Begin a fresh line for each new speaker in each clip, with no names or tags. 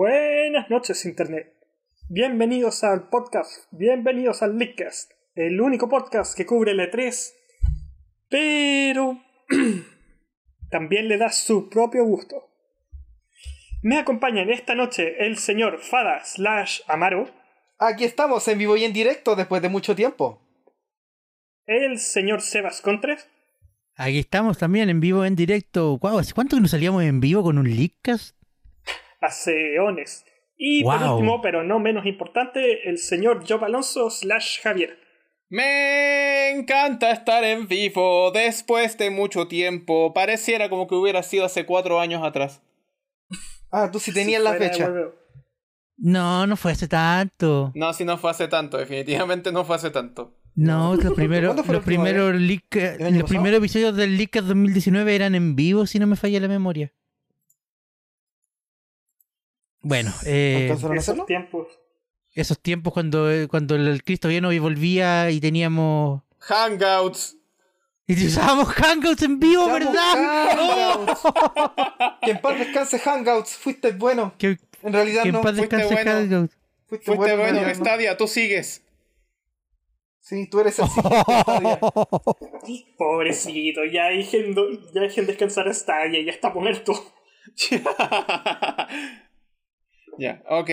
Buenas noches, Internet. Bienvenidos al podcast, bienvenidos al Leakcast, el único podcast que cubre el E3, pero también le da su propio gusto. Me acompañan esta noche el señor Fada slash Amaro,
Aquí estamos en vivo y en directo después de mucho tiempo.
el señor Sebas Contres
Aquí estamos también en vivo, en directo. Guau, ¿Hace cuánto que no salíamos en vivo con un leakcast?
hace eones. Y por
Wow.
último, pero no menos importante, el señor Job Alonso slash Javier.
Me encanta estar en vivo después de mucho tiempo. Pareciera como que hubiera sido hace cuatro años atrás.
Ah, tú sí tenías la
Fuera de
fecha.
hueveo.
No, no fue hace tanto.
No, si no fue hace tanto, definitivamente no fue hace tanto.
No, los primeros,
¿Cuándo fue la
los
última
primeros leak-
¿El año
los
pasado?
primeros episodios del leakcast 2019 eran en vivo, si no me falla la memoria. Bueno, eh,
¿Alcanzaron a
Esos
hacerlo?
tiempos.
esos tiempos cuando, eh, cuando el Cristo vino y volvía y teníamos
Hangouts.
y usábamos Hangouts en vivo,
Estamos
¡Oh, ¿verdad?
Hangouts. que en paz descanse Hangouts. Fuiste bueno.
Que,
En realidad
que en
no.
paz
fuiste
descanse
bueno.
Hangouts.
Fuiste,
Fuiste
en
bueno,
realidad, no.
Stadia, tú sigues.
Sí, tú eres el siguiente Stadia.
Pobrecito, ya dejen, do- ya dejen descansar hasta ella, ya está muerto.
ya, ok.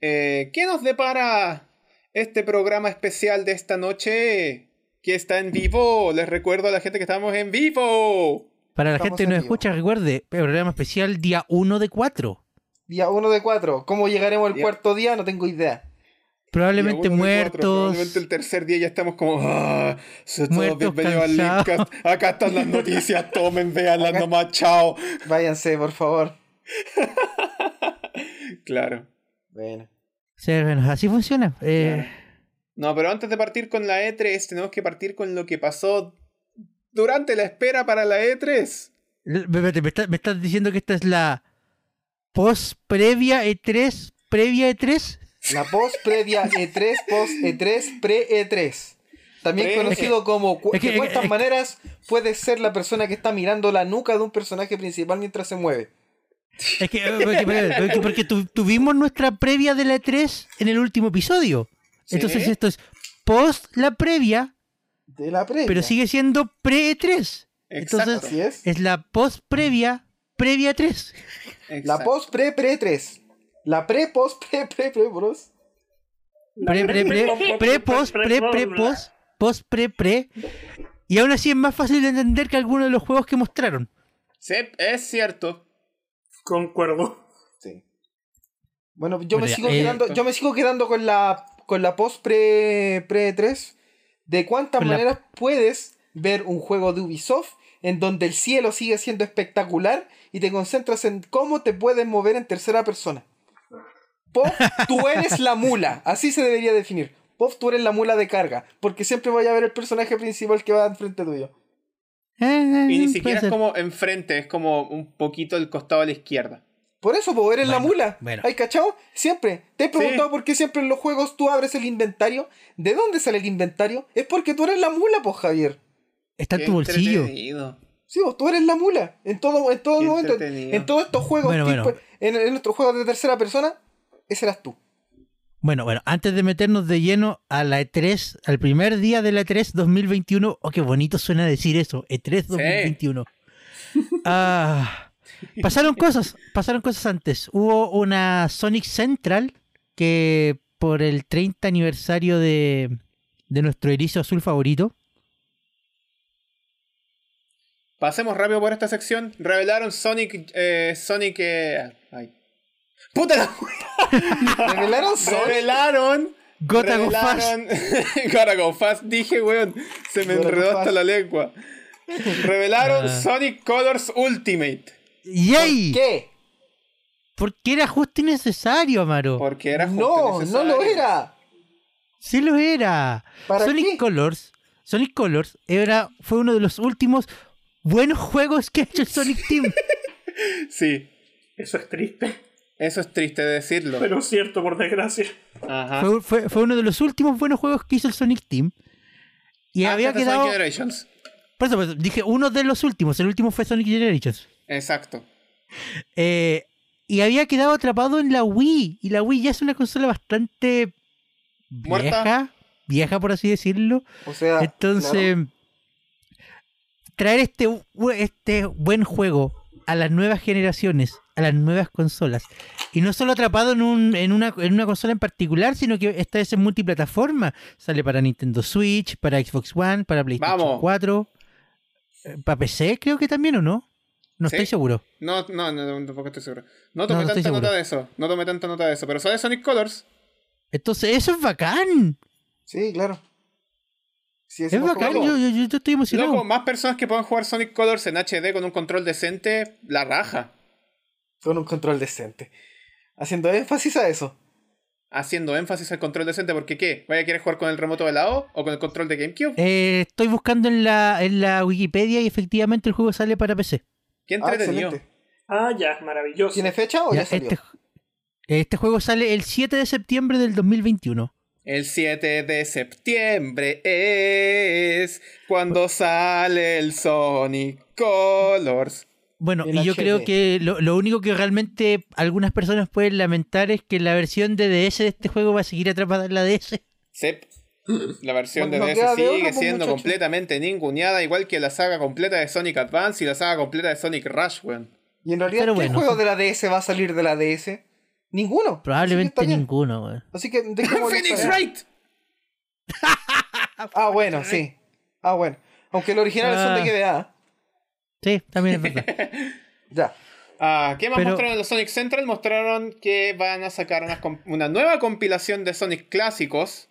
Eh, ¿Qué nos depara este programa especial de esta noche? Que está en vivo. Les recuerdo a la gente que estamos en vivo.
Para la
Estamos
gente que
en
nos
vivo.
escucha, recuerde, programa especial día 1 de 4.
Día 1 de 4. ¿Cómo llegaremos al
Ya.
cuarto día? No tengo idea.
Probablemente
Y algunos de cuatro,
muertos.
probablemente el tercer día ya estamos como. "Ah, se- todos
Muertos,
bienvenidos al
cansados".
Leadcast. Acá están las noticias, tomen, véanlas
Acá-
nomás, chao.
Váyanse, por favor.
Claro.
Bueno.
Sí, bueno, así funciona. Eh,
No, pero antes de partir con la E3, tenemos que partir con lo que pasó durante la espera para la E E3.
l- me- me- me está- me estás diciendo que esta es la post previa E3, previa E E3.
La E post previa E3, post E3, pre E3. También
Pre-
conocido como cu-
es que-
de cuántas
es que-
maneras puedes ser la persona que está mirando la nuca de un personaje principal mientras se mueve.
Es que, eh, porque, porque- porque tu- tuvimos nuestra previa de la E3 en el último episodio.
Sí.
Entonces esto es post la previa,
De la previa.
pero sigue siendo pre E3.
Exacto.
Entonces-
Así es.
Es la post previa, previa E E3.
La
Exacto.
post pre pre 3. La pre post pre pre pre bros.
pre, pre, pre, pre, post, pre, pre, post, post, pre, pre. Y aún así es más fácil de entender que algunos de los juegos que mostraron.
Sí, es cierto.
Concuerdo.
Sí. Bueno, yo me
Bueno, ya,
sigo
eh,
quedando, yo me sigo quedando con la con la post pre pre 3 de cuántas
Con la-
maneras puedes ver un juego de Ubisoft en donde el cielo sigue siendo espectacular y te concentras en cómo te puedes mover en tercera persona. Pop, tú eres la mula, así se debería definir. Pop, tú eres la mula de carga, porque siempre vaya a ver el personaje principal que va enfrente tuyo.
Eh,
Y ni
puede
siquiera es
ser.
como enfrente, es como un poquito el costado a la izquierda.
Por eso, po, eres la
Bueno,
mula.
bueno.
¿Hay cachao? Siempre. Te he preguntado por qué siempre en los juegos tú abres el inventario. ¿De dónde sale el inventario? Es porque tú eres la mula, pues, Javier.
Está en
Qué
tu bolsillo.
entretenido.
Sí, vos, tú eres la mula. En todo, en todo
Qué
momento. En,
entretenido.
en todos estos juegos,
Bueno,
tipo-
bueno.
en, en nuestros juegos de tercera persona, ese eras tú.
Bueno, bueno, antes de meternos de lleno a la E3, al primer día de la E E3 2021. Oh, qué bonito suena decir eso. E E3 2021. Ah, pasaron cosas, pasaron cosas antes. Hubo una Sonic Central que por el 30 aniversario de, de nuestro erizo azul favorito.
Pasemos rápido por esta sección. Revelaron Sonic. eh, Sonic. eh, ay. ¡Puta la
¿Revelaron Sonic?
Revelaron.
Gota Go Fast.
revelaron- Gotta go fast. Dije, weón. Se me
Gotta go
enredó
fast.
hasta la lengua. Revelaron
Ah.
Sonic Colors Ultimate.
¡Yay!
¿Qué?
Porque era justo y necesario, Amaro.
Porque era
No,
justo y
no lo
necesario.
era.
Sí lo era.
¿Para
Sonic
qué?
Colors. Sonic Colors era, fue uno de los últimos buenos juegos que ha hecho el Sonic Team.
Sí,
Eso es triste,
eso es triste decirlo.
pero cierto, por desgracia.
Ah.
Ajá.
fue, fue- fue uno de los últimos buenos juegos que hizo el Sonic Team. Y
Ah,
Antes
había
de Sonic
quedado.
Ah, Generations.
Por eso, por eso, dije uno de los últimos. El último fue Sonic Generations.
Exacto.
Eh, y había quedado atrapado en la Wii. Y la Wii ya es una consola bastante
Muerta.
vieja, vieja por así decirlo.
O sea,
Entonces,
claro.
traer este, bu- este buen juego a las nuevas generaciones, a las nuevas consolas, y no solo atrapado en, un, en, una, en una consola en particular, sino que esta vez es multiplataforma. Sale para Nintendo Switch, para Xbox One, para PlayStation
Vamos.
4, eh, para PC creo que también, ¿o no? No
Sí.
estoy seguro.
No, no, no, no, tampoco estoy seguro. No tomé
no estoy
tanta nota
seguro.
de eso. No tomé tanta nota de eso. Pero sale Sonic Colors.
Entonces, eso es bacán.
Sí, claro. Sí,
Es,
ese no
bacán.
juego.
Yo, yo- yo- yo estoy emocionado.
Loco, más personas que puedan jugar Sonic Colors en HD con un control decente, la raja.
Con un control decente. Haciendo énfasis a eso.
Haciendo énfasis al control decente, porque ¿qué? ¿Vaya a querer jugar con el remoto de lado o con el control de GameCube?
Eh, estoy buscando en la, en la Wikipedia y efectivamente el juego sale para PC.
Qué
Ah,
entretenido.
excelente.
Ah, ya, maravilloso.
¿Tiene fecha o
Ya,
Oh, ya, salió?
este, este juego sale el 7 de septiembre del 2021.
el 7 de septiembre es cuando sale el Sonic Colors.
Bueno,
En
y yo
HD.
creo que lo, lo único que realmente algunas personas pueden lamentar es que la versión de DS de este juego va a seguir atrapada en la DS.
Sep. La versión
Bueno,
de
no
DS
queda de
sigue
otra, pues,
siendo
muchacho.
completamente ninguneada, igual que la saga completa de Sonic Advance y la saga completa de Sonic Rush, weón.
Y en realidad,
Pero
¿qué
bueno.
juego de la DS va a salir de la DS? Ninguno. Así que está
Probablemente
bien.
ninguno, weón.
Así que dejémoslo
Phoenix
hasta-
Wright.
Ah, bueno, sí. Ah, bueno. Aunque el original
Ah.
son de GBA.
Sí, también es verdad.
Ya.
Ah, ¿Qué más
Pero-
mostraron en los Sonic Central? Mostraron que van a sacar una, com- una nueva compilación de Sonic clásicos.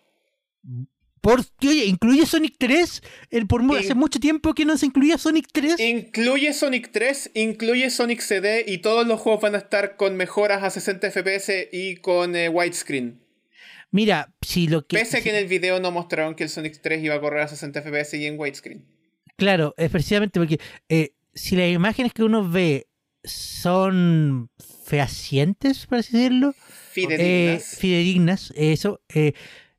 Porque, oye, incluye Sonic 3. El, por, mu-
In-
hace mucho tiempo que no se incluía Sonic 3.
Incluye Sonic 3, incluye Sonic CD y todos los juegos van a estar con mejoras a 60 FPS y con eh, widescreen.
Mira, si lo que.
Pese a que en el video no mostraron que el Sonic 3 iba a correr a 60 FPS y en widescreen.
Claro, es precisamente porque eh, si las imágenes que uno ve son fehacientes, por así decirlo, eh,
Fidedignas.
fidedignas, eso. eh,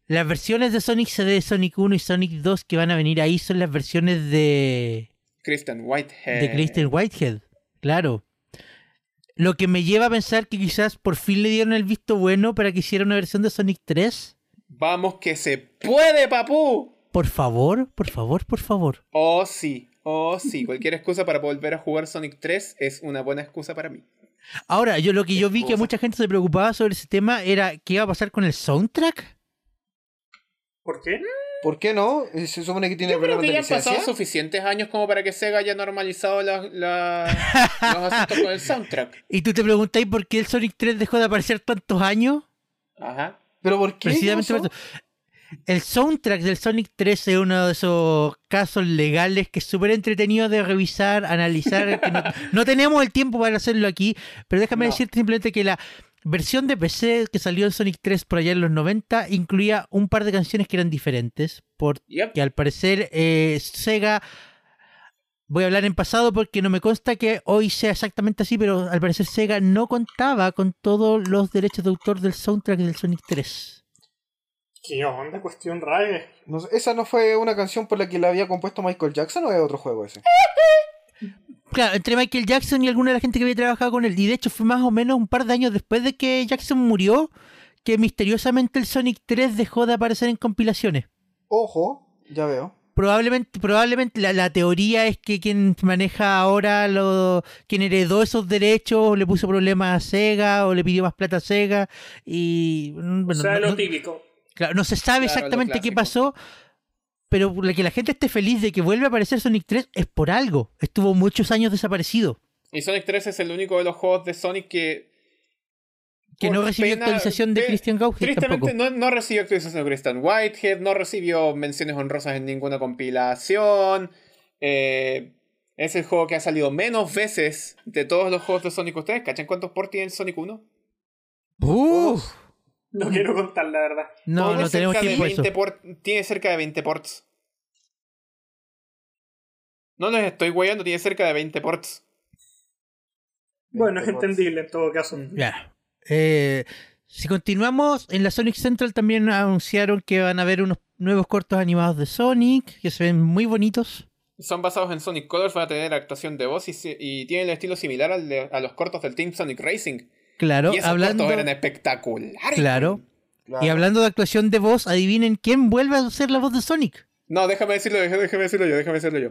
las versiones de Sonic CD, Sonic 1 y Sonic 2 que van a venir ahí son las versiones de,
Kristen Whitehead.
de Kristen Whitehead, claro. Lo que me lleva a pensar que quizás por fin le dieron el visto bueno para que hiciera una versión de Sonic 3.
Vamos que se puede, papú.
Por favor, por favor, por favor.
Oh sí, oh sí. Cualquier excusa para volver a jugar Sonic 3 es una buena excusa para mí.
Ahora, yo lo que yo vi que
Excusa.
mucha gente se preocupaba sobre ese tema era qué iba a pasar con el soundtrack.
¿Por qué?
¿Por qué no? Eh, Se supone que tiene
Yo creo
problemas
que ya
de
han pasado
licencia.
suficientes años como para que Sega haya normalizado la- la- los asuntos con el soundtrack.
Y tú te preguntáis por qué el Sonic 3 dejó de aparecer tantos años.
Ajá.
¿Pero por qué?
Precisamente por
pasó?
eso. El soundtrack del Sonic 3 es uno de esos casos legales que es súper entretenido de revisar, analizar. que no, no tenemos el tiempo para hacerlo aquí, pero déjame
No.
decirte simplemente que la versión de PC que salió en Sonic 3 por allá en los 90 incluía un par de canciones que eran diferentes, porque
Yep.
al parecer eh, Sega... Voy a hablar en pasado porque no me consta que hoy sea exactamente así, pero al parecer Sega no contaba con todos los derechos de autor del soundtrack del Sonic 3.
¿Qué onda? Cuestión rare.
No sé, ¿Esa no fue una canción por la que la había compuesto Michael Jackson o es otro juego ese?
Claro, entre Michael Jackson y alguna de la gente que había trabajado con él. Y de hecho fue más o menos un par de años después de que Jackson murió que misteriosamente el Sonic 3 dejó de aparecer en compilaciones.
Ojo, ya veo.
Probablemente, probablemente la, la teoría es que quien maneja ahora, lo, quien heredó esos derechos, le puso problemas a Sega o le pidió más plata a Sega. Y mm,
o
bueno,
sea,
no-
lo
no-
típico.
Claro, no se sabe
Claro, lo
exactamente qué
clásico.
pasó, pero la que la gente esté feliz de que vuelva a aparecer Sonic 3 es por algo. Estuvo muchos años desaparecido,
Y Sonic 3 es el único de los juegos de Sonic que.
que
por
no recibió
pena-
actualización de
pe-
Christian Gauhead tampoco.
Tristemente no, no recibió actualización de Christian Whitehead, no recibió menciones honrosas en ninguna compilación. eh, es el juego que ha salido menos veces de todos los juegos de Sonic. ¿Ustedes cachan cuántos ports tiene el Sonic 1?
Uf, Mm.
No quiero contar, la verdad.
no,
Tiene
no tenemos
cerca de
tiempo a eso.
20 port- tiene cerca de 20 ports. No les estoy weyando, tiene cerca de 20 ports.
Bueno, es
Este,
entendible en todo caso.
Ya. Eh, si continuamos, en la Sonic Central también anunciaron que van a haber unos nuevos cortos animados de Sonic, que se ven muy bonitos.
Son basados en Sonic Colors, van a tener actuación de voz y, se- y tienen el estilo similar al de- a los cortos del Team Sonic Racing.
Claro,
y esos
hablando.
cortos eran espectaculares.
Claro.
Claro.
Y hablando de actuación de voz, adivinen quién vuelve a ser la voz de Sonic.
No, déjame decirlo, déjame, déjame decirlo yo, déjame decirlo yo.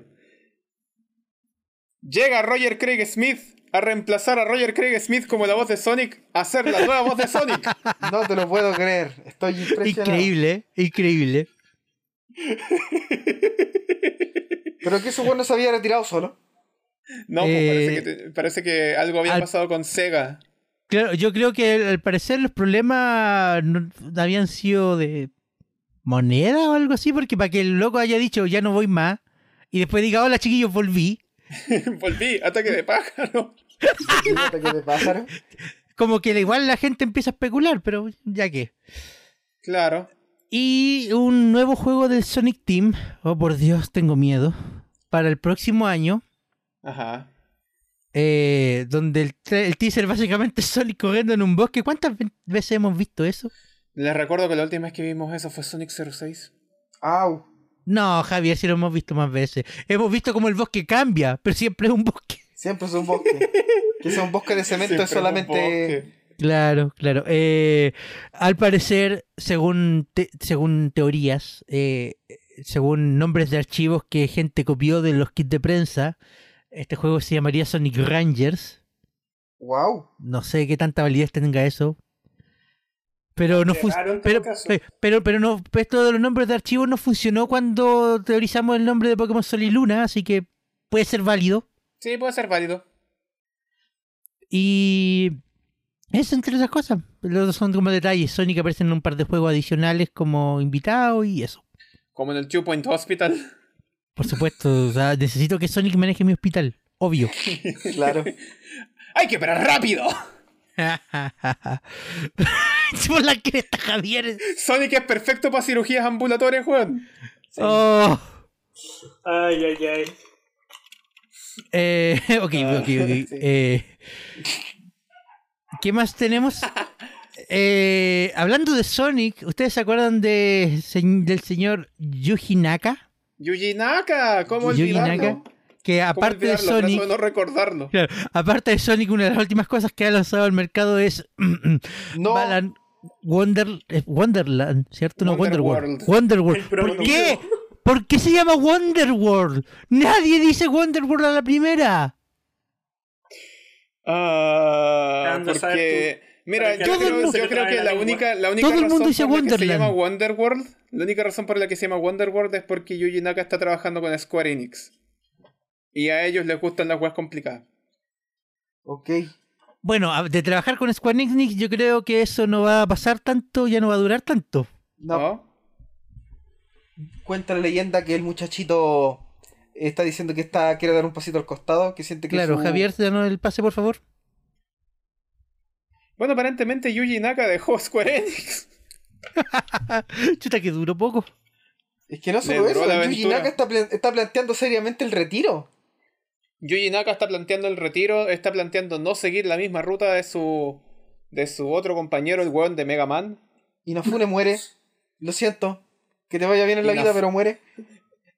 Llega Roger Craig Smith a reemplazar a Roger Craig Smith como la voz de Sonic, a ser la nueva voz de Sonic.
No te lo puedo creer. Estoy impresionado.
Increíble, increíble.
Pero que ese weón no se había retirado solo.
No, pues,
Eh,
parece, que, te- parece que algo había
al-
pasado con Sega.
Claro, yo creo que al parecer los problemas no- habían sido de moneda o algo así, porque para que el loco haya dicho ya no voy más y después diga hola chiquillos, volví,
Volví, ataque de pájaro.
Fíjate que te pájaro.
como que igual la gente empieza a especular, pero ya que.
Claro.
Y un nuevo juego del Sonic Team, oh por Dios, tengo miedo, para el próximo año,
Ajá.
eh, donde el, tra- el teaser básicamente es Sonic corriendo en un bosque. ¿Cuántas ve- veces hemos visto eso?
Les recuerdo que la última vez que vimos eso fue Sonic 06.
Au.
No, Javier, sí lo hemos visto más veces. Hemos visto como el bosque cambia, pero siempre es un bosque.
Siempre es un bosque. que sea un bosque de cemento es
Siempre hubo un
solamente.
bosque.
Claro, claro. Eh, al parecer, según, te- según teorías, eh, según nombres de archivos que gente copió de los kits de prensa, este juego se llamaría Sonic Rangers.
Wow.
No sé qué tanta validez tenga eso. Pero no
Qué
fun-
raro en todo
pero,
caso.
pe- pero, pero no, esto de los nombres de archivos no funcionó cuando teorizamos el nombre de Pokémon Sol y Luna, así que puede ser válido.
Sí, puede ser válido.
Y eso entre otras cosas. Los otros son como detalles. Sonic aparece en un par de juegos adicionales como invitado y eso.
Como en el Two Point Hospital.
Por supuesto, o sea, necesito que Sonic maneje mi hospital. Obvio.
Claro.
¡Hay que operar rápido!
Por la cresta, Javier.
Sonic es perfecto para cirugías ambulatorias, weón.
Oh,
Ay, ay, ay.
eh, ok,
Ah,
ok, ok. eh. ¿Qué más tenemos? Eh, hablando de Sonic, ¿ustedes se acuerdan de, se- del señor Yuji Naka?
Yuji Naka, ¿cómo
Yuji
olvidarlo?
Naka, Que
¿Cómo
aparte de
olvidarlo? Trato
Sonic,
de no recordarlo.
Claro, aparte de Sonic, una de las últimas cosas que ha lanzado al mercado es
No.
Balan- Wonder, eh, Wonderland, ¿cierto? No,
Wonder
Wonderworld.
El
World.
Wonderworld. ¿Por
prohibido.
qué? ¿Por qué se llama Wonderworld? Nadie dice Wonderworld a la primera.
Ah,
Anda, sabes
porque. Mira,
Para que
yo
la gente
creo,
se
yo
le
creo
trabe
que
la
la
lengua.
única, la única
Todo el mundo
razón
dice
por la que se
Wonderland.
llama Wonderworld, la única razón por la que se llama Wonderworld es porque Yuji Naka está trabajando con Square Enix. Y a ellos les gustan las weas complicadas.
Ok.
Bueno, a- de trabajar con Square Enix, yo creo que eso no va a pasar tanto, ya no va a durar tanto.
No.
¿no?
Cuenta la leyenda que el muchachito está diciendo que está quiere dar un pasito al costado, que siente que
Claro,
su-
Javier, danos el pase, por favor.
Bueno, aparentemente Yuji Naka dejó Square Enix.
Chuta, que duró poco.
Es que no
Le
solo
duró
eso,
la
Yuji
aventura.
Naka está, plan- está planteando seriamente el retiro.
Yuji Naka está planteando el retiro, está planteando no seguir la misma ruta de su de su otro compañero, el weón de Mega Man.
Inafune muere. Lo siento. Que te vaya bien en la vida,
Inaf-
pero muere.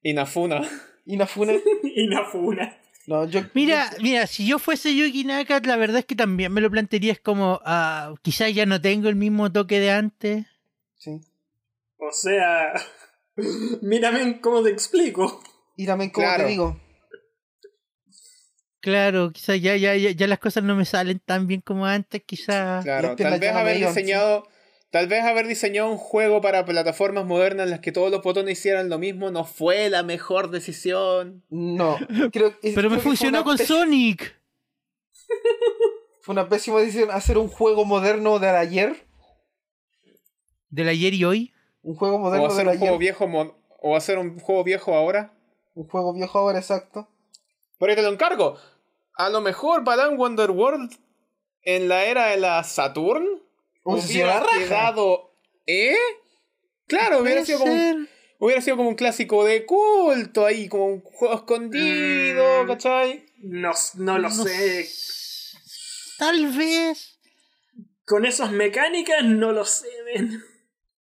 Inafuna.
Inafune.
Inafuna.
No, yo.
Mira, mira, si yo fuese Yuki Naka, la verdad es que también me lo plantearía es como, ah, quizás ya no tengo el mismo toque de antes.
Sí.
O sea. Mírame cómo te explico.
Y también, como
Claro.
te digo,
Claro, quizás ya, ya, ya, ya las cosas no me salen tan bien como antes, quizás.
Claro,
Las piernas
tal vez
ya no me
haber
iban, sí.
diseñado. Tal vez haber diseñado un juego para plataformas modernas en las que todos los botones hicieran lo mismo no fue la mejor decisión.
no. Creo, es-
Pero
creo
me
que fue
funcionó
una
con
pés-
Sonic.
Fue una pésima decisión hacer un juego moderno de ayer.
Del ayer y hoy.
Un juego
O
moderno de
hacer un juego
ayer.
viejo mo- o hacer un juego viejo ahora.
Un juego viejo ahora, exacto.
Pero ahí te lo encargo. A lo mejor Balan Wonderworld en la era de la Saturn
O sea,
hubiera
la raja.
quedado. ¿Eh? Claro, hubiera
Puede
sido, como un,
ser.
hubiera sido como un clásico de culto ahí, como un juego escondido,
Mm.
¿cachai?
No, no lo
No
sé.
s- Tal vez.
Con esas mecánicas no lo sé, ven.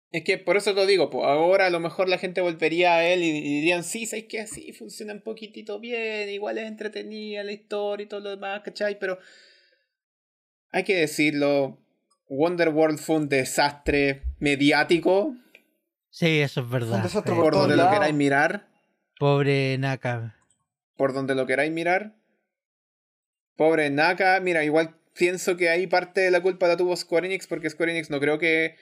Es que por eso te digo, po, ahora a lo mejor la gente volvería a él y, y dirían, sí, sabes que así funciona un poquitito bien, igual es entretenida la historia y todo lo demás, ¿cachai? Pero hay que decirlo, Wonder World fue un desastre mediático,
Sí, eso es
Fue un
verdad.
desastre
Eh,
por
todos
donde lo
lados.
queráis mirar,
Pobre Naka.
por donde lo queráis mirar. Pobre Naka, mira, igual pienso que ahí parte de la culpa la tuvo Square Enix, porque Square Enix no creo que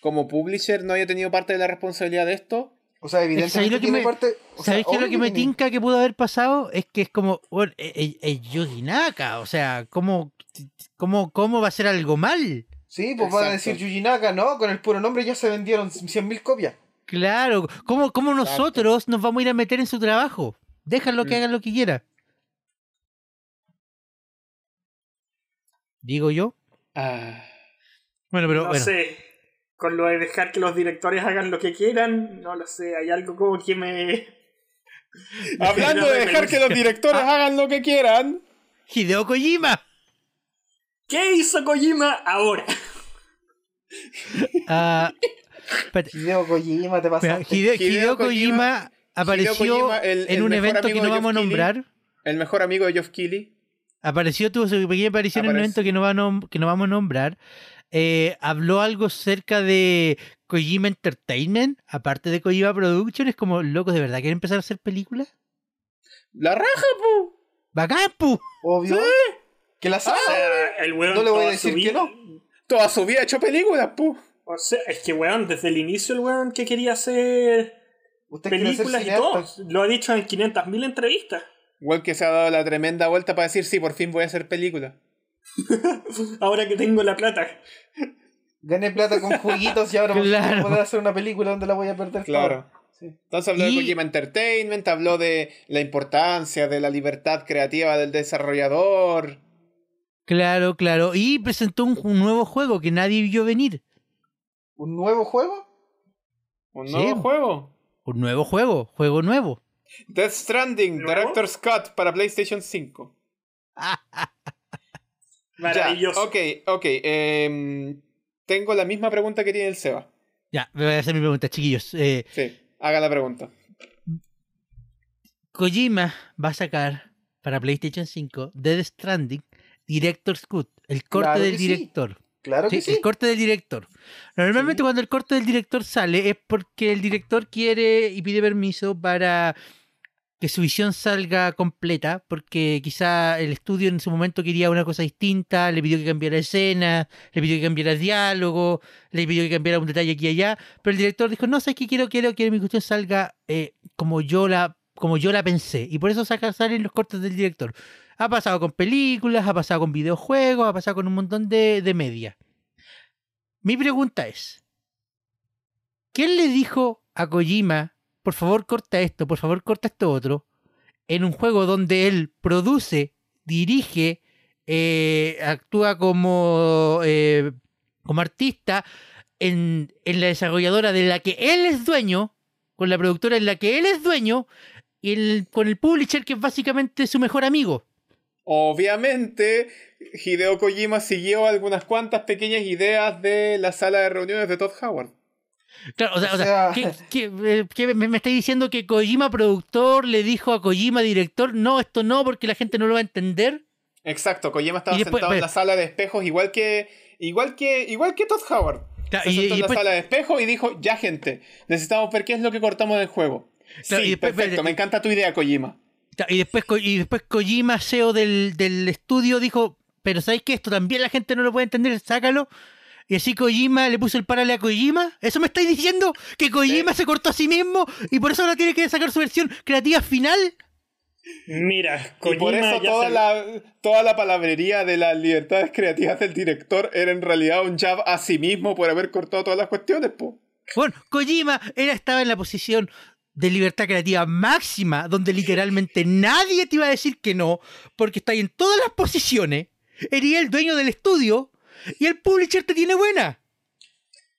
como publisher no haya tenido parte de la responsabilidad de esto.
O sea,
¿sabéis
evidentemente
lo que
tiene
me-
parte... o sea,
¿Sabéis qué es lo
obvio
que me
tiene-
tinca que pudo haber pasado? Es que es como, bueno, e, es, es Yuji Naka, o sea, ¿cómo, cómo, ¿cómo va a ser algo mal?
Sí, pues van a
Exacto.
decir Yuji Naka, ¿no? Con el puro nombre ya se vendieron 100.000 copias.
Claro, ¿cómo, cómo
Exacto.
nosotros nos vamos a ir a meter en su trabajo? Déjalo que
Mm.
haga lo que quiera. Digo yo.
Ah,
Bueno, pero
No
bueno.
sé. Con lo de dejar que los directores hagan lo que quieran, no lo sé. Hay algo como que me.
Hablando de dejar que los directores hagan lo que quieran.
Hideo Kojima.
¿Qué hizo Kojima ahora?
Ah, espérate,
Hideo Kojima, te
espera,
pasaste.
Hideo,
Hideo
Hideo Kojima apareció
Kojima, el- el
en un
mejor
evento que
amigo
no
de
vamos a
Jeff Keighley.
nombrar.
El mejor amigo de Geoff Keighley.
apareció, tuvo su pequeña aparición en un
Aparece.
evento que no, va a nom- que no vamos a nombrar. Eh, habló algo cerca de Kojima Entertainment, aparte de Kojima Productions, como locos, ¿de verdad quieren empezar a hacer películas?
La raja, pu.
¡Bacán, pu!
Obvio. Que la saga.
O
Ah,
sea, el weón
No le voy a
toda
decir
su vida-
que no.
Toda su vida ha hecho películas, pu.
O sea, es que weón, desde el inicio el weón que quería hacer
Usted quiere ser
películas y
cineasta.
todo. Lo ha dicho en 500.000 entrevistas.
Igual que se ha dado la tremenda vuelta para decir, sí, por fin voy a hacer películas.
Ahora que tengo la plata.
Gané plata con jueguitos y ahora voy
Claro.
a poder hacer una película donde la voy a perder.
Claro.
toda. Sí.
Entonces habló
Y-
de Kojima Entertainment, habló de la importancia de la libertad creativa del desarrollador.
Claro, claro. Y presentó un, un nuevo juego que nadie vio venir.
¿Un nuevo juego?
Un
Sí.
nuevo juego.
Un nuevo juego, juego nuevo.
Death Stranding,
¿Nuevo?
Director's Cut para PlayStation 5.
Maravilloso.
Ya, ok, ok. em, tengo la misma pregunta que tiene el Seba.
Ya, me voy a hacer mi pregunta, chiquillos. Eh,
Sí, haga la pregunta.
Kojima va a sacar para PlayStation 5 Dead Stranding Director's Cut, el corte
Claro
del
que sí.
director.
Claro que
Sí,
sí.
el corte del director. Normalmente cuando el corte del director sale es porque el director quiere y pide permiso para que su visión salga completa, porque quizá el estudio en su momento quería una cosa distinta, le pidió que cambiara escena, le pidió que cambiara diálogo, le pidió que cambiara un detalle aquí y allá, pero el director dijo, no sé qué quiero, quiero que mi cuestión salga eh, como yo la como yo la pensé, y por eso saca, salen los cortes del director. Ha pasado con películas, ha pasado con videojuegos, ha pasado con un montón de, de media. Mi pregunta es, ¿quién le dijo a Kojima, por favor corta esto, por favor corta esto otro, en un juego donde él produce, dirige, eh, actúa como, eh, como artista en, en la desarrolladora de la que él es dueño, con la productora en la que él es dueño, y el- con el publisher que es básicamente su mejor amigo?
Obviamente, Hideo Kojima siguió algunas cuantas pequeñas ideas de la sala de reuniones de Todd Howard.
Claro, o sea,
O
o
sea-
sea, ¿qué- qué- eh, qué me, me estáis diciendo que Kojima productor le dijo a Kojima director, no, esto no, porque la gente no lo va a entender?
Exacto, Kojima estaba
Y después-
sentado en
pero-
la sala de espejos, igual que, igual que, igual que Todd Howard.
Claro,
Se
y-
sentó
y
en la
después-
sala de espejos y dijo, ya gente, necesitamos ver qué es lo que cortamos del juego.
Claro,
sí,
y después-
perfecto,
pero-
me encanta tu idea, Kojima.
Y después, Ko- y después Kojima, CEO del, del estudio, dijo, pero ¿sabéis que esto también la gente no lo puede entender? Sácalo. Y así Kojima le puso el parale a Kojima. ¿Eso me estáis diciendo? ¿Que Kojima se cortó a sí mismo y por eso ahora tiene que sacar su versión creativa final?
Mira,
Y por
Kojima
eso
ya
toda
se-
la, toda la palabrería de las libertades creativas del director era en realidad un jab a sí mismo por haber cortado todas las cuestiones, po.
Bueno, Kojima era, estaba en la posición de libertad creativa máxima, donde literalmente nadie te iba a decir que no, porque está ahí en todas las posiciones, eres el dueño del estudio y el publisher te tiene buena.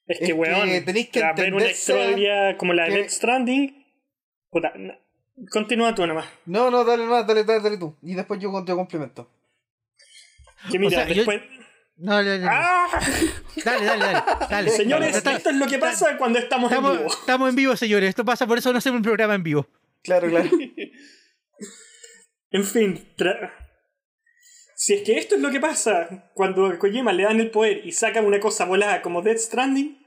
Es
Es
que,
que
weón,
tenéis que
tras ver una
entender, Seba,
historia como la de
que-
Death Stranding. puta, no. Continúa tú nomás.
No, no, dale, no, dale, dale, dale tú. Y después yo con- te complemento.
Que mira,
sea, yo-
después.
No,
Mm.
no, no, no.
¡Ah!
Dale, dale, dale. dale.
Señores,
Está-
esto es lo que pasa cuando estamos, en vivo.
Estamos, estamos en vivo, señores. Esto pasa, por eso no hacemos un programa en vivo.
Claro, claro.
En fin, tra- Si es que esto es lo que pasa cuando a Kojima le dan el poder y sacan una cosa volada como Death Stranding,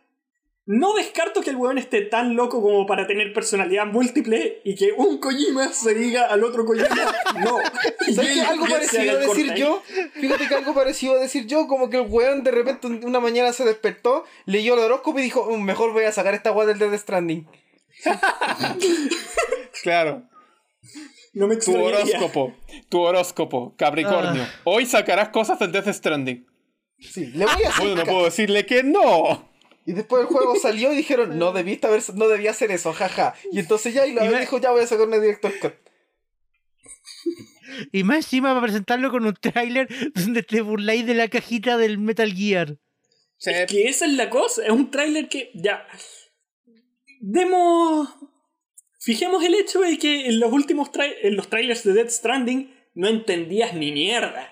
no descarto que el weón esté tan loco como para tener personalidad múltiple y que un Kojima se diga al otro Kojima no. Y
¿Sabes
él
qué? Algo
empiece a
parecido a
dar corte
decir
ahí.
yo. Fíjate que algo parecido a decir yo. Como que el weón de repente un- una mañana se despertó, leyó el horóscopo y dijo: "Mm, Mejor voy a sacar esta weá del Death Stranding.
Claro.
No me
Tu
extrañaría.
horóscopo. Tu horóscopo, Capricornio.
Ah.
Hoy sacarás cosas del Death Stranding.
Sí, le voy a hacer.
Bueno, no
caso.
puedo decirle que no.
Y después el juego salió y dijeron: No debiste haber, no debía hacer eso, jaja. Y entonces ya, y la
Y
vez
me-
dijo: Ya voy a sacar una director Scott.
Y más encima para presentarlo con un tráiler donde te burláis de la cajita del Metal Gear.
Sí.
Es que esa es la cosa, es un tráiler que ya. Demos. Fijemos el hecho de que en los últimos trai- en los trailers de Dead Stranding no entendías ni mierda.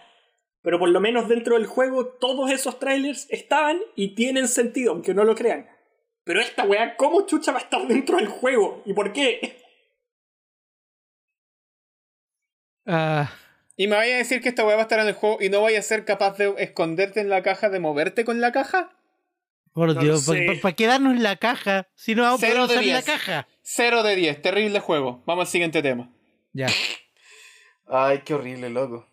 Pero por lo menos dentro del juego todos esos trailers estaban y tienen sentido, aunque no lo crean. Pero esta weá, ¿cómo chucha va a estar dentro del juego? ¿Y por qué?
Ah,
Y me vaya a decir que esta weá va a estar en el juego y no vaya a ser capaz de esconderte en la caja, de moverte con la caja.
por
No lo
Dios,
sé.
para quedarnos en la caja. Si no vamos a poder
Cero de
usar la
diez.
caja.
0 de 10, terrible juego. Vamos al siguiente tema.
Ya.
Ay, qué horrible, loco.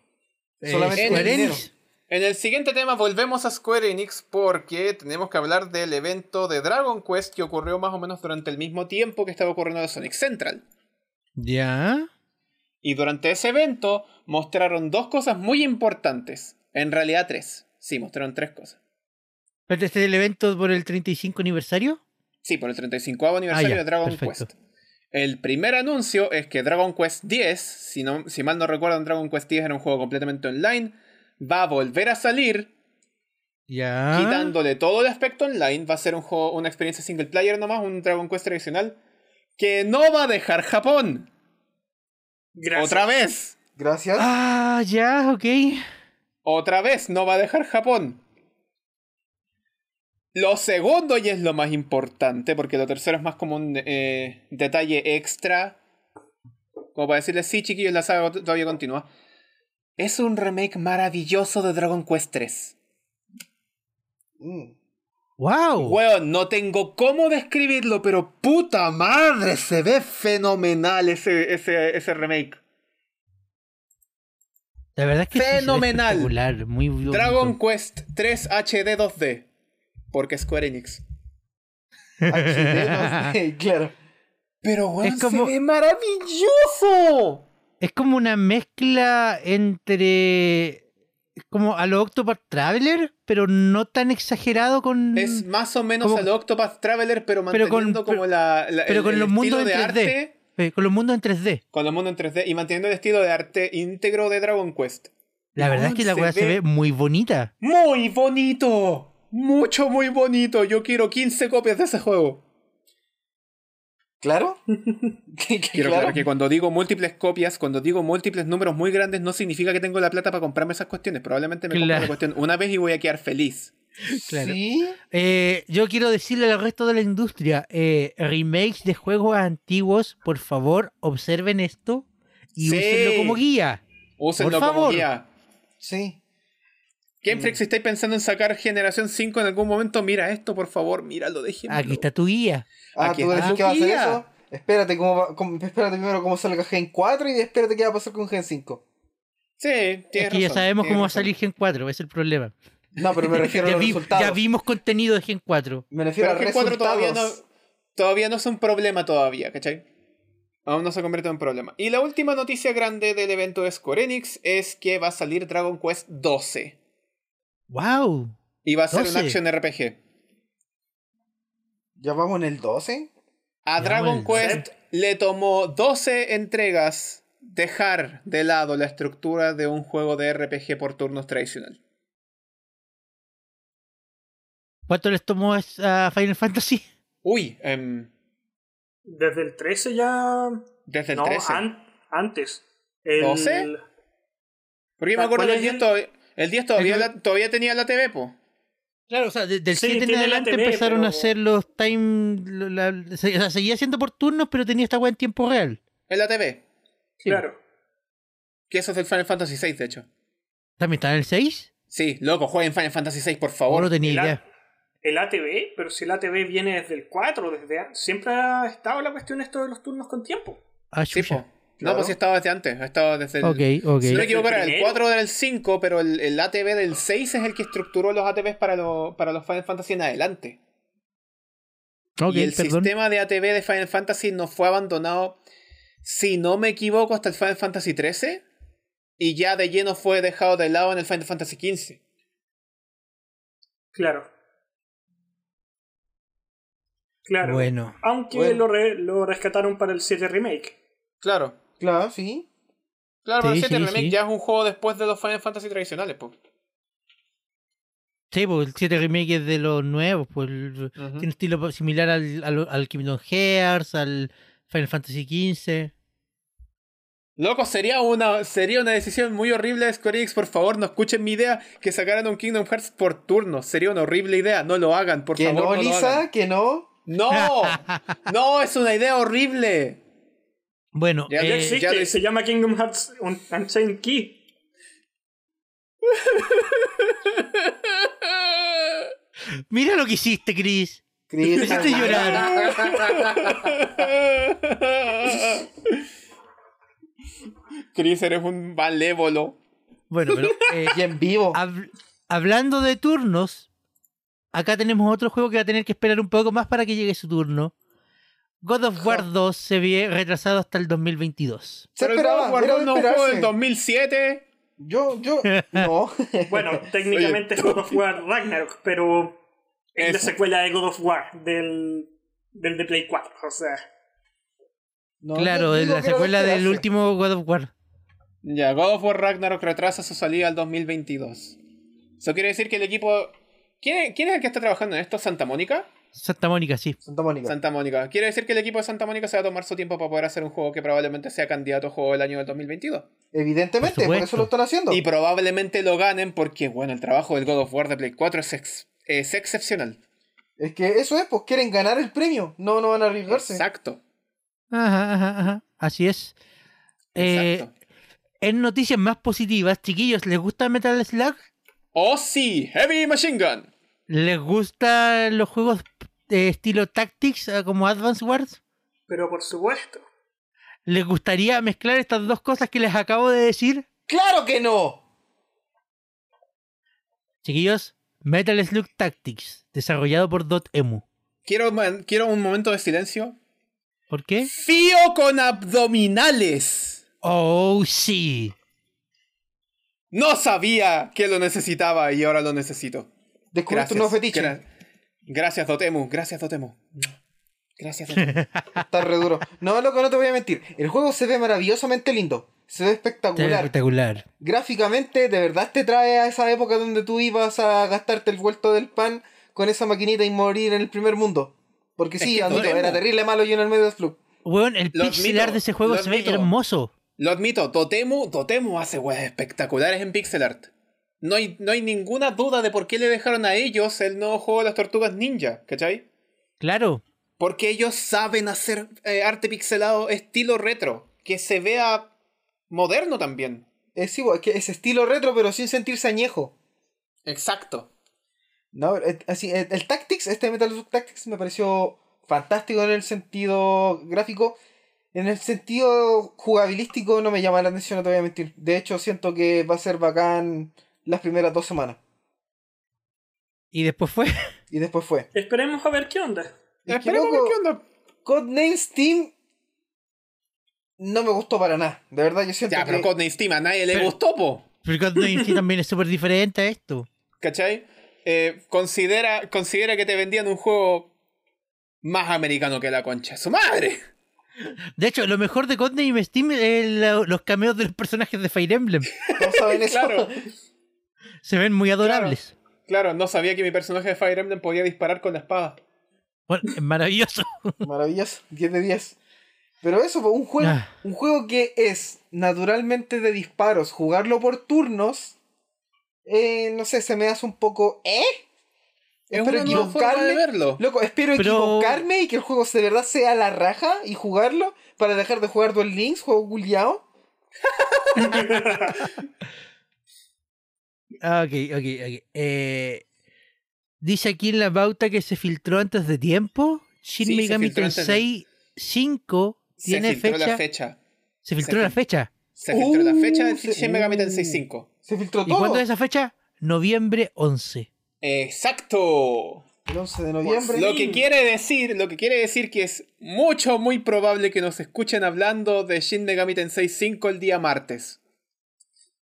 Eh,
Solamente
Square
por el
Enix.
dinero.
En el siguiente tema volvemos a Square Enix porque tenemos que hablar del evento de Dragon Quest que ocurrió más o menos durante el mismo tiempo que estaba ocurriendo de Sonic Central.
Ya.
Y durante ese evento mostraron dos cosas muy importantes. En realidad tres. Sí, mostraron tres cosas.
Espérate, ¿Este es el evento por el 35 aniversario?
Sí, por el 35 aniversario
Ah, ya,
de Dragon
perfecto.
Quest. El primer anuncio es que Dragon Quest X, si, no, si mal no recuerdan, Dragon Quest X era un juego completamente online, va a volver a salir
Ya.
quitándole todo el aspecto online, va a ser un juego, una experiencia single player nomás, un Dragon Quest tradicional, que no va a dejar Japón.
Gracias.
Otra vez.
Gracias.
Ah, ya, ok.
Otra vez no va a dejar Japón. Lo segundo, y es lo más importante, porque lo tercero es más como un eh, detalle extra. Como para decirles, sí, chiquillos, la saga to- todavía continúa. Es un remake maravilloso de Dragon Quest 3.
Mm.
¡Wow!
Weón, no tengo cómo describirlo, pero puta madre, se ve fenomenal ese, ese, ese remake.
La verdad es que sí, se ve
Fenomenal.
espectacular, muy bonito.
Dragon Quest 3 HD 2D. Porque Square Enix.
HD, claro.
Pero weón,
Es como-
se ve maravilloso.
Es como una mezcla entre. es Como a lo Octopath Traveler, pero no tan exagerado con.
Es más o menos
Mm. Como-
al Octopath Traveler, pero
Pero
manteniendo
con-
como
pero-
la, la-
pero
el,
con
el
los
estilo
mundos en
de
3D.
arte.
eh, Con los mundos en 3D.
Con los mundos en 3D y manteniendo el estilo de arte íntegro de Dragon Quest.
La verdad es
Weón,
que la
se
weá se
ve-
ve muy bonita.
¡Muy bonito! Mucho, muy bonito. Yo quiero 15 copias de ese juego.
¿Claro?
Quiero
claro.
aclarar que cuando digo múltiples copias, cuando digo múltiples números muy grandes, no significa que tengo la plata para comprarme esas cuestiones. Probablemente me compre
Claro.
la cuestión una vez y voy a quedar feliz.
Claro.
Sí.
Eh, yo quiero decirle al resto de la industria: eh, remakes de juegos antiguos, por favor, observen esto y
Sí.
úsenlo como guía.
Úsenlo
Por
como
favor.
guía.
Sí.
Mm.
Game Freak, si estáis pensando en sacar Generación 5 en algún momento, mira esto, por favor, míralo, déjenme.
Aquí está tu guía.
Ah,
Aquí
tú
está
decís
la
que va a hacer
guía.
eso. Espérate, cómo va- cómo- espérate primero cómo salga Gen 4 y espérate qué va a pasar con Gen 5.
Sí, tienes
Es que ya
razón,
sabemos
tienes
cómo va a
razón.
salir Gen 4, es el problema.
No, pero me refiero a
Ya,
los
vi-
resultados.
ya vimos contenido de Gen 4.
Me refiero
Pero
a
Gen 4 todavía no,
resultados.
todavía no es un problema todavía, ¿cachai? Aún no se ha convertido en problema. Y la última noticia grande del evento de Square Enix es que va a salir Dragon Quest 12.
¡Wow!
Y va a ser un
12.
action RPG.
Ya vamos en el 12.
A
Ya,
Dragon
bueno.
Quest le tomó 12 entregas dejar de lado la estructura de un juego de RPG por turnos tradicional.
¿Cuánto les tomó es- a Final Fantasy?
Uy, em,
Desde el 13 ya.
desde el
no,
13.
an- antes. El...
¿Doce? Porque yo me
¿Cuál
acuerdo
es
que el 10
el-
todavía, el 10 todavía,
El-
la- todavía tenía la TV, po.
Claro, o sea, de- del
Sí,
7 en
tiene la
adelante
TV,
empezaron a
pero-
hacer los time. lo- la- se- o sea, seguía siendo por turnos, pero tenía esta weá en tiempo real.
En la TV.
Claro.
Que eso es del Final Fantasy VI, de hecho.
¿También está en el 6?
Sí, loco, jueguen Final Fantasy VI, por
O
favor.
no tenía
la-
idea.
El ATV, pero si el ATV viene desde el 4, desde a- siempre ha estado la cuestión esto de los turnos con tiempo.
Ah,
Sí, po.
chucha.
No,
Claro.
pues sí estaba desde antes. Estaba desde el...
Ok, ok.
Si no me
Desde
equivoco,
el
era el
primero.
4 del 5, pero el, el ATV del 6 es el que estructuró los ATVs para, lo- para los Final Fantasy en adelante.
Ok,
y el
perdón.
sistema de ATV de Final Fantasy no fue abandonado, si no me equivoco, hasta el Final Fantasy 13 y ya de lleno fue dejado de lado en el Final Fantasy 15.
Claro. Claro.
Bueno.
Aunque Lo,
Bueno.
re- lo rescataron para el 7 Remake.
Claro.
Claro, sí.
Claro,
Sí,
pero el 7
sí,
Remake
sí.
ya es un juego después de los Final Fantasy tradicionales, pues.
Sí, porque el 7 Remake es de los nuevos. Pues, el- Tiene un estilo similar al, al, al Kingdom Hearts, al Final Fantasy XV.
Loco, sería una, sería una decisión muy horrible de Square Enix. Por favor, no escuchen mi idea que sacaran un Kingdom Hearts por turno. Sería una horrible idea. No lo hagan, por
que
favor.
no,
no lo hagan.
Lisa, que no.
¡No! ¡No! ¡Es una idea horrible!
Bueno,
Ya,
Ya
eh,
existe,
ya lo hice.
se llama Kingdom Hearts Un- Unchained Key.
mira lo que hiciste, Chris.
Chris,
Hiciste
también.
llorar.
Chris, eres un malévolo.
Bueno, pero eh,
Y en vivo.
Habl- hablando de turnos, acá tenemos otro juego que va a tener que esperar un poco más para que llegue su turno. God of War 2 se ve retrasado hasta el 2022.
Se
Pero el
esperaba,
God of War
era de
no es un juego del
esperarse.
2007.
Yo, yo, no.
Bueno, técnicamente es God of War Ragnarok, pero es la
Eso.
secuela de God of War del, del de Play 4. O sea,
No, yo
claro, es
digo que era
la
de
secuela del
esperarse.
último God of War.
Ya, God of War Ragnarok retrasa su salida al 2022. Eso quiere decir que el equipo... ¿Quién, quién es el que está trabajando en esto? ¿Santa Mónica?
Santa Mónica, sí.
Santa Mónica.
Santa Mónica. Quiere decir que el equipo de Santa Mónica se va a tomar su tiempo para poder hacer un juego que probablemente sea candidato a juego del año del 2022.
Evidentemente,
Por
por,
supuesto.
eso lo están haciendo.
Y probablemente lo ganen porque, bueno, el trabajo del God of War de Play 4 es, ex- es excepcional.
Es que eso es, pues quieren ganar el premio. No, no van a arriesgarse.
Exacto.
Ajá, ajá, ajá. Así es. Eh,
Exacto.
en noticias más positivas, chiquillos, ¿les gusta Metal Slug?
¡Oh, sí! ¡Heavy Machine Gun!
¿Les gustan los juegos de estilo Tactics eh, como Advance Wars?
pero por supuesto.
¿Les gustaría mezclar estas dos cosas que les acabo de decir?
¡Claro que no!
Chiquillos, Metal Slug Tactics, desarrollado por Dotemu.
Quiero, man- quiero un momento de silencio.
¿Por qué?
¡Fío con abdominales!
Oh, sí.
No sabía que lo necesitaba y ahora lo necesito.
Descubriste
Gracias.
un nuevo fetiche.
Gra- gracias, Dotemu. Gracias, Dotemu. Gracias, Dotemu.
Está re duro. No, loco, no te voy a mentir. El juego se ve maravillosamente lindo. Se ve espectacular.
Espectacular.
Gráficamente, de verdad te trae a esa época donde tú ibas a gastarte el vuelto del pan con esa maquinita y morir en el primer mundo. Porque
Es
sí,
que
admito,
Dotemu-
era terrible malo yo en el medio del club.
Weón, el
Lo
pixelar
admito,
de ese juego
lo
se ve
admito.
hermoso.
lo admito, Dotemu, Dotemu hace weas espectaculares en pixel art. No hay, no hay ninguna duda de por qué le dejaron a ellos el nuevo juego de las tortugas ninja, ¿cachai?
Claro.
Porque ellos saben hacer eh, arte pixelado estilo retro, que se vea moderno también.
Es, Eh, sí, bo, es que es estilo retro, pero sin sentirse añejo.
Exacto.
No, eh, así, eh, el Tactics, este Metal Slug Tactics me pareció fantástico en el sentido gráfico. En el sentido jugabilístico no me llama la atención, no te voy a mentir. De hecho, siento que va a ser bacán las primeras dos semanas.
Y después fue.
Y después fue.
Esperemos a ver qué onda.
Es que,
Esperemos a ver
loco,
qué onda.
Codename Steam no me gustó para nada. De verdad, yo siento
Ya, pero
que...
Codename Steam a nadie le
Pero-
gustó, po.
Porque Codename Steam también es súper diferente a esto.
¿Cachai? Eh, considera, considera que te vendían un juego más americano que la concha. de ¡Su madre!
De hecho, lo mejor de Codename Steam es la- los cameos de los personajes de Fire Emblem.
todos saben eso.
Claro.
Se ven muy adorables.
Claro, no sabía que mi personaje de Fire Emblem podía disparar con la espada.
Bueno, es maravilloso.
Maravilloso, 10 de 10. Pero eso, po, un juego,
Ah.
un juego que es naturalmente de disparos, jugarlo por turnos, eh, no sé, se me hace un poco... ¿Eh?
Es
Espero
una nueva forma de
equivocarme.
verlo.
Loco, espero
Pero-
equivocarme y que el juego de verdad sea la raja y jugarlo para dejar de jugar Duel Links, juego culiao.
Ah, Ok, ok, ok. Eh, dice aquí en la pauta que se filtró antes de tiempo. Shin
Sí, se
Megami
filtró antes de-
Tensei 5 tiene
se filtró
fecha.
la fecha.
Se filtró
se
la
fil-
fecha.
Se filtró la fecha de
Uh, se-
Shin Megami Tensei
uh.
5.
Se filtró
¿Y
todo.
cuándo es esa fecha? Noviembre 11.
Exacto.
El 11 de noviembre.
Lo que quiere decir, lo que quiere decir que es mucho muy probable que nos escuchen hablando de Shin Megami Tensei 5 el día martes.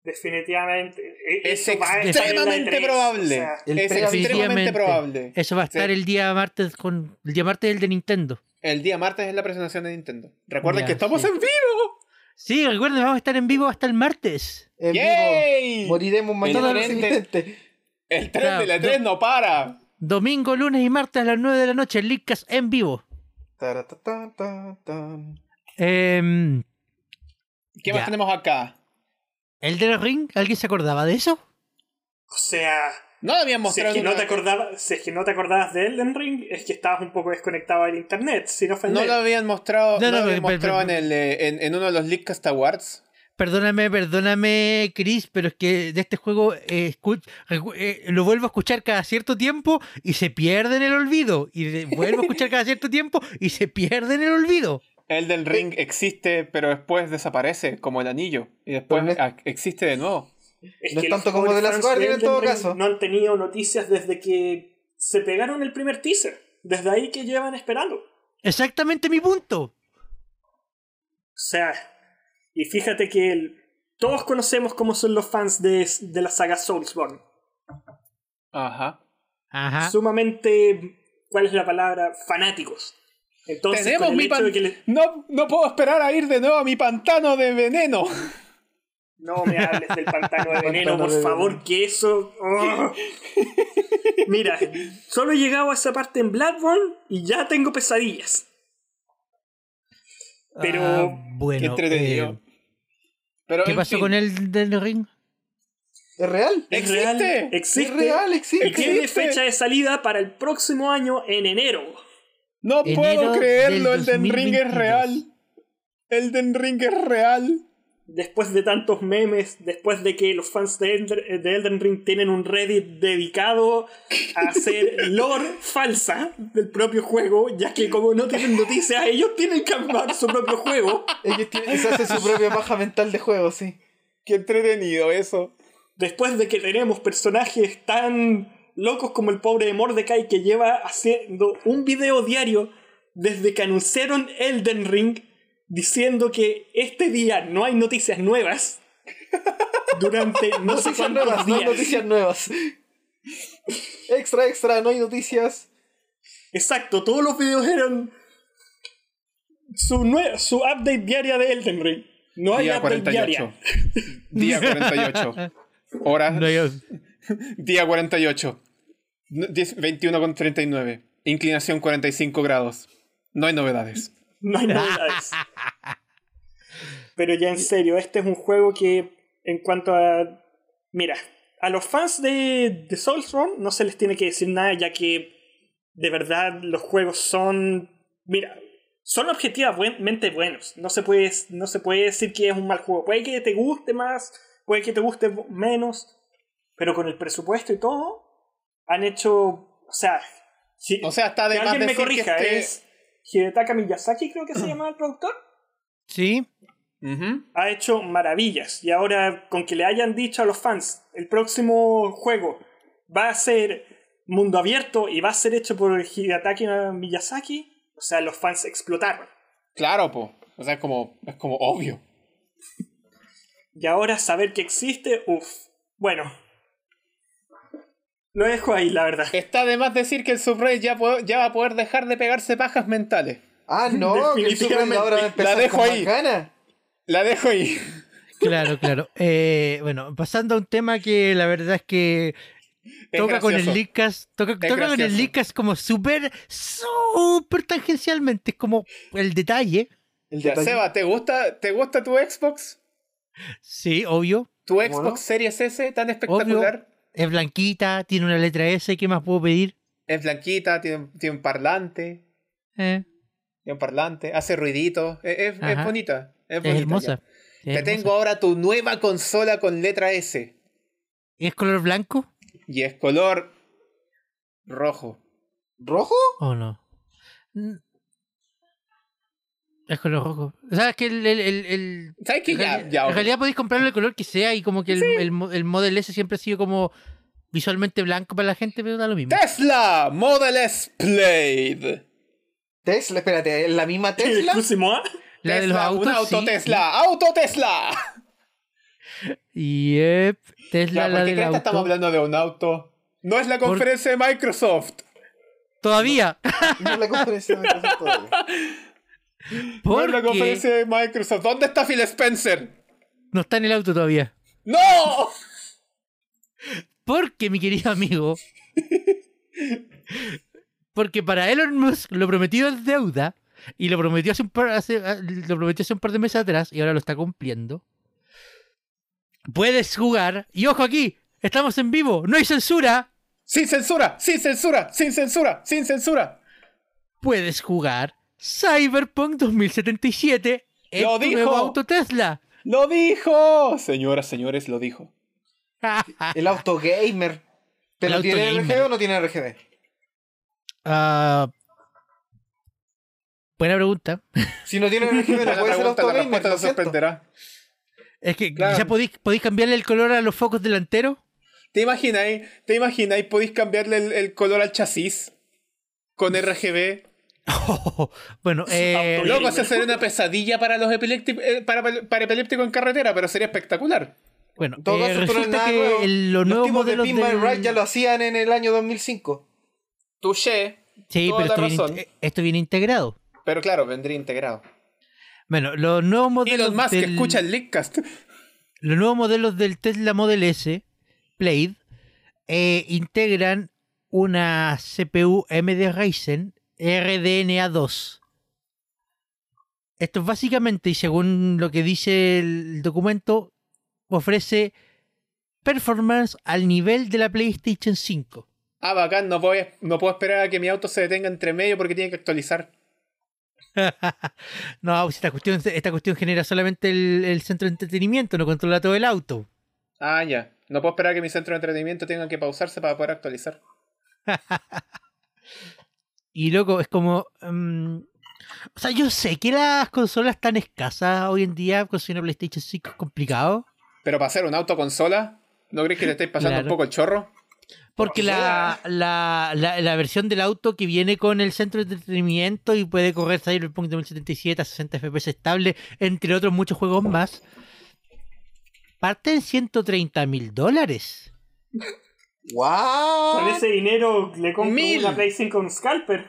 Definitivamente. e-
Es
eso va a estar en la
extremadamente
E3,
probable.
o sea,
El
es
previo-
extremadamente
Definitivamente.
probable.
Eso va a
Sí.
estar el día martes con el día martes el de Nintendo.
El día martes es la presentación de Nintendo. Recuerden
Ya,
que estamos
sí.
en vivo.
Sí, recuerden, vamos a estar en vivo hasta el martes.
En vivo.
¡Yay!
Moriremos mañana.
Totalmente.
en el accidente.
El tren de la
Claro,
3 no para.
Domingo, lunes y martes a las 9 de la noche, Lickcast en vivo.
Taratatán, tan, tan.
Em,
¿Qué más
Ya.
tenemos acá?
¿El de Ring? ¿Alguien se acordaba de eso?
O sea,
No habían
si es,
mostrado
que no
una-
te acordaba- si es que no te acordabas de Elden Ring, es que estabas un poco desconectado del internet, sin
no
ofender.
lo habían mostrado,
No,
no
no,
lo habían
pero-
mostrado
pero-
en, el, eh, en, en uno de los Leakcast Awards.
Perdóname, perdóname, Chris, pero es que de este juego eh, escu- recu- eh, lo vuelvo a escuchar cada cierto tiempo y se pierde en el olvido. Y de- vuelvo a escuchar cada cierto tiempo y se pierde en el olvido.
El del ring existe, pero después desaparece, como el anillo. Y después
Pero no-
ah, existe de nuevo.
Es
No es
que
tanto
los
como The Last
fans
Guardian en
Elden
todo
Ring
caso.
No han tenido noticias desde que se pegaron el primer teaser. Desde ahí que llevan esperando. O
Exactamente mi punto.
sea, y fíjate que el- todos conocemos cómo son los fans de, de la saga Soulsborne.
Ajá.
Ajá.
Sumamente, ¿cuál es la palabra? Fanáticos. Entonces,
Tenemos
con el
mi
hecho
pan...
de que le-
no, no puedo esperar a ir de nuevo a mi pantano de veneno.
No me hables del pantano de veneno,
Pantano
por
de veneno.
favor, que eso. oh. Mira, solo he llegado a esa parte en Bloodborne y ya tengo pesadillas. Pero-
Qué
Ah, bueno,
entretenido.
eh,
Pero,
¿qué
en
pasó
fin,
con el de Ring?
¿Es real?
Es real,
¿Existe?
¿Es
existe.
real?
Y
¿Existe?
tiene fecha de salida para el próximo año en enero.
No
Enero
puedo creerlo,
del
el Den Ring es
2022.
real. El Den Ring es real.
Después de tantos memes, después de que los fans de, Elder- de Elden Ring tienen un Reddit dedicado a hacer lore falsa del propio juego, ya que como no tienen noticias, ellos tienen que armar su propio juego.
Ellos tienen- se hace su propia baja mental de juego, sí.
Qué entretenido eso.
Después de que tenemos personajes tan locos como el pobre de Mordecai que lleva haciendo un video diario desde que anunciaron Elden Ring diciendo que este día no hay noticias nuevas durante no sé
Noticias
cuántos
nuevas, no
días.
noticias nuevas. Extra, extra, no hay noticias.
Exacto, todos los videos eran su, nue- su update diaria de Elden Ring. No hay
Día
update
48.
diaria.
Día 48. Horas.
No, yo-
Día 48. 10, 21 con 39. Inclinación 45 grados. No hay novedades.
No hay novedades. Pero ya en serio, este es un juego que en cuanto a... Mira, a los fans de, de Soulstorm no se les tiene que decir nada ya que de verdad los juegos son... Mira, son objetivamente buenos. No se, puede, no se puede decir que es un mal juego. Puede que te guste más, puede que te guste menos, pero con el presupuesto y todo, han hecho... O sea, si-
O sea, está de
que
más
alguien me
decir que
corrija,
este-
es Hidetaka Miyazaki, creo que se llama el productor.
Sí.
¿eh?
Ujú.
Ha hecho maravillas. Y ahora, con que le hayan dicho a los fans, el próximo juego va a ser mundo abierto y va a ser hecho por Hidetaka Miyazaki, o sea, los fans explotaron.
Claro, po. O sea, es como, es como obvio.
Y ahora saber que existe, uff. Bueno. Lo dejo ahí, la verdad.
Está de más decir que el subreddit ya, po- ya va a poder dejar de pegarse pajas mentales.
Ah, no, que el Superman
Definitivamente.
ahora va a
La
empezar
dejo
con más
ahí.
ganas.
La dejo ahí.
Claro, claro. Eh, bueno, pasando a un tema que la verdad es que
Es
toca con el
gracioso.
Leakcast, toca, toca con el
gracioso.
Leakcast como súper, súper tangencialmente, es como el detalle.
El
Ya,
detalle.
Seba, ¿te gusta, ¿te gusta tu Xbox?
Sí, obvio.
¿Tu
¿Cómo
Xbox
no?
Series S tan espectacular?
Es blanquita, tiene una letra S, ¿qué más puedo pedir?
Es blanquita, tiene, tiene un parlante,
Eh,
tiene un parlante, hace ruidito. e, Es, es- es
Ajá.
bonita. Es,
es
bonita,
hermosa.
ya.
es
Te
hermosa.
tengo ahora tu nueva consola con letra S.
¿Y es color blanco
Y es color rojo.
¿Rojo?
o no? Mm. Es color rojo. O sea, es que el, el- el- el-
¿Sabes qué?
en,
Ya,
realidad,
ya,
en realidad podéis comprarlo el color que sea y como que el, el mo- el Model S siempre ha sido como visualmente blanco para la gente, pero da lo mismo.
Tesla Model S Plaid.
Tesla, espérate, ¿es la misma
¿El
Tesla?
próximo A?
La de los
Tesla,
autos.
Un auto
sí.
Tesla. ¡Auto Tesla!
Yep, eh, Tesla,
Ya,
la
¿Por qué
del
crees que
auto.
estamos hablando de un auto? No es la
Por-
conferencia de Microsoft.
Todavía.
No la este conferencia de Microsoft todavía.
No es la
Porque
conferencia de Microsoft. ¿Dónde está Phil Spencer?
no está en el auto todavía.
¡No!
Porque, mi querido amigo. Porque para Elon Musk lo prometido es deuda. Y lo prometió hace un par, hace- ah, lo prometió hace un par de meses atrás y ahora lo está cumpliendo. Puedes jugar. Y ojo aquí, estamos en vivo, no hay censura.
¡Sin censura! ¡Sin censura! ¡Sin censura! ¡Sin censura!
Puedes jugar Cyberpunk 2077 en
¡Lo
tu
dijo!
nuevo auto Tesla.
¡Lo dijo! Señoras, señores, lo dijo.
El auto gamer. ¿Pero
El
tiene
auto gamer.
RGB o no tiene RGB?
Ah, buena pregunta.
Si no tiene RGB, no
La
puede ser
pregunta,
auto
la
gamer.
respuesta
Lo
nos
siento.
sorprenderá.
Es que
Claro.
ya podéis, podéis cambiarle el color a los focos delanteros.
¿Te imagináis? ¿Te imagináis? ¿Podéis cambiarle el, el color al chasis? Con RGB.
bueno, eh,
auto-
Loco, eso sería una pesadilla para los epilépticos para, para epilépticos en carretera, pero sería espectacular.
bueno,
En todo
eh,
caso, esto no es
resulta
nada
que
nuevo.
el- los nuevos
tipos de
modelos
Pin My
del-
Ride ya lo hacían en el año 2005.
Touché.
Sí, pero
toda la
esto viene,
razón.
inte- esto viene integrado.
Pero claro, vendría integrado.
Bueno, los nuevos modelos
Elon Musk, que
del,
escucha el Leakcast.
los nuevos modelos del Tesla Model S Plaid eh, integran una CPU AMD Ryzen RDNA2. Esto es básicamente, y según lo que dice el documento, ofrece performance al nivel de la PlayStation 5.
Ah, bacán, no, voy, no puedo esperar a que mi auto se detenga entre medio porque tiene que actualizar.
no, pues esta cuestión, esta cuestión genera solamente el, el centro de entretenimiento, no controla todo el auto.
Ah, ya. No puedo esperar a que mi centro de entretenimiento tenga que pausarse para poder actualizar.
Y loco, es como. mm, o sea, yo sé que las consolas tan escasas hoy en día, conseguir una PlayStation 5 es complicado.
Pero para hacer un auto consola, ¿no crees que le estáis pasando
Claro.
un poco el chorro?
Porque la, la, la, la versión del auto que viene con el centro de entretenimiento y puede correr Cyberpunk 2077 a 60 FPS estable, entre otros muchos juegos más, parte en 130 mil dólares.
Con
¡Wow!
ese dinero le compro
Mil.
una Play 5 con Scalper.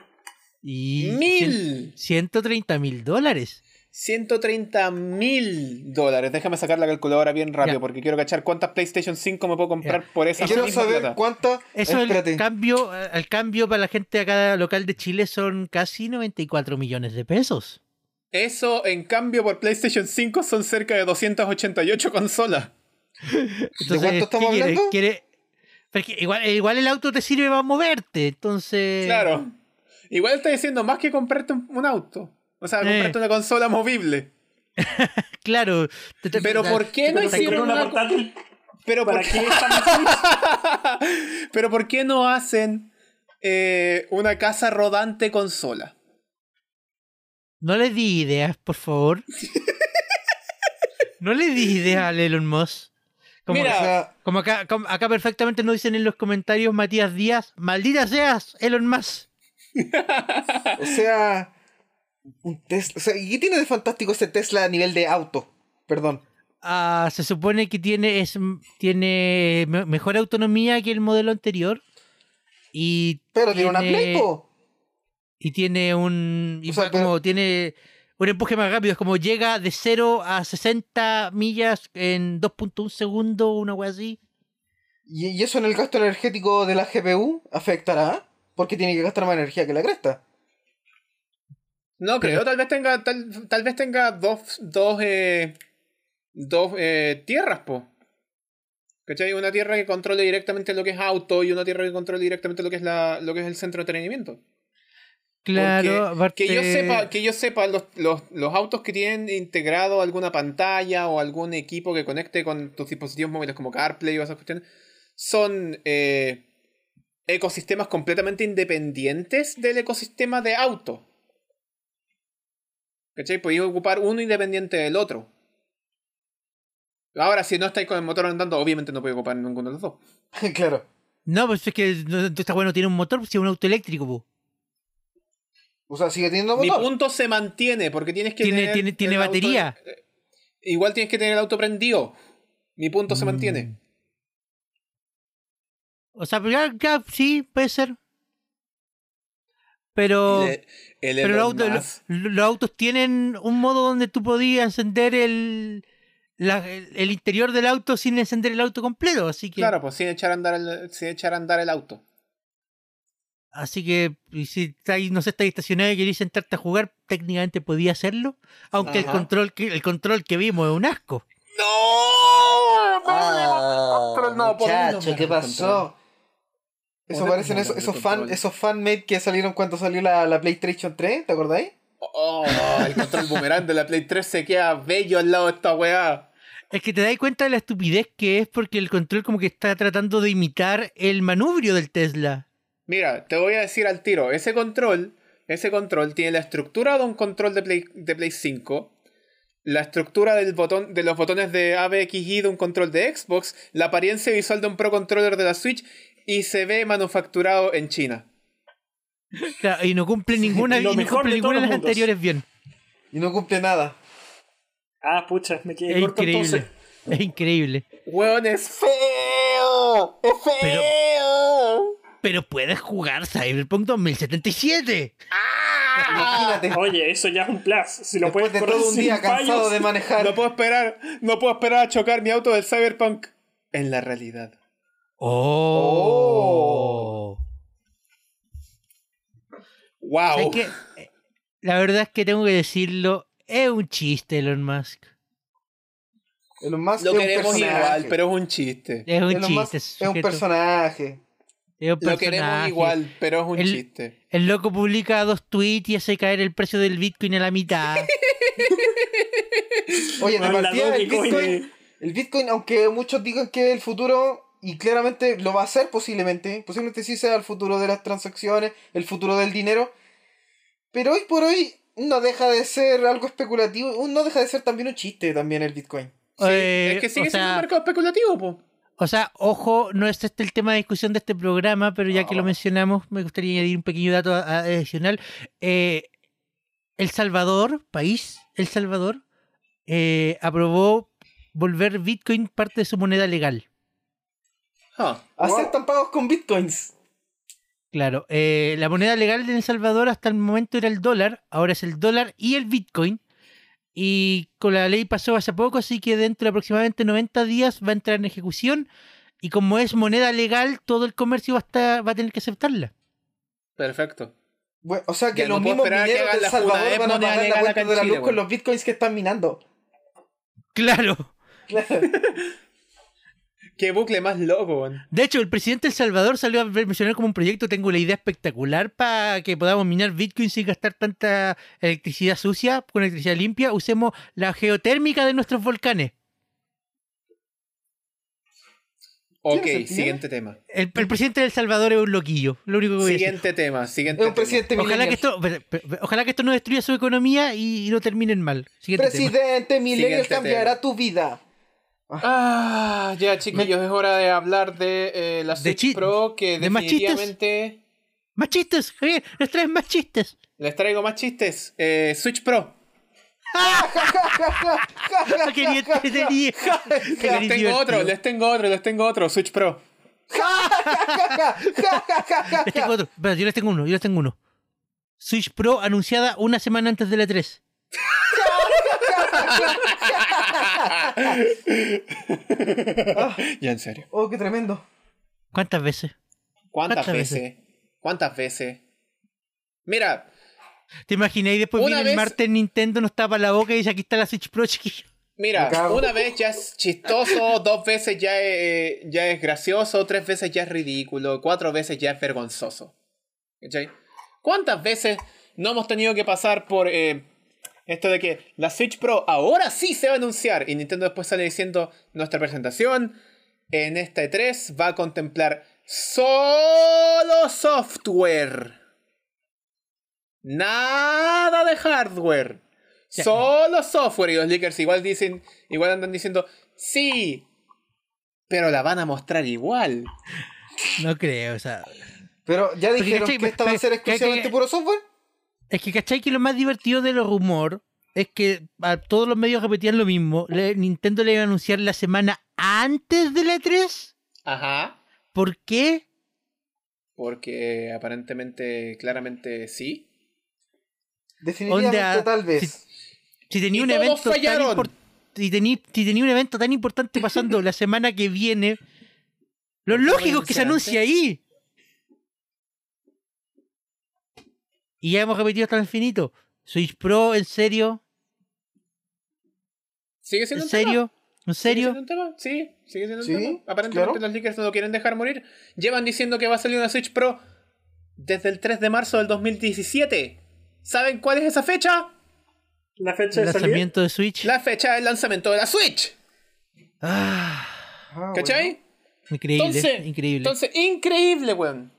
Y
¡Mil!
130 mil dólares.
130 mil dólares. Déjame sacar la calculadora bien rápido
Ya.
porque quiero cachar cuántas PlayStation 5 me puedo comprar por esa
Quiero
misma
saber
plata.
cuánto.
Eso
Espérate.
el cambio, al cambio para la gente acá local de Chile son casi 94 millones de pesos.
Eso, en cambio, por PlayStation 5 son cerca de 288 consolas.
Entonces,
cuánto estamos
¿qué quiere?
hablando?
Quiere- porque igual, eh, igual el auto te sirve para moverte, entonces...
Claro. Igual está diciendo más que comprarte un, un auto. O sea,
Eh.
comprarte una consola movible.
Claro. te- te-
Pero
te-
¿por qué no
te-
Se
te-
hicieron
compró una
una-
portátil.
Pero
¿Para
¿por
qué
qué,
esa Switch?
pero ¿por qué no hacen eh, una casa rodante consola?
No le di ideas, por favor. no le di ideas al Elon Musk. Como,
O
Mira.
sea,
como acá, como acá perfectamente nos dicen en los comentarios Matías Díaz, maldita seas, Elon Musk.
o sea, un Tesla. o sea, ¿y qué tiene de fantástico ese Tesla a nivel de auto? Perdón.
Ah, se supone que tiene, es, tiene me- mejor autonomía que el modelo anterior. Y
Pero tiene una
Tiene-
Play, po.
y tiene un y
O sea,
va como tiene un empuje más rápido, es como llega de 0 a 60 millas en 2.1 segundos, una wea así.
¿Y, y eso en el gasto energético de la GPU afectará? Porque tiene que gastar más energía que la cresta.
No creo, tal vez tenga, tal, tal vez tenga dos, dos, eh, dos eh, tierras, po. ¿Cachai? Una tierra que controle directamente lo que es auto y una tierra que controle directamente lo que es la, lo que es el centro de entretenimiento.
Claro, aparte-
Porque que yo sepa, que yo sepa los, los- los autos que tienen integrado alguna pantalla o algún equipo que conecte con tus dispositivos móviles como CarPlay o esas cuestiones, son eh, ecosistemas completamente independientes del ecosistema de auto. ¿Cachai? Podéis ocupar uno independiente del otro. Ahora, si no estáis con el motor andando, obviamente no podéis ocupar ninguno de los dos.
claro.
No, pues es que no, esta weá no tiene un motor, pues si es un auto eléctrico, po.
O sea, sigue teniendo
Mi
motor.
punto se mantiene porque tienes que
Tiene-
tener.
tiene-
el
tiene
auto-
batería.
eh, igual tienes que tener el auto prendido. Mi punto
Mm.
se mantiene.
O sea, pues ya, ya, sí, puede ser. Pero.
El- el
Pero los
Elon
autos,
Musk.
lo- los autos tienen un modo donde tú podías encender el, la- el el interior del auto sin encender el auto completo. Así que,
Claro, pues sin echar a andar el, sin echar a andar el auto.
así que y si estáis, no sé, estáis estacionado y queréis sentarte a jugar, técnicamente podía hacerlo. Aunque el
Ajá.
control, que, el control que vimos es un asco.
¡No! Oh,
Ah,
Control, no, por ahí no
muchacho,
me
¿qué
lo
pasó? Eso
Podemos
parecen
hablar
esos,
del
esos, fan,
control.
esos fanmade que salieron cuando salió la, la PlayStation 3, ¿te acordáis?
Oh, el control boomerang de la Play 3 se queda bello al lado de esta weá.
Es que te dais cuenta de la estupidez que es porque el control como que está tratando de imitar el manubrio del Tesla.
Mira, te voy a decir al tiro, ese control, ese control tiene la estructura de un control de Play, de Play 5, la estructura del botón, de los botones de A, B, X, Y de un control de Xbox, la apariencia visual de un Pro Controller de la Switch y se ve manufacturado en China.
Claro, y no cumple ninguna,
lo
y no
mejor
cumple
de todos
ninguna de
los
las
mundos.
anteriores bien.
Y no cumple nada.
Ah, pucha, me quedé
Es
corto
increíble.
entonces.
Es increíble.
¡Weón, es feo! ¡Es feo!
Pero puedes jugar Cyberpunk 2077.
Imagínate,
Oye, eso ya es un plus. Si lo
después de
puedes correr
todo un
sin
día cansado
fallos.
de manejar.
No puedo esperar, no puedo esperar a chocar mi auto del Cyberpunk en la realidad.
Oh.
¡Wow!
¿Sabes qué? Eh, La verdad es que tengo que decirlo, es un chiste Elon Musk.
Elon Musk
Lo
es un
queremos
personaje.
igual, pero es un chiste.
Es un
Elon Musk
chiste.
es
sujeto.
un personaje.
Es un
Lo queremos
personaje.
igual, pero es un
El-
chiste.
El loco publica dos tweets y hace caer el precio del Bitcoin a la mitad.
Oye, de
Bueno, la
partida el
Dogecoin
Bitcoin, el Bitcoin, aunque muchos digan que es el futuro, y claramente lo va a ser posiblemente, posiblemente sí sea el futuro de las transacciones, el futuro del dinero, pero hoy por hoy no deja de ser algo especulativo, un- no deja de ser también un chiste también el Bitcoin.
Sí,
Eh,
es que
o
sigue siendo
sea,
un mercado especulativo, po.
O sea, ojo, no es este el tema de discusión de este programa, pero ya que lo mencionamos, me gustaría añadir un pequeño dato a- a- adicional. Eh, el Salvador, país, El Salvador, eh, aprobó volver Bitcoin parte de su moneda legal.
Huh.
Aceptan pagos con Bitcoins.
Claro, eh, la moneda legal de El Salvador hasta el momento era el dólar, ahora es el dólar y el Bitcoin. Y con la ley pasó hace poco, así que dentro de aproximadamente 90 días va a entrar en ejecución. Y como es moneda legal, todo el comercio va a, estar- va a tener que aceptarla.
Perfecto.
Bueno, o sea que
Ya
los
no puedo
mismos
esperar a que
mineros
hagan
del
la
Salvador
Fundaep
van a
moneda
pagar la
legal acá
cuenta
en
de la
Chile,
luz con
weón.
los Bitcoins que están minando.
Claro.
Claro.
Qué bucle más loco, weón.
De hecho, el presidente de El Salvador salió a mencionar como un proyecto, tengo la idea espectacular para que podamos minar Bitcoin sin gastar tanta electricidad sucia, con electricidad limpia, usemos la geotérmica de nuestros volcanes.
Ok,
sentido?
siguiente tema.
El, el presidente de El Salvador es un loquillo, lo único que voy a decir.
Siguiente tema, siguiente
Es un
tema.
presidente
Ojalá que,
millennial.
esto, pero- pero- ojalá que esto no destruya su economía y, y no terminen mal. Siguiente tema.
Presidente millennial
Siguiente
cambiará
tema.
tu vida.
Ah, ya chiquillos, es hora de hablar de eh, la
De
Switch
chi-
Pro que
de más chistes.
definitivamente
Más chistes, Javier, nos traes más chistes.
les traigo más chistes. Eh, Switch Pro. este
Ah, qué bien te tenía. Qué
Les
bien
tengo otro,
divertido.
les tengo otro, les tengo otro, Switch Pro.
Les tengo otro. Espera, yo les tengo uno, yo les tengo uno. Switch Pro anunciada una semana antes de la 3.
Ya en serio.
Oh, qué tremendo.
¿Cuántas veces?
¿Cuántas
¿Cuántas
veces? ¿Cuántas veces? Mira,
¿Te imagináis después
Una
viene el
vez-
martes Nintendo nos tapa la boca y dice aquí está la Switch Pro, chiquillo?
Mira,
Me cago.
una vez ya es chistoso, dos veces ya es, ya es gracioso, tres veces ya es ridículo, cuatro veces ya es vergonzoso. ¿Cachai? ¿Cuántas veces no hemos tenido que pasar por eh, esto de que la Switch Pro ahora sí se va a anunciar y Nintendo después sale diciendo nuestra presentación en esta E3 va a contemplar solo software. Nada de hardware.
Ya.
Solo software. Y los leakers igual dicen, igual andan diciendo, sí, pero la van a mostrar igual.
No creo, o sea.
Pero ya dijeron
¿cachai?
que esta va a ser
Pero- pero-
exclusivamente
que-
puro software.
Es que, ¿cachai? Que lo más divertido de los rumor es que a todos los medios repetían lo mismo. Le- Nintendo le iba a anunciar la semana antes de la 3.
Ajá.
¿Por qué?
Porque aparentemente, claramente sí.
Definitivamente,
Onda,
tal vez.
Si tenía
Y
un
todos
evento tan
fallaron.
impor- si tení- si tenía un evento tan importante pasando la semana que viene, lo
¿Por qué no
lógico es que se anuncie ahí. Y ya hemos repetido hasta el infinito. Switch Pro, ¿en serio?
¿Sigue siendo
¿En
un tema?
serio? ¿En
¿Sigue
serio?
siendo un tema? Sí, sigue siendo un
Sí,
tema. Aparentemente
claro.
los leakers no lo quieren dejar morir. Llevan diciendo que va a salir una Switch Pro desde el 3 de marzo del 2017. ¿Saben cuál es esa fecha?
La fecha
¿El
de salida.
lanzamiento de Switch?
La fecha del lanzamiento de la Switch.
Ah,
Ah,
¿Cachai?
increíble,
Entonces-
increíble.
Entonces, increíble, weón.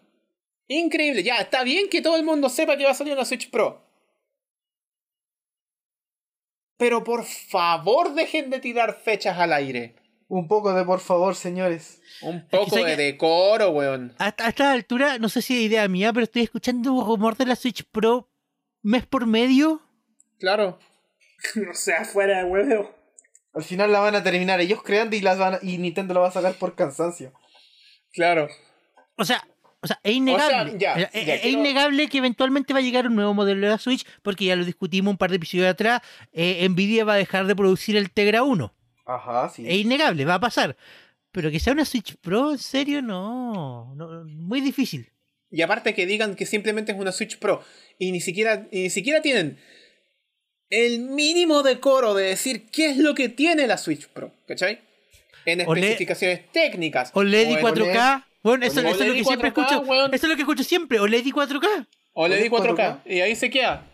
Increíble. Ya, está bien que todo el mundo sepa que va a salir una Switch Pro. Pero por favor dejen de tirar fechas al aire.
bueno. Un poco de por favor, señores.
Un
que
poco
sé
de
que-
decoro, weón.
a, a esta altura, no sé si es idea mía, pero estoy escuchando un rumor de la Switch Pro mes por medio.
Claro.
O sea, fuera de huevo.
Al final la van a terminar ellos creando y las van a- y Nintendo la va a sacar por cansancio.
Claro.
O sea, o sea es innegable.
O sea, ya,
O sea,
ya,
es- es
quiero-
innegable que eventualmente va a llegar un nuevo modelo de la Switch, porque ya lo discutimos un par de episodios atrás. eh, Nvidia va a dejar de producir el Tegra 1.
Ajá, sí.
Es innegable, va a pasar. Pero que sea una Switch Pro, en serio, no. no, muy difícil.
Y aparte que digan que simplemente es una Switch Pro. Y ni siquiera, y ni siquiera tienen el mínimo decoro de decir qué es lo que tiene la Switch Pro. ¿Cachai? En
O le-
especificaciones técnicas.
OLED y
en- e-
4K. Bueno, eso,
OLED
eso es lo que siempre
4K,
escucho.
weón.
Eso es lo que escucho siempre. E OLED y 4K.
O le di
OLED
4K.
4K.
Y ahí se queda.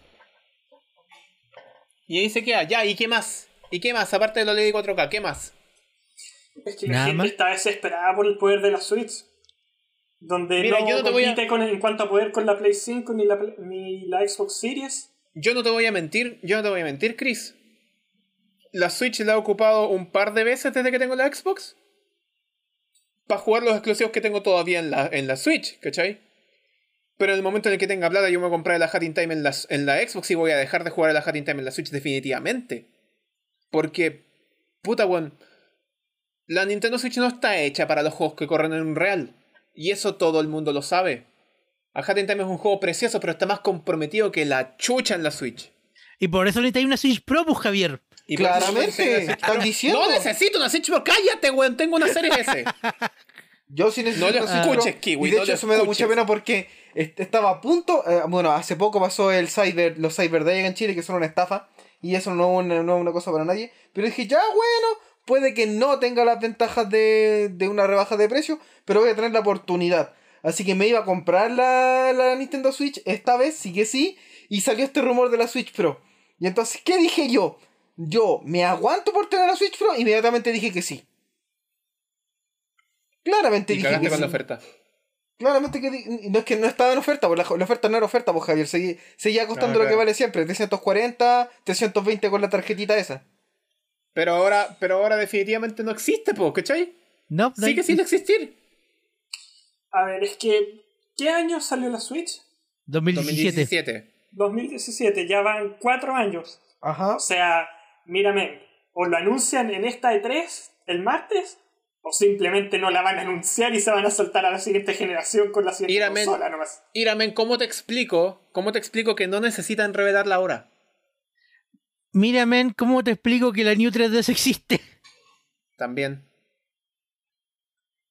Y ahí se queda. Ya, ¿y qué más? ¿Y qué más? Aparte de lo di 4K, ¿qué más?
Es que la
Nada
gente
más.
está desesperada por el poder de la Switch. Donde
Mira,
no
yo no te voy a-
compite con, en cuanto a poder con la Play 5 ni la, Play- ni la Xbox Series.
Yo no te voy a mentir, yo no te voy a mentir, Chris. La Switch la he ocupado un par de veces desde que tengo la Xbox. Para jugar los exclusivos que tengo todavía en la, en la Switch, ¿cachai? Pero en el momento en el que tenga plata, yo me voy a comprar la Hatting Time en la, en la Xbox y voy a dejar de jugar a la Hatting Time en la Switch definitivamente. Porque, puta, weón. La Nintendo Switch no está hecha para los juegos que corren en Unreal. Y eso todo el mundo lo sabe. A Hatting Time es un juego precioso, pero está más comprometido que la chucha en la Switch.
Y por eso necesitáis una Switch Pro, pues, Javier.
Y por eso me enseña la
Claramente,
Switch.
están diciendo.
Ah, No necesito una Switch Pro, cállate, weón, tengo una serie S.
Yo sí necesito
No lo
una Switch Pro.
escuches, Kiwi,
Y de
no
hecho,
lo
eso me da
escuches.
mucha pena porque est- estaba a punto. eh, bueno, hace poco pasó el Cyber, los Cyber Day en Chile, que son una estafa. Y eso no es una, no es una cosa para nadie. Pero dije, ya bueno, puede que no tenga las ventajas de, de una rebaja de precio, pero voy a tener la oportunidad. Así que me iba a comprar la, la Nintendo Switch. Esta vez sí que sí. Y salió este rumor de la Switch Pro. Y entonces, ¿qué dije yo? Yo me aguanto por tener la Switch Pro. Inmediatamente dije que sí. Claramente
Y
dije
cagaste
que
con
sí.
la oferta.
Claramente que di- no es que no estaba en oferta, pues la, jo- la oferta no era oferta, pues Javier, seguía, seguía costando lo
Ah, claro.
que vale siempre, 340, 320 con la tarjetita esa.
Pero ahora, pero ahora definitivamente no existe, po, ¿cachai?
No, no hay-
Sigue sin existir.
A ver, es que. ¿Qué año salió la Switch?
2017.
2017.
2017, ya van cuatro años.
Ajá.
O sea, mírame, o lo anuncian en esta E3 el martes, o simplemente no la van a anunciar y se van a saltar a la siguiente generación con la siguiente
Mírame.
consola nomás.
Iramen, ¿cómo te explico? ¿Cómo te explico que no necesitan revelarla ahora?
Mira, men, ¿cómo te explico que la New 3DS existe?
También.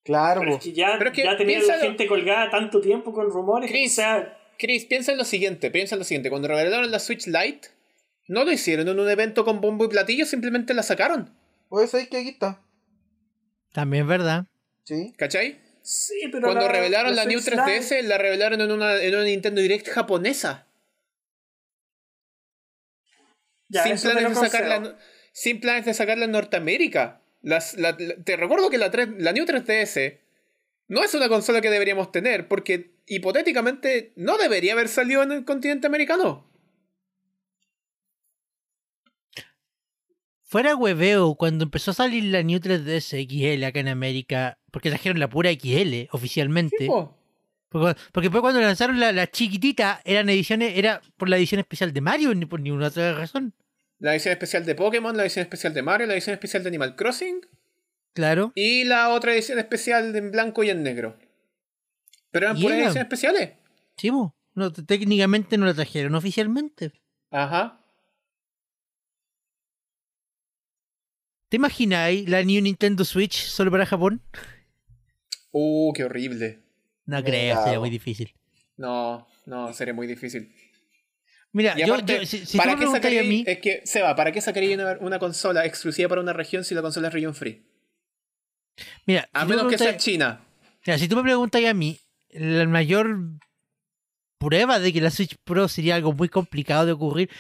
Claro,
Pero es que
pues.
ya,
Pero es que
ya tenían la
piénsalo.
gente colgada tanto tiempo con rumores.
Chris.
O sea,
Chris, piensa en lo siguiente, piensa en lo siguiente. Cuando revelaron la Switch Lite, no lo hicieron en un evento con bombo y platillo, simplemente la sacaron.
Pues ahí que aquí está.
También, ¿verdad?
Sí.
¿Cachai?
sí, pero.
Cuando
la-
revelaron la, New
Switch Lite-
3DS, la revelaron en una, en una Nintendo Direct japonesa.
ya,
sin,
eso te
planes
lo
de
concedo.
sacarla, en- sin planes de sacarla en Norteamérica. Las- la- la- te recuerdo que la, 3 la New 3DS no es una consola que deberíamos tener porque hipotéticamente no debería haber salido en el continente americano.
Fuera hueveo, cuando empezó a salir la New 3DS XL acá en América, porque trajeron la pura XL oficialmente.
Po.
Porque, porque después cuando lanzaron la, la chiquitita, eran ediciones, era por la edición especial de Mario, ni por ninguna otra razón.
La edición especial de Pokémon, la edición especial de Mario, la edición especial de Animal Crossing
Claro.
y la otra edición especial en blanco y en negro. Pero eran
Y
puras
era-
ediciones especiales.
Sí, po. no, t- técnicamente no la trajeron oficialmente.
Ajá.
¿Te imagináis la New Nintendo Switch solo para Japón?
Uh, qué horrible.
No
Eh,
Me
creo, sería
cago.
muy difícil.
No, no, sería muy difícil.
Mira,
Y
yo,
aparte,
yo- si, si tú
¿para
me
qué Eh,
preguntáis a
sacaría-
mí,
Es que, Seba, ¿para qué sacaría una, una consola exclusiva para una región si la consola es región free?
mira,
A
si tú me
menos que sea
preguntáis-
China.
mira, si tú me preguntas a mí, la mayor prueba de que la Switch Pro sería algo muy complicado de ocurrir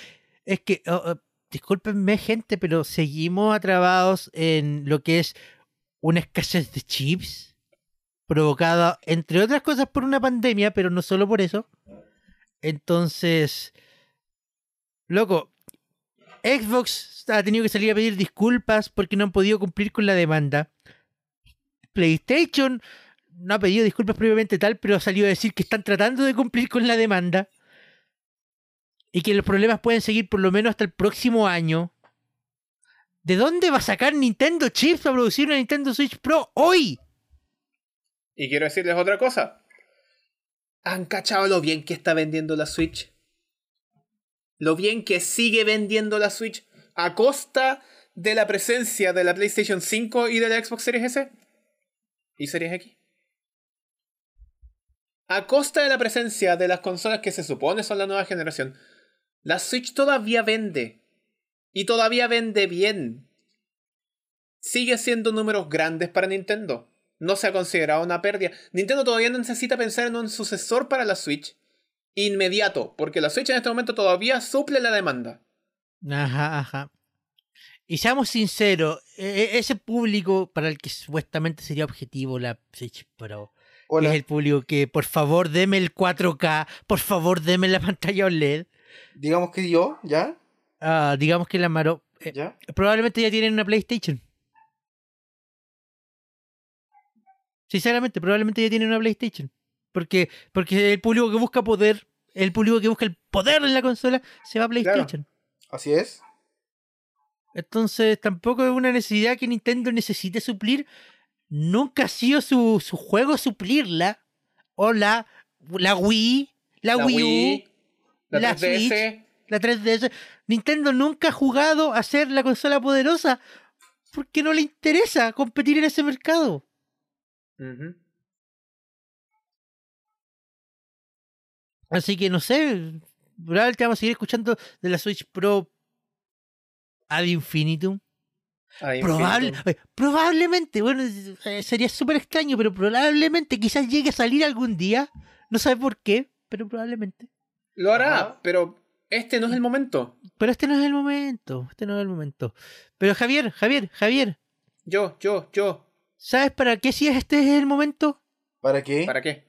es que, oh, oh, discúlpenme gente, pero seguimos atrabados en lo que es una escasez de chips provocada, entre otras cosas, por una pandemia, pero no solo por eso. Entonces, loco, Xbox ha tenido que salir a pedir disculpas porque no han podido cumplir con la demanda. PlayStation no ha pedido disculpas previamente tal, pero ha salido a decir que están tratando de cumplir con la demanda. Y que los problemas pueden seguir por lo menos hasta el próximo año. ¿De dónde va a sacar Nintendo chips para producir una Nintendo Switch Pro hoy?
Y quiero decirles otra cosa. ¿Han cachado lo bien que está vendiendo la Switch? Lo bien que sigue vendiendo la Switch a costa de la presencia de la PlayStation 5 y de la Xbox Series S y Series X. A costa de la presencia de las consolas que se supone son la nueva generación, la Switch todavía vende. Y todavía vende bien sigue siendo números grandes para Nintendo. No se ha considerado una pérdida. Nintendo todavía necesita pensar en un sucesor para la Switch inmediato, porque la Switch en este momento todavía suple la demanda.
Ajá, ajá. Y seamos sinceros, e- e- ese público para el que supuestamente sería objetivo la Switch Pro
Hola.
es el público que por favor deme el 4K, por favor deme la pantalla OLED.
Digamos que yo, ya,
Ah, digamos que la Maro eh,
ya.
probablemente ya tienen una PlayStation. Sinceramente, probablemente ya tienen una PlayStation. Porque, porque el público que busca poder, el público que busca el poder en la consola, se va a PlayStation.
Así es.
Entonces, tampoco es una necesidad que Nintendo necesite suplir. Nunca ha sido su, su juego suplirla. O la, la Wii, la, Wii U,
la,
la
3DS,
la 3DS. Nintendo nunca ha jugado a ser la consola poderosa porque no le interesa competir en ese mercado.
Ujú.
Así que no sé, probablemente vamos a seguir escuchando de la Switch Pro ad infinitum.
A infinito.
Probable, oye, probablemente, bueno, eh, sería súper extraño, pero probablemente quizás llegue a salir algún día. No sabe por qué, pero probablemente.
Lo hará,
Ajá.
pero este no es el momento.
Pero este no es el momento, este no es el momento. Pero Javier, Javier, Javier,
Yo, yo, yo.
¿sabes para qué si este es el momento?
¿Para
¿Eh?
qué?
¿Para qué?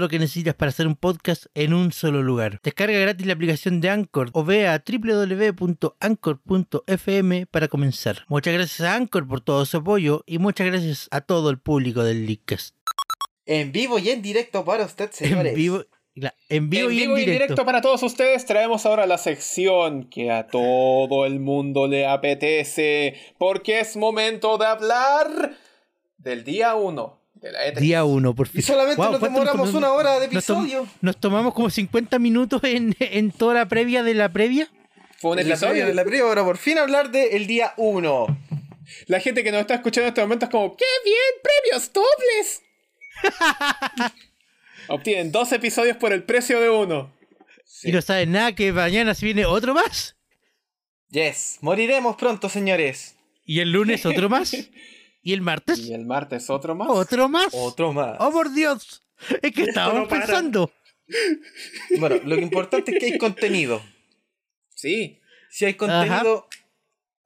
lo que necesitas para hacer un podcast en un solo lugar. Descarga gratis la aplicación de Anchor o ve a www.anchor.fm para comenzar. Muchas gracias a Anchor por todo su apoyo y muchas gracias a todo el público del Leadcast.
En vivo y en directo para usted, señores.
En vivo, cla- en vivo
en
y
vivo
en directo.
para todos ustedes traemos ahora la sección que a todo el mundo le apetece, porque es momento de hablar del día 1 de la E E3.
Día uno, por fin.
Y solamente
Guau,
nos
¿cuánto
demoramos
tomamos?
una hora de
Nos, tom-
episodio.
nos tomamos como 50 minutos en, en toda la previa de la previa.
Fue un
En la previa,
episodio.
en la previa, ahora por fin hablar del día 1.
La gente que nos está escuchando en este momento es como, ¡qué bien! ¡Premios dobles! Obtienen dos episodios por el precio de uno.
Y no saben nada que mañana se viene otro más.
Yes, moriremos pronto, señores.
Y el lunes otro más. Y el martes
Y el martes otro más.
otro más.
Otro más.
Oh, por Dios. Es que estábamos
no para.
pensando.
Bueno, lo que importante es que hay contenido.
Sí.
Si hay contenido,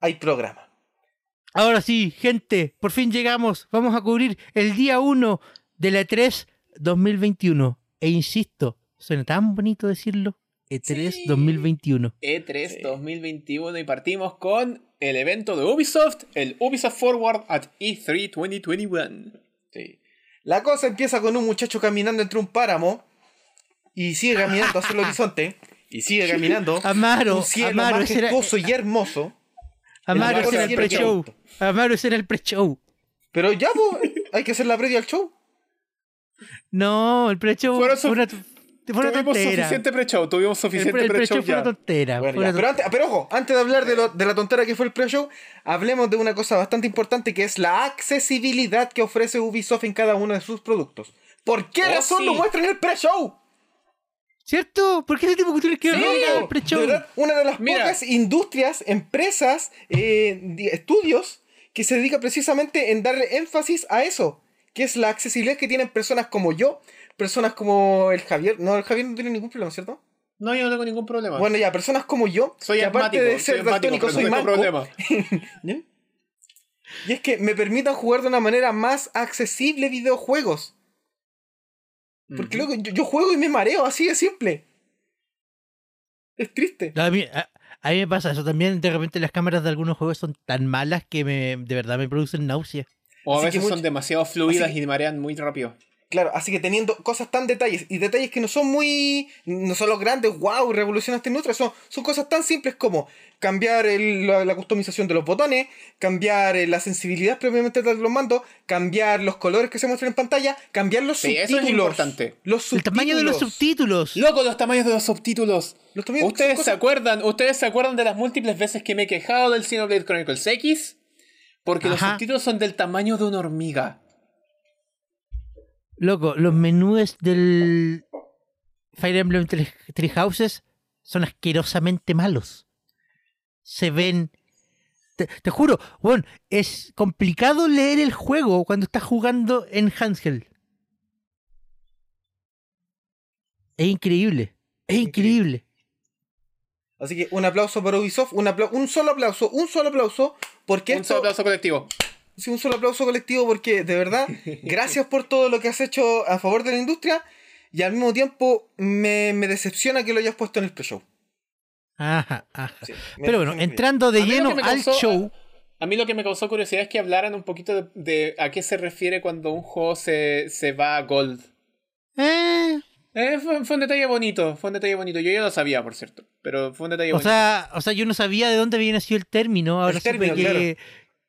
hay programa.
Ahora sí, gente, por fin llegamos. Vamos a cubrir el día 1 de la E E3 2021. E insisto, suena tan bonito decirlo. E E3
Sí.
2021.
E3 2021 y partimos con el evento de Ubisoft, el Ubisoft Forward at E E3 2021.
Sí. La cosa empieza con un muchacho caminando entre un páramo y sigue caminando hacia el horizonte y sigue caminando.
Amaro,
un cielo
Amaro, ese era-
majestuoso y hermoso.
Amaro,
Amaro
ese era el
siempre
pre-show.
pregunto.
Amaro, ese era el pre-show.
Pero ya, pues, hay que hacer la previa al show.
No, el pre-show
Fueron
fue una, fue una
tuvimos
tontera.
suficiente pre-show, tuvimos
El,
suficiente
pre- el
pre-show
pre-show fue
ya.
una tontera.
Bueno,
fue
ya,
una
pero, antes, pero ojo, antes de hablar de, lo- de la tontera que fue el pre-show, hablemos de una cosa bastante importante que es la accesibilidad que ofrece Ubisoft en cada uno de sus productos. ¿Por qué
Oh,
razón
sí.
lo muestran en el pre-show?
¿Cierto? ¿Por qué ese tipo de cuestiones que no
Amigo,
hablan del pre-show?
de verdad, una de las
Mira.
pocas industrias, empresas, eh, di- estudios que se dedica precisamente en darle énfasis a eso, que es la accesibilidad que tienen personas como yo, personas como el Javier. No, el Javier no tiene ningún problema, ¿cierto?
No, yo no tengo ningún problema.
Bueno, ya, personas como yo,
soy
que aparte
asmático,
de
soy
ser
asmático,
daltónico,
pero
soy
no tengo
manco.
problema.
¿Ya? Y es que me permitan jugar de una manera más accesible videojuegos. Porque luego yo, yo juego y me mareo, así de simple. Es triste.
No, a, mí, a- a mí me pasa eso también. De repente las cámaras de algunos juegos son tan malas que me, de verdad me producen náuseas.
O a
Así que
veces
mucho-
son demasiado fluidas
así que-
y marean muy rápido.
Claro, así que teniendo cosas tan detalles y detalles que no son muy. no son los grandes, wow, revolucionaste en son, son cosas tan simples como cambiar el- la, la customización de los botones, cambiar eh, la sensibilidad propiamente tal de los mandos, cambiar los colores que se muestran en pantalla, cambiar los
Sí, eso es
subtítulos.
importante.
Los
El tamaño de los subtítulos.
Loco, los tamaños de los subtítulos.
Los tamaños
¿Ustedes
son
se
cosas-
acuerdan? ¿Ustedes se acuerdan de las múltiples veces que me he quejado del Xenoblade Chronicles X? Porque los
Ajá.
subtítulos son del tamaño de una hormiga.
Loco, los menús del Fire Emblem Three Three Houses son asquerosamente malos. Se ven. Te, te juro, bueno, es complicado leer el juego cuando estás jugando en Hansel. Es increíble. Es increíble.
Así que un aplauso para Ubisoft, un, apla- un solo aplauso, un solo aplauso, porque
Un
esto-
solo aplauso colectivo.
Sí, un solo aplauso colectivo porque de verdad, gracias por todo lo que has hecho a favor de la industria y al mismo tiempo me, me decepciona que lo hayas puesto en el pre-show.
Ajá, ajá.
Sí, me-
Pero bueno, entrando de
A mí lo
lleno
que me
al
causó-
show.
A mí lo que me causó curiosidad es que hablaran un poquito de, de a qué se refiere cuando un juego se, se va a Gold.
eh,
Eh, fue, fue un detalle bonito, fue un detalle bonito. Yo ya lo sabía, por cierto, pero fue un detalle
o,
bonito.
sea, o sea, yo no sabía de dónde había nacido el término. Ahora
El
supe
término,
que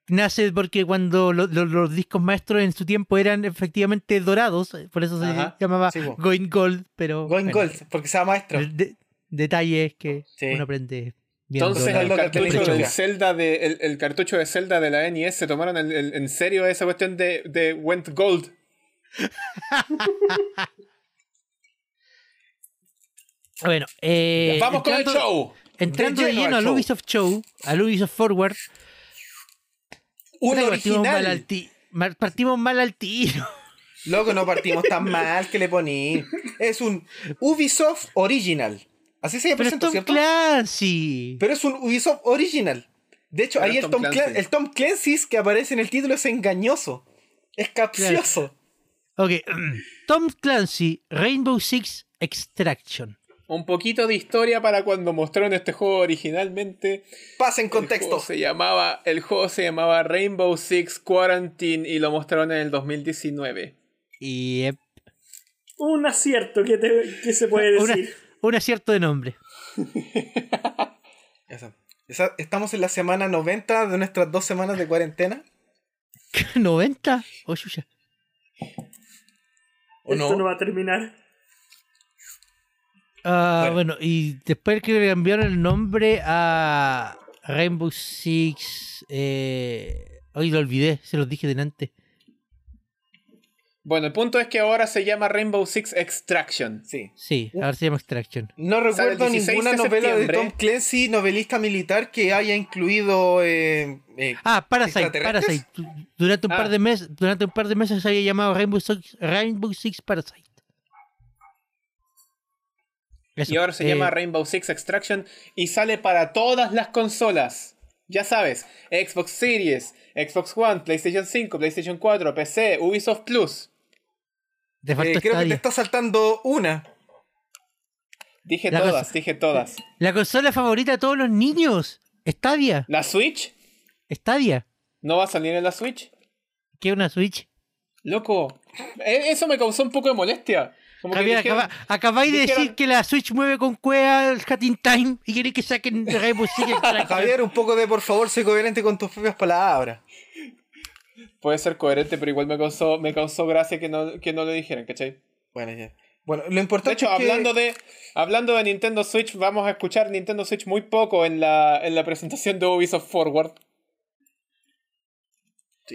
nace porque cuando lo- lo- los discos maestros en su tiempo eran efectivamente dorados, eh, por eso se
Ajá,
llamaba
sí, po.
Going Gold, pero.
Going
bueno,
Gold, porque sea maestro.
de- de- detalles que
Sí.
uno aprende viendo
Entonces
la-
el
Loca,
cartucho,
te
del
digo.
Zelda de, el, el cartucho de Zelda de la NES se tomaron en, en- en serio esa cuestión de, de Went Gold.
Bueno, eh,
¡Vamos con el
entrando-
show!
Entrando de
lleno
lleno
al
al
show.
Ubisoft Show, al Ubisoft Forward,
Un
puta, partimos mal al
original.
ti- mar- partimos mal al tiro.
Loco, no partimos tan mal que le poní. Es un Ubisoft Original. Así se
Pero es
presenta,
Tom
¿cierto?
Clancy.
Pero es un Ubisoft Original. De hecho,
Pero
ahí
es
el
Tom
Tom, Clan-
Clancy.
el Tom Clancy que aparece en el título es engañoso. Es capcioso.
Ok. Tom Clancy, Rainbow Six Extraction.
Un poquito de historia para cuando mostraron este juego originalmente.
Pasa en
El
contexto.
juego se llamaba, el juego se llamaba Rainbow Six Quarantine y lo mostraron en el 2019.
Y eh,
Un acierto que, te- que se puede
una-
decir.
un acierto de nombre.
Esa- esa- estamos en la semana 90 de nuestras dos semanas de cuarentena.
¿90? Oh, chucha.
¿O
Esto
no?
no va a terminar.
Ah, bueno. y después que le cambiaron el nombre a Rainbow Six. Eh... Hoy lo olvidé, se los dije delante.
Bueno, el punto es que ahora se llama Rainbow Six Extraction.
Sí.
Sí, ahora se llama Extraction.
No
Sale el
recuerdo
16 de
ninguna novela de
septiembre.
Tom Clancy, novelista militar, que haya incluido. eh, eh,
Ah, Parasite,
¿Extraterrestres?
Parasite. Du- Durante un,
Ah.
par de meses, durante un par de meses se había llamado Rainbow Six, Rainbow Six Parasite. Eso,
Y ahora se
eh,
llama Rainbow Six Extraction y sale para todas las consolas. Ya sabes, Xbox Series, Xbox One, PlayStation 5, PlayStation 4, PC, Ubisoft Plus.
te
eh,
faltó
creo que te
Stadia.
está saltando una.
Dije
La
todas,
cosa-
dije todas.
La consola favorita de todos los niños. Stadia.
¿La Switch?
Stadia.
¿No va a salir en la Switch?
Que es una Switch.
Loco, e- eso me causó un poco de molestia. Como que
Javier,
dijeron-
acaba- acabáis de
dijeron-
decir que la Switch mueve con cueva el Hatting Time y queréis que saquen Rainbow Six Extraction.
Javier, un poco de por favor, sé coherente con tus propias palabras.
puede ser coherente, pero igual me causó, me causó gracia que no, que no lo dijeran, ¿cachai?
Bueno, ya. Bueno, lo
De
importante
hecho,
es que-
hablando de, hablando de Nintendo Switch, vamos a escuchar Nintendo Switch muy poco en la, en la presentación de Ubisoft Forward.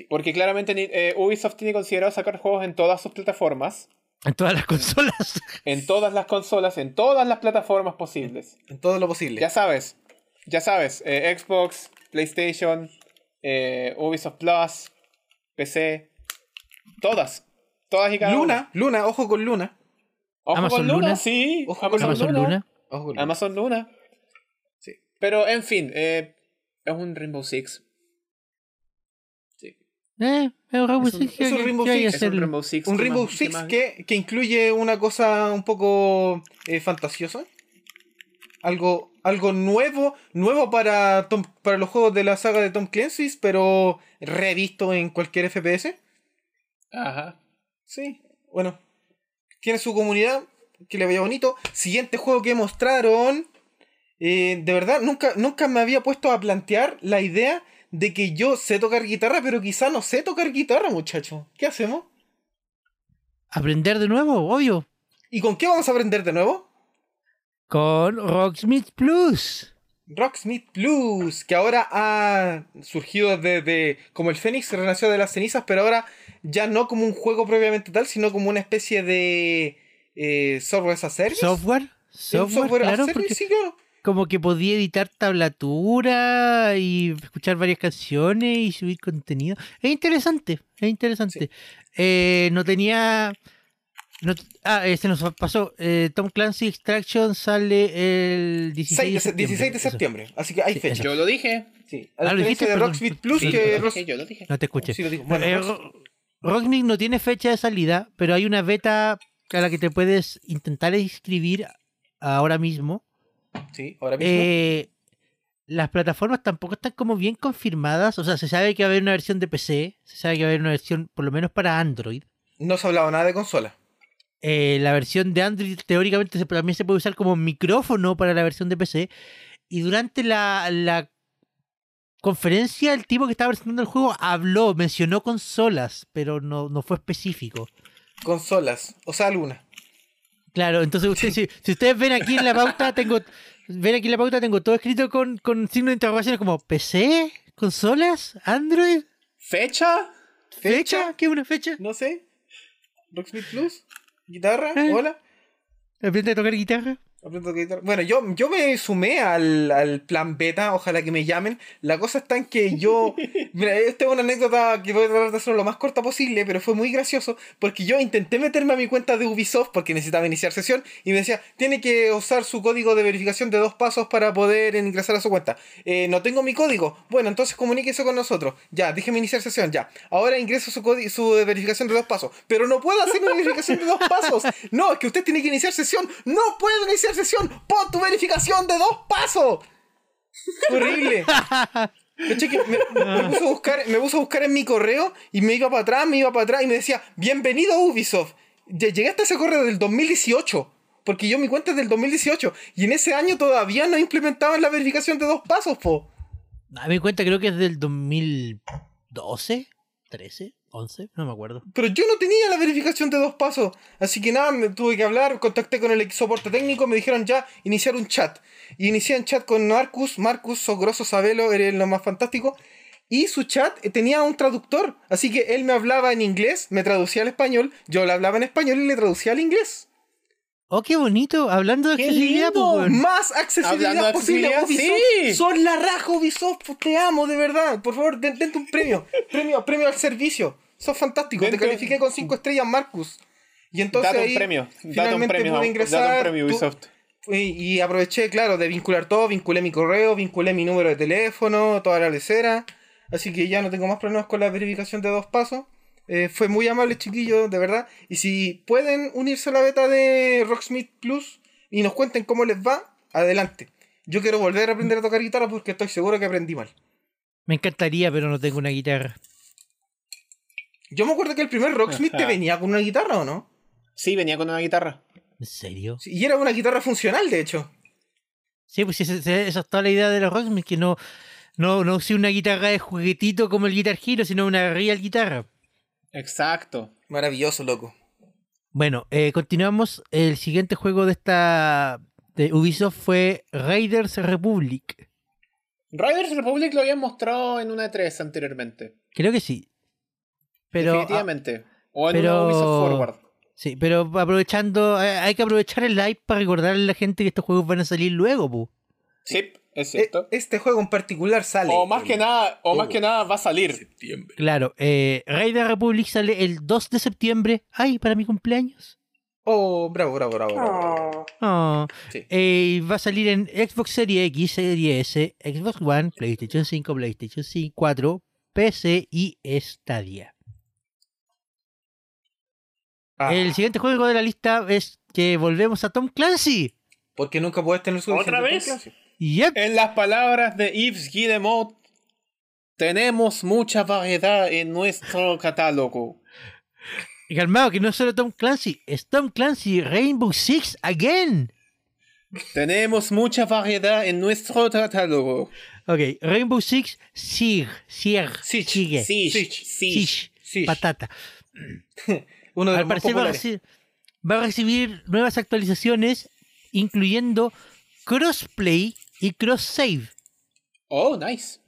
Porque claramente ni- eh, Ubisoft tiene considerado sacar juegos en todas sus plataformas,
En todas las consolas.
en todas las consolas, en todas las plataformas posibles.
En todo lo posible.
Ya sabes, ya sabes, eh, Xbox, PlayStation, eh, Ubisoft Plus, PC, todas, todas y cada una.
Luna, Luna, ojo con Luna.
Ojo
Amazon
con Luna,
Luna.
sí,
Ojo con
Amazon Luna.
Ojo con Luna.
Amazon Luna.
Sí.
Pero en fin, eh, es un Rainbow Six.
Eh, es un Rainbow
Es un-
Six.
es un
¿qué-
Rainbow
qué hay
Six,
que
Es un
hacerle?
Rainbow Six.
un
¿qué
Rainbow
más-
Six
qué más?
que, que incluye una cosa un poco eh, fantasiosa. Algo, algo nuevo, nuevo para, Tom- para los juegos de la saga de Tom Clancy, pero revisto en cualquier FPS.
Ajá.
Sí, bueno. Tiene su comunidad, que le vaya bonito. Siguiente juego que mostraron. eh, de verdad, nunca, nunca me había puesto a plantear la idea de que yo sé tocar guitarra, pero quizá no sé tocar guitarra, muchacho. ¿Qué hacemos?
Aprender de nuevo, obvio.
¿Y con qué vamos a aprender de nuevo?
Con Rocksmith Plus.
Rocksmith Blues, que ahora ha surgido desde como el Fénix renació de las cenizas, pero ahora ya no como un juego propiamente tal, sino como una especie de eh, software as a service.
Software.
Sí, un
Software,
software as a
claro,
service,
porque
sí, claro.
como que podía editar tablatura y escuchar varias canciones y subir contenido. Es interesante, es interesante. Eh, no tenía... no- ah, eh, se nos pasó. eh, Tom Clancy Extraction sale el 16
Seis-
de septiembre.
16 de
eso.
septiembre, así que hay
Sí,
fecha.
Yo lo dije.
Sí.
Ah,
A
lo dijiste,
diferencia de
perdón.
Rocksmith Plus,
Sí,
que
yo lo
Ross-
dije, yo lo dije.
No te escuché.
Sí, lo digo. Bueno,
Eh,
Ross-
Ro- Rocksmith no tiene fecha de salida, pero hay una beta a la que te puedes intentar inscribir ahora mismo.
sí, ahora mismo.
Eh, las plataformas tampoco están como bien confirmadas. O sea, se sabe que va a haber una versión de PC, se sabe que va a haber una versión, por lo menos para Android.
no se ha hablado nada de consola.
Eh, la versión de Android teóricamente se- también se puede usar como micrófono para la versión de PC. Y durante la, la conferencia, el tipo que estaba presentando el juego habló, mencionó consolas, pero no, no fue específico.
Consolas, o sea, alguna.
Claro, entonces ustedes, si, si ustedes ven aquí en la pauta, tengo ven aquí en la pauta, tengo todo escrito con, con signo de interrogación como PC, consolas, Android,
¿Fecha?
fecha, ¿qué es una fecha?
No sé. Rocksmith Plus, guitarra,
Eh.
hola.
Aprende a tocar guitarra.
Aprendo a editar. Bueno, yo, yo me sumé al, al plan beta, ojalá que me llamen. La cosa está en que yo. Mira, esta es una anécdota que voy a tratar de hacerlo lo más corta posible, pero fue muy gracioso porque yo intenté meterme a mi cuenta de Ubisoft porque necesitaba iniciar sesión y me decía, tiene que usar su código de verificación de dos pasos para poder ingresar a su cuenta. Eh, no tengo mi código. Bueno, entonces comunique eso con nosotros. Ya, déjeme iniciar sesión, ya. Ahora ingreso su, códi- su verificación de dos pasos. Pero no puedo hacer una verificación de dos pasos. No, es que usted tiene que iniciar sesión. No puedo iniciar sesión. Pon tu verificación de dos pasos. Horrible. Caché que me, me puse a buscar, me puse a buscar en mi correo y me iba para atrás, me iba para atrás y me decía, bienvenido a Ubisoft. Lle- Llegué hasta ese correo del 2018, porque yo mi cuenta es del 2018 y en ese año todavía no implementaban la verificación de dos pasos, po.
Ah, A mi cuenta creo que es del 2012, 13. ¿11? No me acuerdo.
Pero yo no tenía la verificación de dos pasos. Así que nada, me tuve que hablar, contacté con el soporte técnico, me dijeron ya iniciar un chat. Y inicié un chat con Marcus, Marcus Sogroso Sabelo, era lo más fantástico. Y su chat eh, tenía un traductor, así que él me hablaba en inglés, me traducía al español, yo le hablaba en español y le traducía al inglés.
Oh, qué bonito, hablando de
¡Qué
accesibilidad,
lindo!
pues, weón.
Más accesibilidad
Hablando de
posible.
accesibilidad,
Ubisoft.
sí.
Son la raja, Ubisoft. pues, Te amo, de verdad. Por favor, den- dente un premio. premio, premio al servicio. Sos fantástico.
Dente
Te
un-
califiqué con 5 estrellas, Marcus. Y entonces
Date
ahí
un premio. Date un
finalmente
premio.
pude ingresar.
Date un premio,
tu-
Ubisoft.
y, y aproveché, claro, de vincular todo. Vinculé mi correo, vinculé mi número de teléfono, toda la lecera. Así que ya no tengo más problemas con la verificación de dos pasos. Eh, fue muy amable, chiquillos, de verdad. Y si pueden unirse a la beta de Rocksmith Plus y nos cuenten cómo les va, adelante. Yo quiero volver a aprender a tocar guitarra porque estoy seguro que aprendí mal.
Me encantaría, pero no tengo una guitarra.
Yo me acuerdo que el primer Rocksmith te
Ajá.
venía con una guitarra, ¿o no?
Sí, venía con una guitarra.
¿En serio?
Sí, Y era una guitarra funcional, de hecho.
Sí, pues esa, esa- esa es toda la idea de los Rocksmith, que no, no, no usé una guitarra de juguetito como el Guitar Hero, sino una real guitarra.
Exacto.
Maravilloso, loco.
Bueno, eh, continuamos. El siguiente juego de esta de Ubisoft fue Raiders Republic.
Riders Republic lo habían mostrado en una E3 anteriormente.
Creo que sí. Pero, ah,
Definitivamente. o en
pero-
una Ubisoft Forward.
sí, pero aprovechando, eh, hay que aprovechar el live para recordarle a la gente que estos juegos van a salir luego, pu.
Sí, es
E-
cierto.
Este juego en particular sale.
o más que nada, o más
Oh.
que nada va a salir.
septiembre.
Claro, eh, Raiders Republic sale el 2 de septiembre. Ay, para mi cumpleaños.
Oh, bravo, bravo, bravo. bravo, bravo.
Ah,
Oh.
Sí.
Eh, y va a salir en Xbox Series X, Series S, Xbox One, PlayStation 5, PlayStation 5, 4, PC y Stadia.
Ah,
El siguiente juego de la lista es que volvemos a Tom Clancy.
Porque nunca puedes tener su
¿Otra vez?
Yep.
En las palabras de Yves Guillemot, tenemos mucha variedad en nuestro catálogo.
Y Calmado, que no es solo Tom Clancy, es Tom Clancy Rainbow Six Again.
Tenemos mucha variedad en nuestro catálogo.
Ok, Rainbow Six Sig, Sieg,
Siege,
Sigue,
Sí, sí,
Siege,
Siege,
Siege.
Patata.
Uno de
Al
los más
parecer va a,
populares.
reci- va a recibir nuevas actualizaciones, incluyendo crossplay y cross save.
Oh, nice.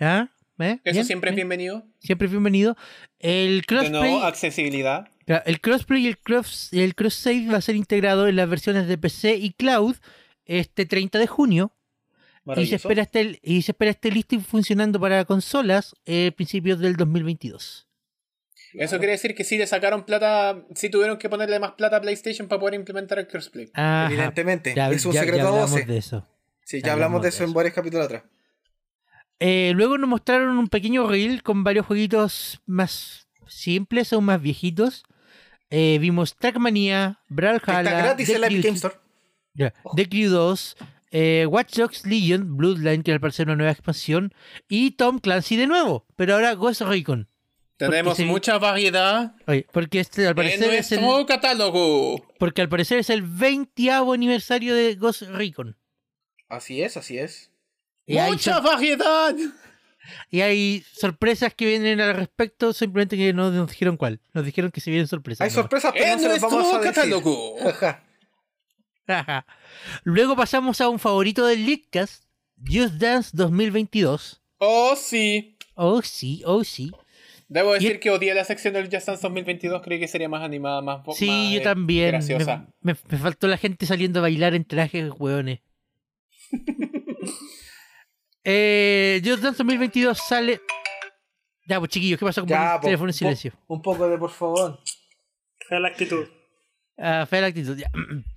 ¿Ah? ¿Eh?
Eso
Bien,
siempre es
bien.
bienvenido.
Siempre es bienvenido. El
De
crossplay,
nuevo, accesibilidad.
claro, el crossplay y el cross, el cross save va a ser integrado en las versiones de PC y cloud este 30 de junio. Y se,
Maravilloso.
espera esté, y se espera esté listo y funcionando para consolas eh, principios del 2022.
Eso quiere decir que sí le sacaron plata, sí tuvieron que ponerle más plata a PlayStation para poder implementar el crossplay.
Ajá.
Evidentemente.
Ya-
es un
ya- ya
secreto a
hablamos
voces.
de eso.
Sí,
ya
ya hablamos de eso en
eso.
varios capítulos atrás.
Eh, luego nos mostraron un pequeño reel con varios jueguitos más simples o más viejitos. Eh, vimos Trackmania,
Que
Brawlhalla,
está gratis
The
en la Epic
Crew-
Game Store.
ya, The Crew 2, eh, Watch Dogs Legion, Bloodline, que al parecer una nueva expansión, y Tom Clancy de nuevo, pero ahora Ghost Recon.
Tenemos
se-
mucha variedad
Oye, porque este al
en
parecer es el,
nuestro catálogo.
porque al parecer es el 20 aniversario de Ghost Recon.
Así es, así es.
Y hay,
¡Mucha
sor-
variedad!
y hay sorpresas que vienen al respecto, simplemente que no nos dijeron cuál. Nos dijeron que se vienen sorpresas.
Hay
nomás.
sorpresas, pero no
¡En
se las vamos a
nuestro
decir.
catálogo!
Ajá.
Ajá. Luego pasamos a un favorito del Leadcast, Just Dance 2022.
Oh, sí.
Oh, sí, oh, sí.
Debo
Y-
decir que odié la sección del Just Dance 2022. Creí que sería más animada, más bo- más,
Sí, yo
eh,
también. Me,
Graciosa.
me- me faltó la gente saliendo a bailar en trajes, hueones. eh, Just Dance 2022 sale. Ya, pues chiquillos, ¿qué pasó con
Ya,
el
po-
teléfono en
po-
silencio?
Un poco de por favor.
fea la actitud.
Ah, fea la actitud, ya.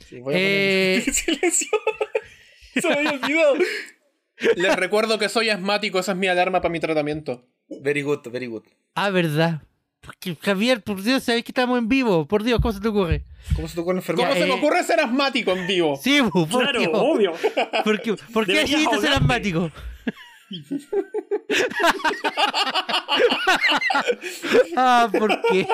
Sí, voy a poner-
Eh,
Silencio. Se me había olvidado. Les recuerdo que soy asmático. Esa es mi alarma para mi tratamiento.
Very good, very good.
ah, verdad. Porque, Javier, por Dios, sabéis que estamos en vivo. Por Dios, ¿cómo se te ocurre?
¿Cómo se tocó el enfermo?
¿Cómo
Ya,
se me
eh.
ocurre ser asmático en vivo?
Sí, po, por
Claro,
Dios.
obvio.
¿Por qué, por qué
Deberías
decidiste ser
ahogarte.
asmático? ah, ¿por qué?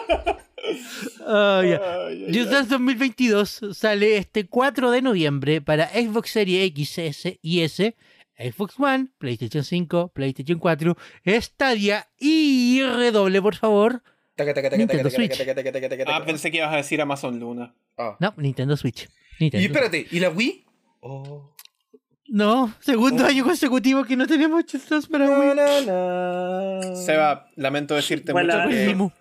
Ah, ya.
Ay, ay,
Just Dance 2022 sale este 4 de noviembre para Xbox Series X, S y S, Xbox One, PlayStation 5, PlayStation 4, Stadia y redoble, por favor,
Taca, taca, taca,
Nintendo
taca, taca,
Switch.
taca, taca, taca, taca, taca.
Ah, pensé que ibas a decir Amazon Luna.
Ah.
No, Nintendo Switch. Nintendo.
Y espérate, ¿y la Wii? Oh.
No, segundo
Oh.
año consecutivo que no tenemos chistes para Wii.
Na, na, na.
Seba, lamento decirte
Bueno,
mucho
la-
Lo
que-
perdimos.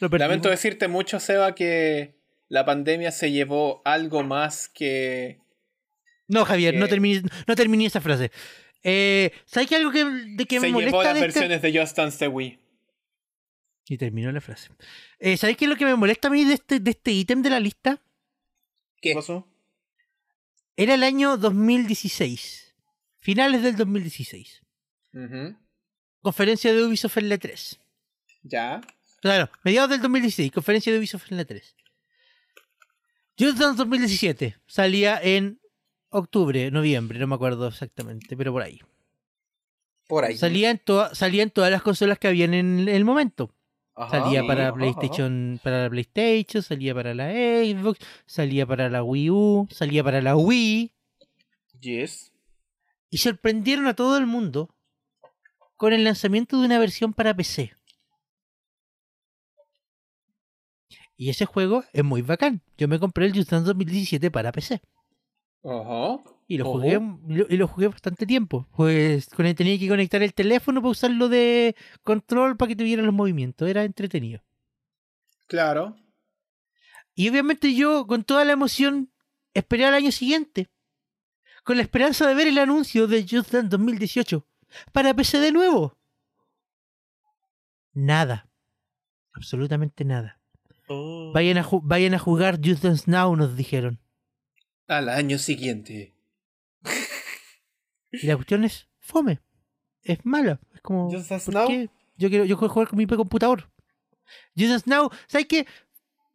Lo perdimos.
Lamento decirte mucho, Seba, que la pandemia se llevó algo más que.
No, Javier, no
Eh.
terminé, no terminé esa frase. Eh, ¿Sabes que algo que, de que me
se
molesta
llevó las
de este esta-
versiones de Just Dance de Wii.
Y terminó la frase. Eh, ¿Sabes qué es lo que me molesta a mí de este de este ítem de la lista?
¿Qué
¿Qué?
pasó?
Era el año 2016. Finales del 2016.
Ujú.
Conferencia de Ubisoft en la 3.
Ya.
Claro, mediados del 2016. Conferencia de Ubisoft en la 3. Just Dance 2017. Salía en octubre, noviembre, no me acuerdo exactamente, pero por ahí.
Por ahí.
Salía en, toa- salía en todas las consolas que habían en el momento.
Ajá.
Salía
Ah,
para
Ajá,
PlayStation, para la PlayStation, salía para la Xbox, salía para la Wii U, salía para la Wii
ajá. Yes.
y sorprendieron a todo el mundo con el lanzamiento de una versión para PC. Y ese juego es muy bacán. Yo me compré el Just Dance 2017 para PC
Ojo.
y lo
Ojo.
jugué lo- y lo jugué bastante tiempo. Pues con el- tenía que conectar el teléfono para usarlo de control para que tuviera los movimientos, era entretenido.
Claro.
Y obviamente yo, con toda la emoción, esperé al año siguiente. Con la esperanza de ver el anuncio de Just Dance 2018 para PC de nuevo. Nada. Absolutamente nada.
Oh.
Vayan a, ju- vayan a jugar Just Dance Now, nos dijeron.
Al año siguiente.
Y la cuestión es fome. Es mala. Es como.
Just Dance
¿por
Now?
qué? Yo quiero, yo quiero jugar con mi computador. Just Dance Now, ¿sabes qué?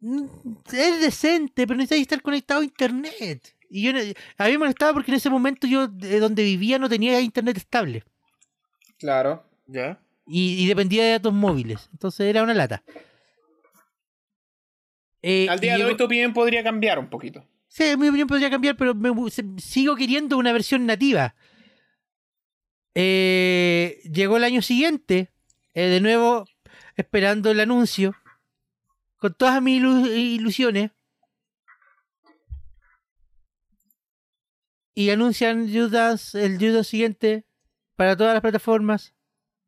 Mm, Es decente, pero necesitas estar conectado a internet. Y yo, ne- a mí me molestaba porque en ese momento yo, de donde vivía, no tenía internet estable.
Claro.
¿Ya?
Y, y dependía de datos móviles. Entonces era una lata. Eh,
Al día
y
de hoy
llegó-
tu opinión podría cambiar un poquito.
Sí, mi opinión podría cambiar, pero me gu- se- sigo queriendo una versión nativa. Eh, llegó el año siguiente, eh, de nuevo esperando el anuncio, con todas mis ilu- ilusiones. Y anuncian Just Dance- el Judas siguiente para todas las plataformas,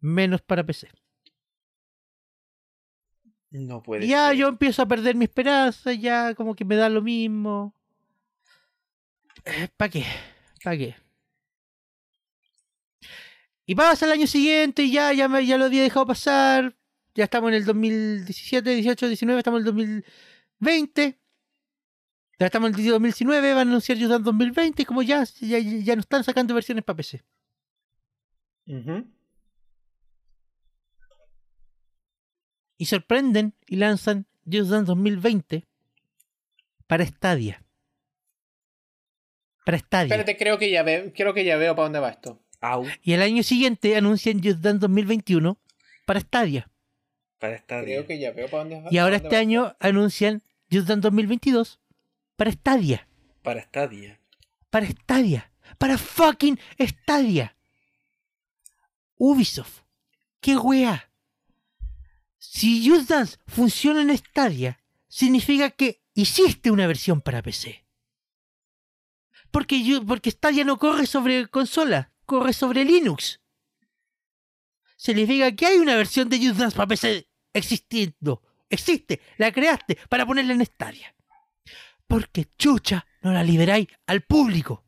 menos para PC.
No puede
Ya
ser.
yo empiezo a perder mi esperanza, ya como que me da lo mismo. ¿Para qué? ¿Para qué? Y pasa el año siguiente y ya, ya, me- ya lo había dejado pasar. Ya estamos en el 2017, 18, 19, estamos en el 2020. Ya estamos en el 2019, van a anunciar Just Dance 2020 y como ya, ya, ya no están sacando versiones para PC. y sorprenden y lanzan Just Dance 2020 para Stadia. Para Stadia.
Espérate, creo que ya, ve- creo que ya veo para dónde va esto.
Au,
Y el año siguiente anuncian Just Dance 2021 para Stadia.
para estar
Creo que ya veo para dónde va.
Y ahora
pa'
este
Ah, dónde va esto.
año anuncian Just Dance 2022 para Stadia.
Para Stadia.
Para Stadia. Para fucking Stadia. Ubisoft. ¡Qué wea! Si Just Dance funciona en Stadia, significa que hiciste una versión para PC. Porque, yo- porque Stadia no corre sobre consola, corre sobre Linux. Significa que hay una versión de Just Dance para PC existiendo. Existe, la creaste para ponerla en Stadia. Porque chucha no la liberáis al público.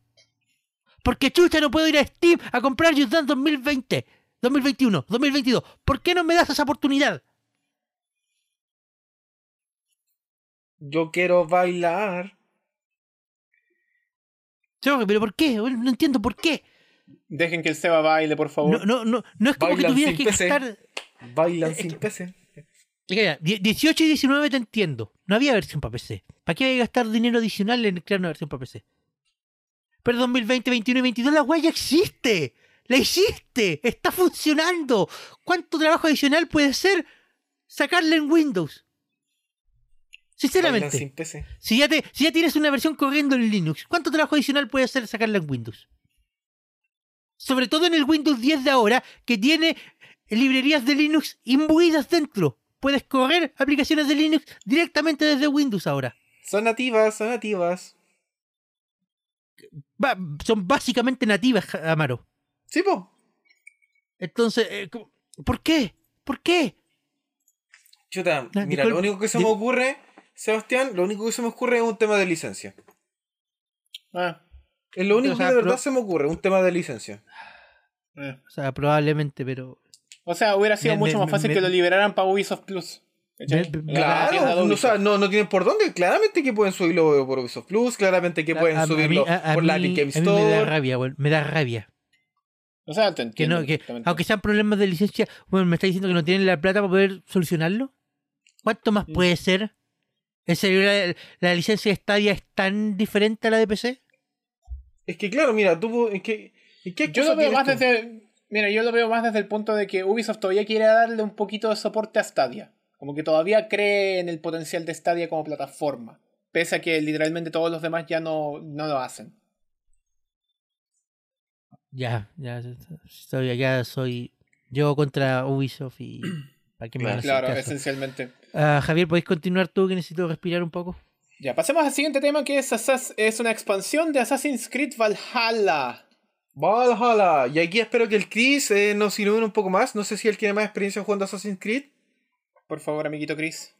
Porque chucha no puedo ir a Steam a comprar Just Dance 2020, 2021, 2022. ¿Por qué no me das esa oportunidad?
Yo quiero bailar.
Yo, Pero ¿por qué? Bueno, No entiendo por qué.
Dejen que el Seba baile, por
No,
favor.
no, no, no es como
Bailan
que tuvieras
sin
que
PC.
gastar...
Bailan
Es
sin PC.
Mira, die- 18 y 19 te entiendo. No había versión para PC. ¿Para qué voy a gastar dinero adicional en crear una versión para PC? Pero 2020, 21 y 22 la weá ya existe. La hiciste. Está funcionando. ¿Cuánto trabajo adicional puede ser sacarla en Windows?
Bailan
Sinceramente.
sin PC.
Si ya, te, si ya tienes una versión corriendo en Linux, ¿cuánto trabajo adicional puede hacer sacarla en Windows? Sobre todo en el Windows 10 de ahora, que tiene librerías de Linux imbuidas dentro. puedes correr aplicaciones de Linux directamente desde Windows ahora.
Son nativas, son nativas.
Ba- son básicamente nativas, Amaro.
Sí, po.
Entonces, eh, como- ¿por qué? ¿Por qué?
Chuta,
Ah,
mira,
disculpa,
lo único que se
di-
me ocurre, Sebastián, lo único que se me ocurre es un tema de licencia.
Ah,
Es lo único
O sea,
que de verdad
pero-
se me ocurre, un tema de licencia.
eh.
O sea, probablemente, pero.
O sea, hubiera sido
Me-
mucho
me-
más fácil
me-
que lo liberaran para Ubisoft Plus. ¿cachai?
Me- me-
En la tienda de
Claro, no, o
Ubisoft.
sea, no, no tienen por dónde. Claramente que pueden subirlo por Ubisoft Plus, claramente que pueden
a- a- a
subirlo
mí- a- a
por la
mí-
Epic Game
a mí me da
Store.
rabia, weón, Me da rabia.
O sea, te
Que
entiendo.
no, que,
perfectamente.
aunque sean problemas de licencia, bueno, me está diciendo que no tienen la plata para poder solucionarlo. ¿Cuánto más
Mm.
puede ser? ¿En serio la, la licencia de Stadia es tan diferente a la de PC?
Es que claro, mira, tú en qué, en qué
Yo
cosa
lo veo
tienes
más
tú?
desde. Mira, yo lo veo más desde el punto de que Ubisoft todavía quiere darle un poquito de soporte a Stadia. Como que todavía cree en el potencial de Stadia como plataforma. Pese a que literalmente todos los demás ya no, no lo hacen.
Ya, ya, estoy, ya soy. Yo contra Ubisoft y. ¿Para qué me van a hacer
Claro,
caso?
esencialmente.
Ah, Javier, ¿podéis continuar tú que necesito respirar un poco?
Ya, pasemos al siguiente tema que es, Asas- es una expansión de Assassin's Creed Valhalla.
Valhalla. Y aquí espero que el Chris eh, nos ilumine un poco más. No sé si él tiene más experiencia jugando Assassin's Creed.
Por favor, amiguito Chris.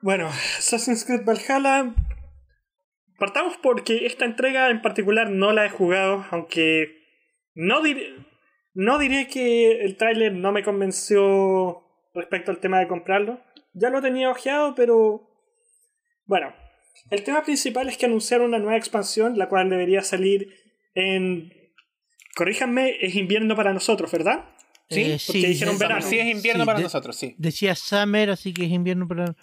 Bueno, Assassin's Creed Valhalla. Partamos porque esta entrega en particular no la he jugado, aunque no diré, no diré que el tráiler no me convenció respecto al tema de comprarlo. Ya lo tenía ojeado, pero bueno, el tema principal es que anunciaron una nueva expansión, la cual debería salir en... Corríjanme, es invierno para nosotros, ¿verdad?
Sí,
Eh,
porque dijeron
de-
verano.
Sí, es invierno
sí,
para
de-
nosotros, sí.
Decía Summer, así que es invierno para.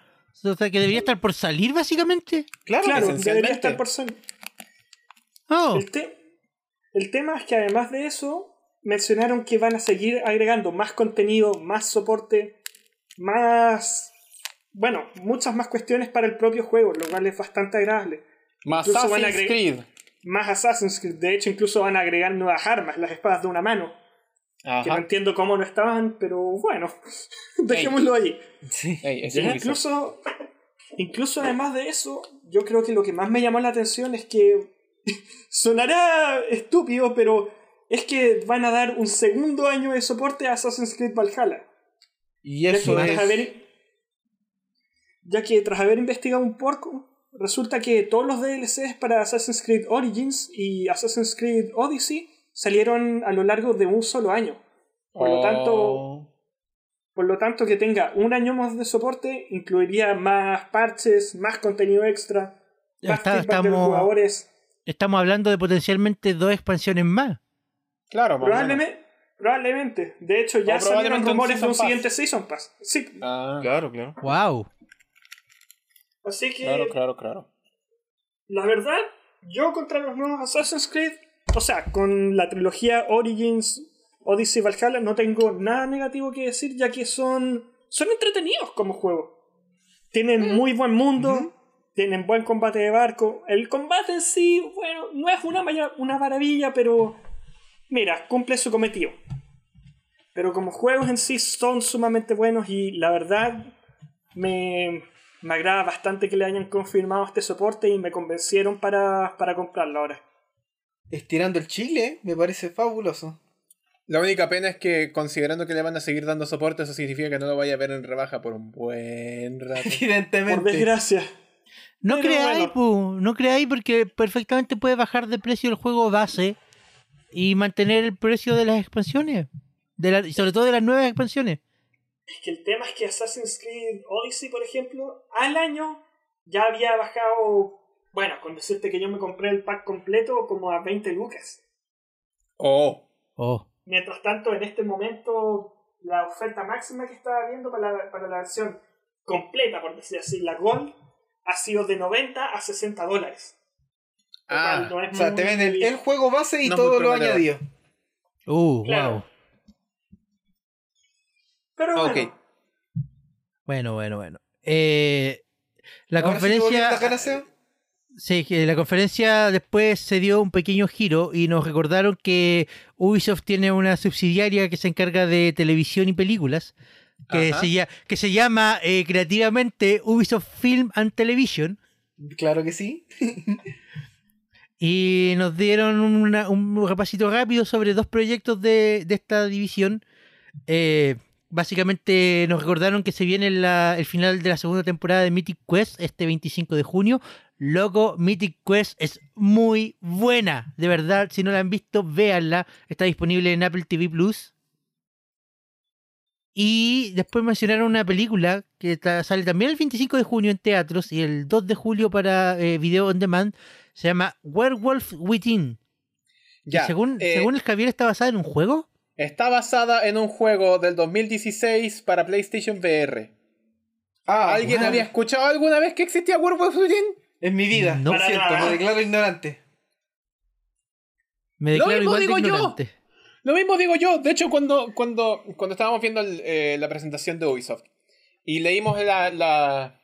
O sea, que debería estar por salir, básicamente.
Claro,
Claro.
esencialmente.
debería estar por... sol-
Oh,
El, te- el tema es que además de eso, mencionaron que van a seguir agregando más contenido, más soporte, más... Bueno, muchas más cuestiones para el propio juego, lo cual es bastante agradable.
Más
Incluso van a
Assassin's Creed.
agregar- Más Assassin's Creed, de hecho incluso van a agregar nuevas armas, las espadas de una mano, que no
Ajá.
entiendo cómo no estaban, pero bueno, dejémoslo allí.
Sí.
Ey, es
Ya,
Ubisoft.
incluso, incluso además de eso, yo creo que lo que más me llamó la atención es que sonará estúpido, pero es que van a dar un segundo año de soporte a Assassin's Creed Valhalla.
Y
Ya que,
eso
tras
es.
haber, ya que tras haber investigado un porco, resulta que todos los DLCs para Assassin's Creed Origins y Assassin's Creed Odyssey salieron a lo largo de un solo año. Por lo tanto,
Oh.
por lo tanto, que tenga un año más de soporte incluiría más parches, más contenido extra,
ya
más
está,
feedback de los
estamos.
jugadores.
estamos hablando de potencialmente dos expansiones más.
Claro, más o menos.
Probablemente, probablemente. De hecho, ya
O
salieron
probablemente un
rumores de un
Season Pass.
siguiente Season Pass. Sí,
Ah,
Claro, claro.
¡Wow!
así que
claro, claro, claro.
la verdad, yo contra los nuevos Assassin's Creed, o sea, con la trilogía Origins, Odyssey, Valhalla, no tengo nada negativo que decir, ya que son, son entretenidos como juego. Tienen muy buen mundo, tienen buen combate de barco. El combate en sí, bueno, no es una, maya- una maravilla, pero mira, cumple su cometido. Pero como juegos en sí son sumamente buenos y la verdad me, me agrada bastante que le hayan confirmado este soporte y me convencieron para, para comprarlo ahora.
Estirando el chile me parece fabuloso.
La única pena es que, considerando que le van a seguir dando soporte, eso significa que no lo vaya a ver en rebaja por un buen rato.
Por
Evidentemente.
desgracia.
No
Pero
creáis,
bueno.
pu, no creáis porque perfectamente puede bajar de precio el juego base y mantener el precio de las expansiones. De la- y sobre todo de las nuevas expansiones.
Es que el tema es que Assassin's Creed Odyssey, por ejemplo, al año ya había bajado, bueno, con decirte que yo me compré el pack completo como a 20 lucas.
Oh,
Oh.
Mientras tanto, en este momento, la oferta máxima que estaba viendo para la, para la versión completa, por decir así, la Gold, ha sido de 90 a 60 dólares. Lo
Ah,
cual no es
O sea, te
muy-
venden el, el juego base y
No es
todo
muy
lo
prometedor.
añadido.
Uh,
Claro.
wow.
Pero
Ah,
bueno,
ok.
Bueno, bueno, bueno. Eh, la
Ahora sí te volvió
conferencia.
la cara, Seba.
Sí, que la conferencia después se dio un pequeño giro y nos recordaron que Ubisoft tiene una subsidiaria que se encarga de televisión y películas que,
Ajá.
se, lla- que se llama eh, creativamente Ubisoft Film and Television.
Claro que sí.
Y nos dieron una- un repasito rápido sobre dos proyectos de, de esta división. Eh, básicamente nos recordaron que se viene la- el final de la segunda temporada de Mythic Quest este 25 de junio. Loco, Mythic Quest es muy buena. De verdad, si no la han visto, véanla. Está disponible en Apple TV Plus. Y después mencionaron una película que ta- sale también el 25 de junio en teatros y el 2 de julio para eh, video on demand. Se llama Werewolf Within. que
Ya,
según,
eh,
según el Javier, está basada en un juego.
Está basada en un juego del 2016 para PlayStation VR.
Ah,
¿Alguien
wow.
había escuchado alguna vez que existía Werewolf Within?
En mi vida. No
No.
Para
siento,
nada.
me declaro ignorante.
Me
Lo
declaro
mismo
igual de
digo yo.
ignorante.
Lo mismo digo yo. De hecho, cuando, cuando, cuando estábamos viendo el, eh, la presentación de Ubisoft y leímos la, la,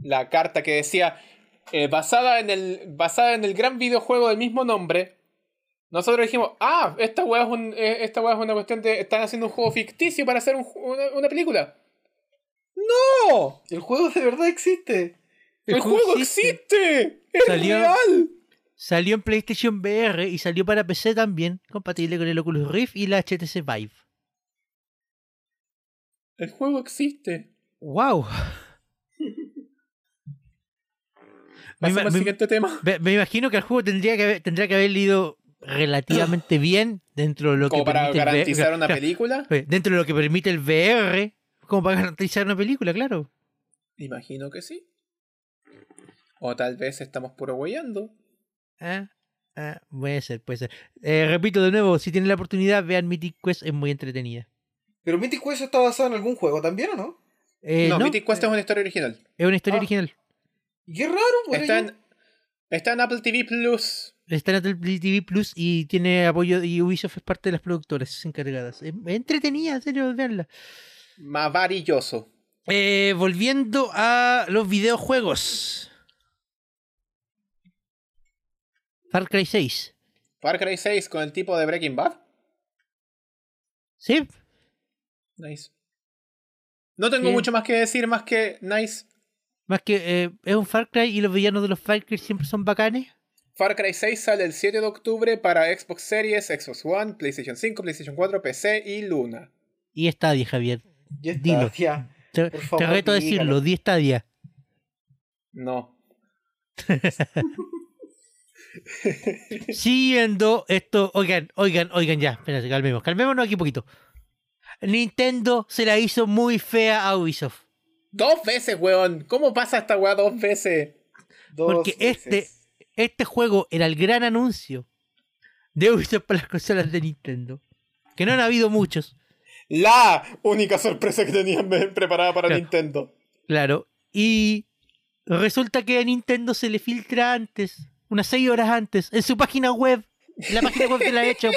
la carta que decía eh, basada, en el, basada en el gran videojuego del mismo nombre, nosotros dijimos, ah, esta weá es, un- eh, esta weá es una cuestión de... Están haciendo un juego ficticio para hacer un ju- una, una película. ¡No!
El juego de verdad existe.
¡El, juego existe! ¡Es
Salió-
real!
Salió en PlayStation VR y salió para PC también, compatible con el Oculus Rift y la HTC Vive.
El juego existe.
¡Wow! Me,
Pasemos
ima-
al
me-
siguiente tema.
me- me imagino que el juego tendría que haber, tendría que haber ido relativamente bien dentro de lo
Como
que
para
permite el
garantizar
VR.
una
Claro,
película.
Eh, Dentro de lo que permite el VR, como para garantizar una película, claro.
Imagino que sí. O tal vez estamos puro huellando.
Ah, ah, puede ser, puede ser. Eh, repito de nuevo, si tienen la oportunidad, vean Mythic Quest, es muy entretenida.
Pero Mythic Quest está basado en algún juego también, ¿o no?
Eh,
no,
no,
Mythic Quest es una historia original.
es una historia
Ah.
original.
Y qué raro, güey.
Está en, está en Apple TV Plus.
Está en Apple TV Plus y tiene apoyo y Ubisoft es parte de las productoras encargadas. Es es entretenida, en serio, veanla.
Mavarilloso.
Eh, volviendo a los videojuegos. Far Cry 6.
Far Cry 6 con el tipo de Breaking Bad.
¿Sí?
Nice. No tengo
Bien.
mucho más que decir, más que nice.
Más que eh, es un Far Cry y los villanos de los Far Cry siempre son bacanes.
Far Cry 6 sale el 7 de octubre para Xbox Series, Xbox One, PlayStation 5, PlayStation 4, PC y Luna.
Y Stadia, Javier.
Ya está,
Dilo.
ya.
Te,
Por
te
favor,
reto a
dígalo.
decirlo, di Stadia.
No.
Siguiendo esto, oigan, oigan, oigan ya, espérense, calmemos, calmémonos aquí un poquito. Nintendo se la hizo muy fea a Ubisoft.
Dos veces, weón. ¿Cómo pasa esta weá dos veces?
Dos
Porque
veces.
este- Este juego era el gran anuncio de Ubisoft para las consolas de Nintendo. Que no han habido muchos,
La única sorpresa que tenían preparada para
Claro.
Nintendo.
claro. Y resulta que a Nintendo se le filtra antes, unas 6 horas antes, en su página web. La página web que la ha hecho.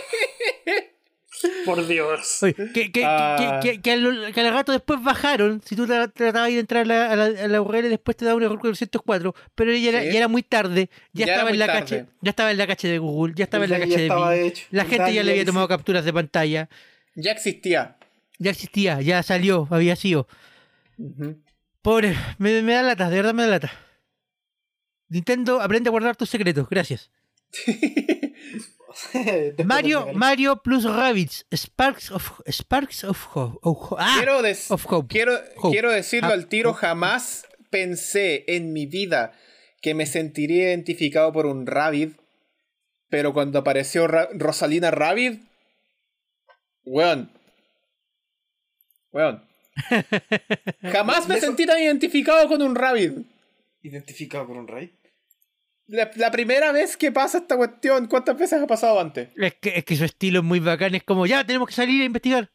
Por Dios.
Oye, que, que, que-
Ah.
que, que- que al, que al rato después bajaron. Si tú tra- tratabas de entrar a la, a la, a la URL, después te da un error 404. Pero ya era,
Sí.
ya era muy tarde. Ya,
Ya era
estaba
muy
en la
tarde.
cache. Ya estaba en la cache de Google. Ya estaba en la
Ya
cache de
estaba
Bing.
hecho.
La gente ya le había tomado capturas de pantalla.
Ya existía.
Ya existía, ya salió, había sido. Pobre, me, me da lata, de verdad me da lata. Nintendo, aprende a guardar tus secretos, gracias.
Después
Mario,
del regalo.
Mario plus Rabbids, Sparks of Sparks of Hope. ah,
Quiero, des-
of Hope.
quiero,
Hope.
quiero decirlo
Ah,
al tiro,
hope.
jamás pensé en mi vida que me sentiría identificado por un Rabbit, pero cuando apareció Ra- Rosalina Rabbit, weón. Weón. Jamás me
Y eso-
sentí tan identificado con un Rabbit.
Identificado por un rey.
La, la primera vez que pasa esta cuestión, ¿cuántas veces ha pasado antes?
Es que, es que su estilo es muy bacán, es como, ya, tenemos que salir a investigar.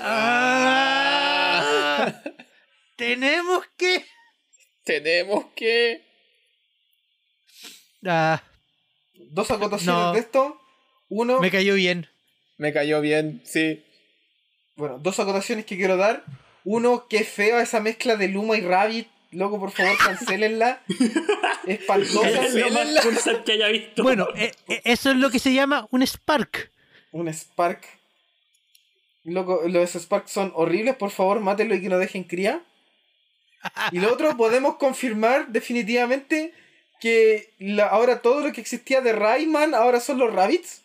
Ah, tenemos que...
Tenemos que.
Ah,
Dos acotaciones
No.
de esto. Uno,
me cayó bien.
Me cayó bien, sí.
bueno, dos acotaciones que quiero dar. Uno, qué feo esa mezcla de Luma y Rabbit. Loco, por favor, cancelenla.
Es
Espantosa.
lo más pulsar que haya visto.
e, Bueno, eh, eh, eso es lo que se llama un Spark.
un Spark. Loco, los Sparks son horribles, por favor, mátenlo y que no dejen cría. Y lo otro, podemos confirmar definitivamente que la- ahora todo lo que existía de Rayman ahora son los Rabbits.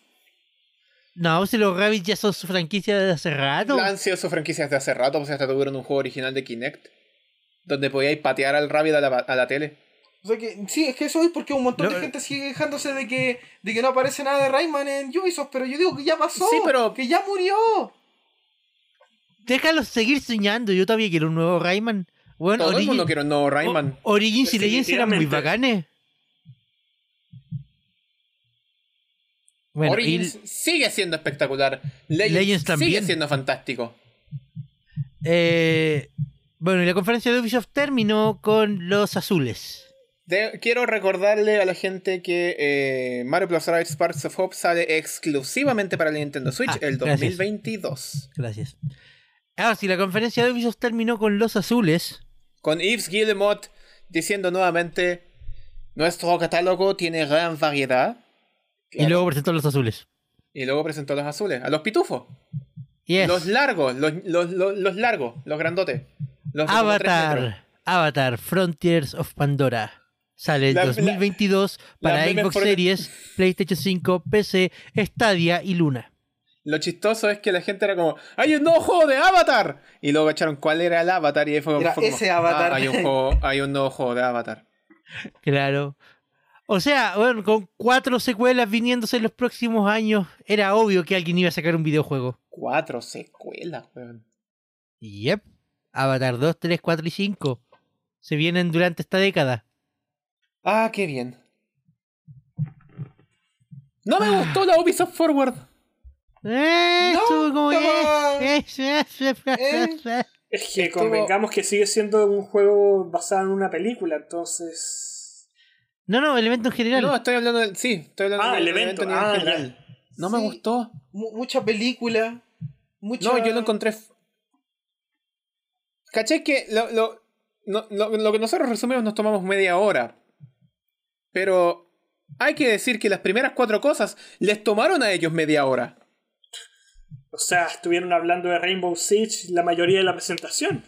No, si los Rabbits ya son su franquicia desde hace rato.
Han sido sus franquicias de hace rato, pues hasta tuvieron un juego original de Kinect, donde podíais patear al Rabbit a la, a la tele.
O sea que, sí, es que eso es porque un montón
Lo-
de gente sigue quejándose de que, de que no aparece nada de Rayman en Ubisoft, pero yo digo que ya pasó,
Sí, pero-
que ya murió.
Déjalos seguir soñando. Yo todavía quiero un nuevo Rayman. Bueno,
Todo el
Origin-
mundo
Oh.
quiere un nuevo Rayman.
O- Origins y Legends eran muy
Definitivamente.
bacanes. Bueno, y
Origins sigue siendo espectacular. Legends,
Legends
sigue
también.
siendo fantástico.
Eh, bueno, y la conferencia de Ubisoft terminó con los azules.
De- quiero recordarle a la gente que eh, Mario Plus Rabbids Sparks of Hope sale exclusivamente para la Nintendo Switch
Ah,
el
gracias.
2022.
Gracias. Ah, sí, la conferencia de Ubisoft terminó con los azules.
Con Yves Guillemot diciendo nuevamente: Nuestro catálogo tiene gran variedad.
Y
Claro.
luego presentó los azules.
Y luego presentó a los azules, a los pitufos.
Yes.
Los largos, los, los- los- los largos, los grandotes. Los de como tres metros.
Avatar. Avatar. Frontiers of Pandora. Sale el
La- la-
2022
la
para
meme
Xbox
for-
Series, PlayStation 5, PC, Stadia y Luna.
Lo chistoso es que la gente era como, hay un nuevo juego de Avatar. Y luego echaron cuál era el Avatar y ahí fue,
Era
fue como,
ese Avatar.
"Ah, hay, un juego, hay un nuevo juego de Avatar.
Claro. O sea, bueno, con cuatro secuelas viniéndose en los próximos años, era obvio que alguien iba a sacar un videojuego.
Cuatro secuelas, weón.
Yep. Avatar 2, 3, 4 y 5. Se vienen durante esta década.
Ah, qué bien. No me gustó la Ubisoft Forward.
Eh,
No,
estuvo como que-
toma.
eh, eh, eh, eh, eh.
Es que convengamos que sigue siendo un juego basado en una película, entonces.
No, no, elemento en general.
No, estoy hablando del. Sí, estoy hablando
Ah,
del
el evento.
a nivel
Ah,
general. No me
Sí.
gustó.
Mu- mucha película, mucha...
No, yo lo encontré. f- ¿Cachai que lo, lo, no- lo- lo que nosotros resumimos nos tomamos media hora? Pero hay que decir que las primeras cuatro cosas les tomaron a ellos media hora.
O sea, estuvieron hablando de Rainbow Siege la mayoría de la presentación.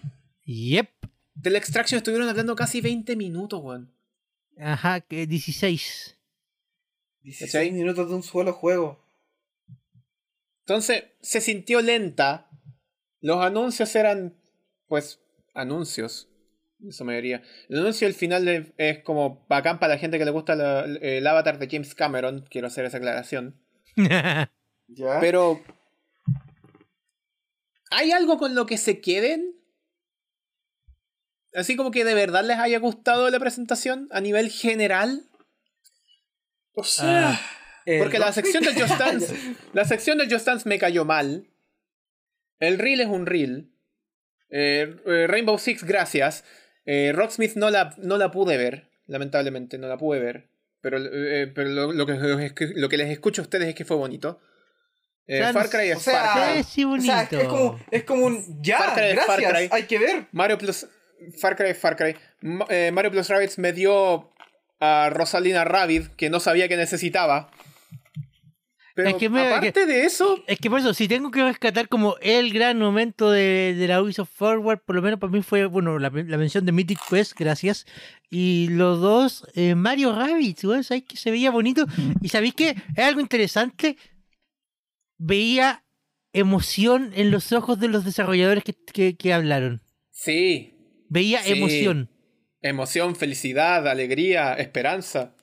Yep.
Del Extraction estuvieron hablando casi 20 minutos, weón.
Ajá, que 16.
16 minutos de un solo juego.
Entonces, se sintió lenta. Los anuncios eran, pues, anuncios. En su mayoría. El anuncio al final de- es como bacán para la gente que le gusta la- el avatar de James Cameron. Quiero hacer esa aclaración.
Ah,
¿Ya?
Pero. ¿Hay algo con lo que se queden? Así como que de verdad les haya gustado la presentación a nivel general.
O sea,
Ah.
Porque la sección del Just Dance. la sección del Just Dance me cayó mal. El reel es un reel. Eh, eh, Rainbow Six, gracias. Eh, Rocksmith no la, no la pude ver. Lamentablemente, no la pude ver. Pero, eh, pero lo, lo que, lo que les escucho a ustedes es que fue bonito. Eh,
Claro,
Far Cry
o
es
sea,
Far Cry.
Eh, sí,
O
bonito.
sea, es como, es como un... Ya,
Far Cry, Far
gracias,
Cry.
hay que ver.
Mario Plus. Far Cry, Far Cry. Ma- eh, Mario Plus Rabbids me dio a Rosalina Rabbit, que no sabía que necesitaba. Pero
Es que me-
aparte de eso,
Es que por eso, si tengo que rescatar como el gran momento de, de la Ubisoft Forward, por lo menos para mí fue, bueno, la, la mención de Mythic Quest, gracias. Y los dos, eh, Mario Rabbit, weón, ¿sabéis que se veía bonito? Y sabéis que es algo interesante. Veía emoción en los ojos de los desarrolladores que, que- que hablaron.
sí.
Veía
Sí.
emoción.
Emoción, felicidad, alegría, esperanza.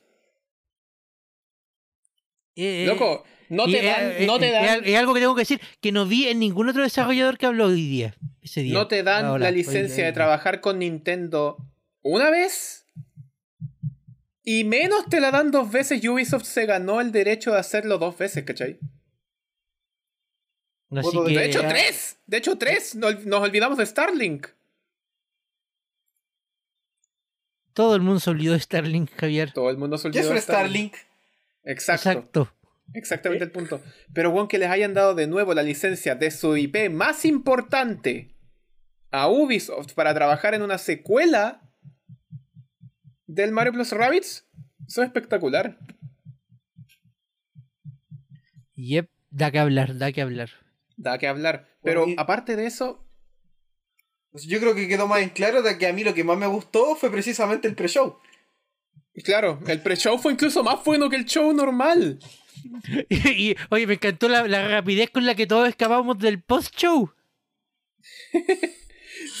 Eh, eh,
Loco, no
y
te
es-
dan,
es-
no te
es-
dan,
Es algo que tengo que decir que no vi en ningún otro desarrollador que habló hoy día. Ese día.
no te dan
Ahora,
la
hoy-
licencia
hoy-
de trabajar con Nintendo una vez. Y menos te la dan dos veces. Ubisoft se ganó el derecho de hacerlo dos veces, ¿cachai?
Así
Bueno, de
que-
De hecho,
ah,
tres. De hecho, tres. No- Nos, olvidamos de Starlink.
Todo el mundo se olvidó de Starlink, Javier.
Todo el mundo se
¿Qué
olvidó
es un
de
Starlink?
Exacto.
Exacto.
Exactamente el punto. Pero bueno, que les hayan dado de nuevo la licencia de su IP más importante a Ubisoft para trabajar en una secuela del Mario Plus Rabbids. Eso es espectacular.
Yep, da que hablar, da que hablar.
da que hablar. Pero
Oye.
aparte de eso,
Pues Yo creo que quedó más en claro de que a mí lo que más me gustó fue precisamente el pre-show.
claro, el pre-show fue incluso más bueno que el show normal.
Y, y, oye, me encantó la, la rapidez con la que todos escapamos del post-show.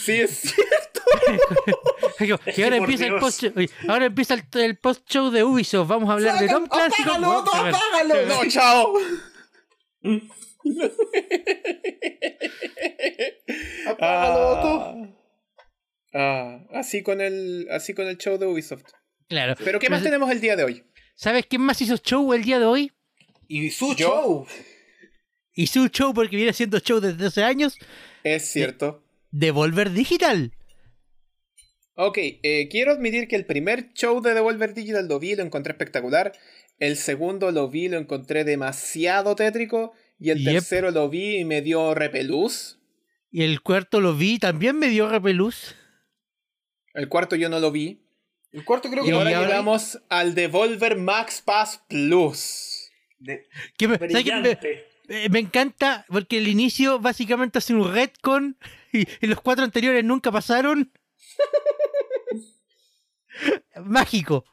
Sí, es cierto.
Digo,
Es
que
que
ahora
por
empieza, el
Dios.
post ahora empieza el, el post-show de Ubisoft. Vamos a hablar de
Saca-
Tom Clásico.
apágalo,
Vamos a
Tom,
ver.
apágalo.
No, chao.
Apágalo, Otto.
Ah, así con el así con el show de Ubisoft.
Claro.
Pero ¿qué más
Pero-
tenemos el día de hoy?
¿Sabes quién más hizo show el día de hoy?
Y su
Yo-
show.
Y su show, porque viene haciendo show desde hace años,
Es cierto.
Devolver Digital.
Ok, eh, quiero admitir que el primer show de Devolver Digital lo vi y lo encontré espectacular. El segundo lo vi y lo encontré demasiado tétrico. Y el
Yep.
tercero lo vi y me dio repelús.
Y el cuarto lo vi, también me dio repelús.
El cuarto yo no lo vi.
El cuarto creo
Y
que...
Yo-
ahora
ahora-
llegamos al Devolver Max Pass Plus.
De-
Que me, ¿sabes qué? me,
Brillante.
eh, me encanta porque el inicio básicamente hace un retcon y, y los cuatro anteriores nunca pasaron. Mágico.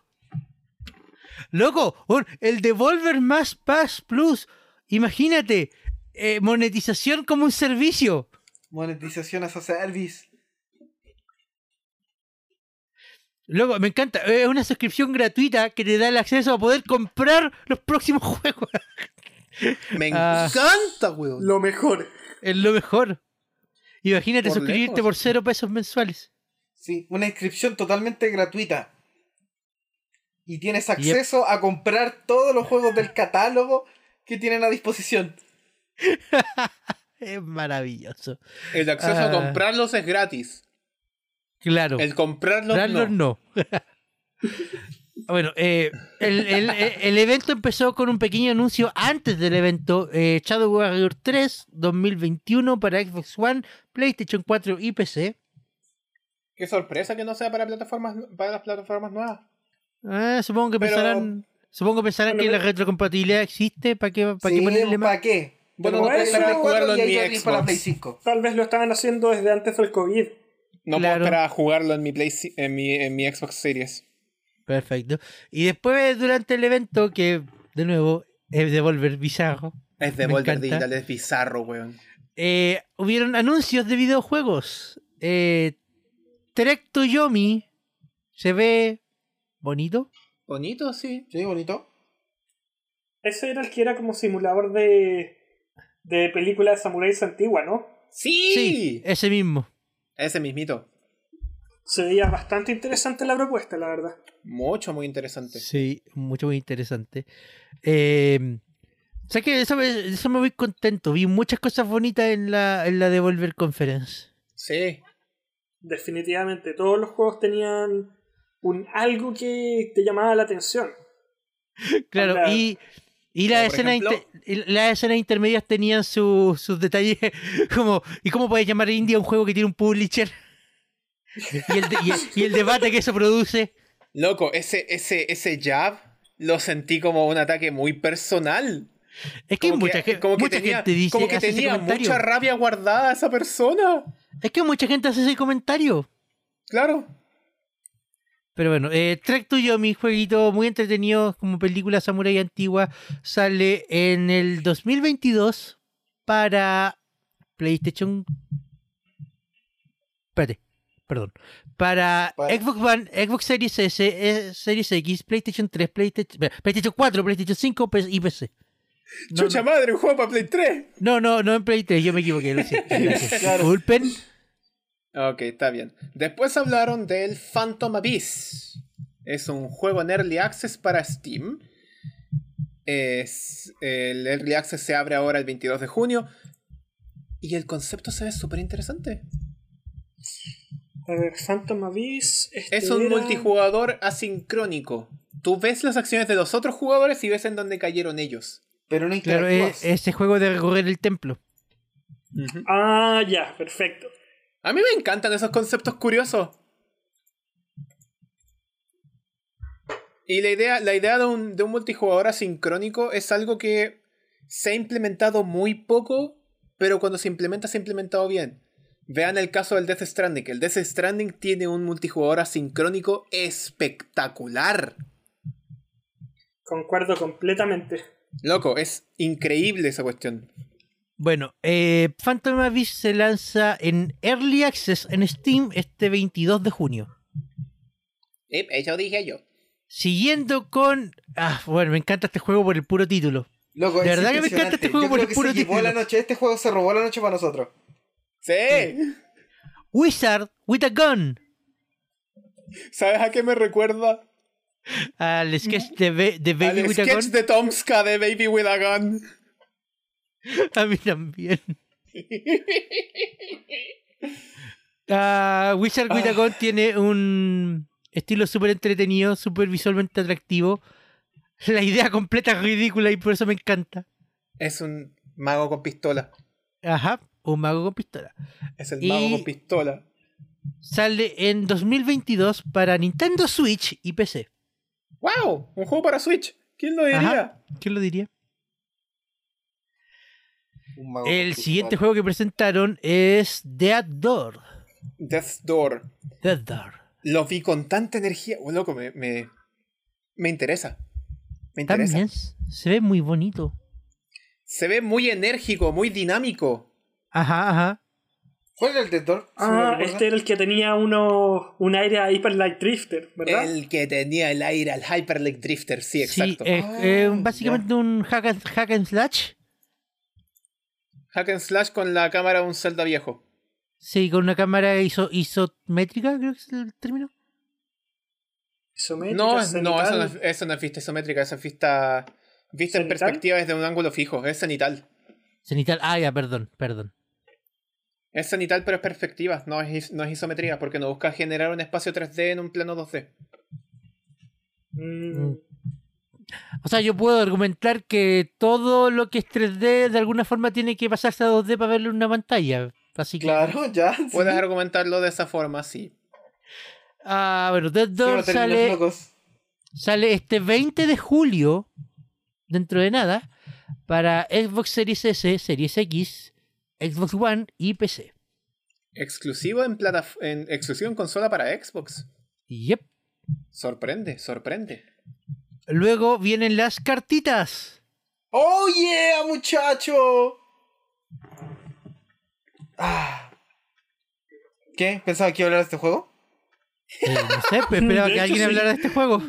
Loco, un- el Devolver Más Pass Plus. Imagínate, eh, monetización como un servicio.
Monetización as a service.
Loco, me encanta. Es una suscripción gratuita que te da el acceso a poder comprar los próximos juegos.
Me
Ah.
encanta, weón.
Lo mejor.
Es lo mejor. Imagínate
Por
suscribirte
lejos.
por cero pesos mensuales.
Sí, una inscripción totalmente gratuita. Y tienes acceso a comprar todos los juegos del catálogo que tienen a disposición.
Es maravilloso.
El acceso a
Ah.
comprarlos es gratis.
Claro.
El comprarlos
Brandon
no.
no. bueno, eh, el, el- el evento empezó con un pequeño anuncio antes del evento eh, Shadow Warrior 3 2021 para Xbox One, PlayStation 4 y PC.
Qué sorpresa que no sea para plataformas para las plataformas nuevas.
Ah, supongo que
Pero-
pensarán, supongo que pensarán
Bueno,
que la
pero-
retrocompatibilidad existe para que, para
Sí,
que ponerle más.
¿Para qué?
Bueno,
Tengo
no,
tres
eso-
Play 4
jugarlo
y ahí
en mi
abrí para
Xbox.
Play 5.
Tal vez lo estaban haciendo desde antes del COVID.
No
Claro.
puedo esperar a jugarlo en mi, Play, si- en mi, en mi Xbox Series.
Perfecto. Y después durante el evento que de nuevo es de volver bizarro.
Es
Me
Devolver
encanta.
Digital, es bizarro, weón.
eh, hubieron anuncios de videojuegos. Eh, Trek to Yomi se ve bonito.
Bonito, sí.
Sí, bonito.
Ese era el que era como simulador de, de película de samuráis antigua, ¿no?
¡Sí!
Sí, ese mismo.
Ese mismito.
Se veía bastante interesante la propuesta, la verdad.
Mucho, muy interesante.
Sí, mucho muy interesante. Eh, o sea que eso me, eso me voy contento. Vi muchas cosas bonitas en la, en la Devolver Conference.
Sí.
Definitivamente, todos los juegos tenían un algo que te llamaba la atención.
Claro,
Anda.
y, y las
Como por
escenas
ejemplo-
inter- y las escenas intermedias tenían su- sus detalles como ¿y cómo puedes llamar India a un juego que tiene un publisher? Y el, de- y el- y el debate que eso produce.
Loco, ese, ese, ese jab lo sentí como un ataque muy personal.
Es que hay mucha, ge-
como que
mucha
tenía-
gente dice
como que
hace ese
tenía
comentario.
mucha rabia guardada esa persona.
Es que mucha gente hace ese comentario.
Claro.
Pero bueno, eh, Track to Yomi, jueguito muy entretenido como película samurai antigua, sale en el 2022 para PlayStation. Espérate, perdón. Para
Para-
Xbox One, Xbox Series S, eh, Series X, PlayStation 3, PlayStation, espera, PlayStation 4, PlayStation 5 PS y PC. No,
Chucha madre, un juego para Play 3.
no, no, no en Play 3, yo me equivoqué, lo siento.
Claro.
Disculpen.
Ok, está bien. Después hablaron del Phantom Abyss. Es un juego en Early Access para Steam. Es- el Early Access se abre ahora el 22 de junio. Y el concepto se ve súper interesante.
A ver, Phantom Abyss. este
Es un
era-
multijugador asincrónico. Tú ves las acciones de los otros jugadores y ves en dónde cayeron ellos.
Pero no
Claro, eh,
interactúas.
ese juego de recorrer el templo.
Ah, ya, perfecto.
A mí me encantan esos conceptos curiosos. Y la idea, la idea de, un, de un multijugador asincrónico es algo que se ha implementado muy poco pero cuando se implementa, se ha implementado bien. Vean el caso del Death Stranding. El Death Stranding tiene un multijugador asincrónico espectacular.
Concuerdo completamente.
Loco, es increíble esa cuestión.
Bueno, eh, Phantom Abyss se lanza en Early Access en Steam este 22 de junio.
Eh, eso dije yo.
Siguiendo con. Ah, bueno, me encanta este juego por el puro título.
Loco,
De
es
verdad que me encanta este
impresionante.
juego
Yo creo
por el
que
puro
se llevó
título.
la noche. Este juego se robó la noche para nosotros.
Sí.
Wizard with a Gun.
¿Sabes a qué me recuerda?
Al sketch de, Ba- de Baby
Al
with a
sketch
Gun.
de Tomska de Baby with a Gun.
A mí también. Ah, Wizard with a Gun tiene un estilo súper entretenido, súper visualmente atractivo. La idea completa es ridícula y por eso me encanta.
Es un mago con pistola.
Ajá, un mago con pistola.
Es el
Y-
mago con pistola.
Sale en 2022 para Nintendo Switch y PC.
¡Wow! Un juego para Switch. ¿Quién lo diría?
Ajá. ¿Quién lo diría?
Un
Oh,
mago
El
virtual.
siguiente juego que presentaron es Dead Door.
Death Door.
Dead Door.
Lo vi con tanta energía. Oh, loco, me, me, me interesa. Me interesa.
También se ve muy bonito.
Se ve muy enérgico, muy dinámico.
Ajá, ajá.
¿Cuál era el de Thor? Si me
Ah,
recuerdo.
este era el que tenía uno, un aire a Hyper Light Drifter, ¿verdad?
El que tenía el aire al Hyperlink Drifter, sí, exacto. Oh,
es-
Ah,
eh, básicamente un hack and, hack and slash.
Hack and slash con la cámara de un Zelda viejo.
Sí, con una cámara iso- isométrica, creo que es el término.
Isométrica,
No, es- no, eso
cenital.
no, es, eso no es vista isométrica, esa es vista, vista en
¿Cenital?
perspectiva desde un ángulo fijo, es cenital.
Cenital. Ah, ya, perdón, perdón.
Es cenital pero es perspectiva, no es, is- no es isometría, porque no busca generar un espacio 3D en un plano 2D.
Mm,
O sea, yo puedo argumentar que todo lo que es 3D de alguna forma tiene que pasarse a 2D para verlo en una pantalla. Así que.
Claro, ya. sí.
Puedes argumentarlo de esa forma, sí.
Ah, bueno, Dead
Se
Door
mataron los
sale,
locos.
sale este 20 de julio, dentro de nada, para Xbox Series S, Series X, Xbox One y PC.
Exclusivo en, plataf- en, exclusivo en consola para Xbox.
Yep.
Sorprende, sorprende.
Luego vienen las cartitas.
¡Oh, yeah, muchacho! Ah. ¿Qué? ¿Pensaba que iba a hablar de este juego?
Eh, no sé, pero esperaba
De
que
hecho,
alguien
sí.
hablara de este juego.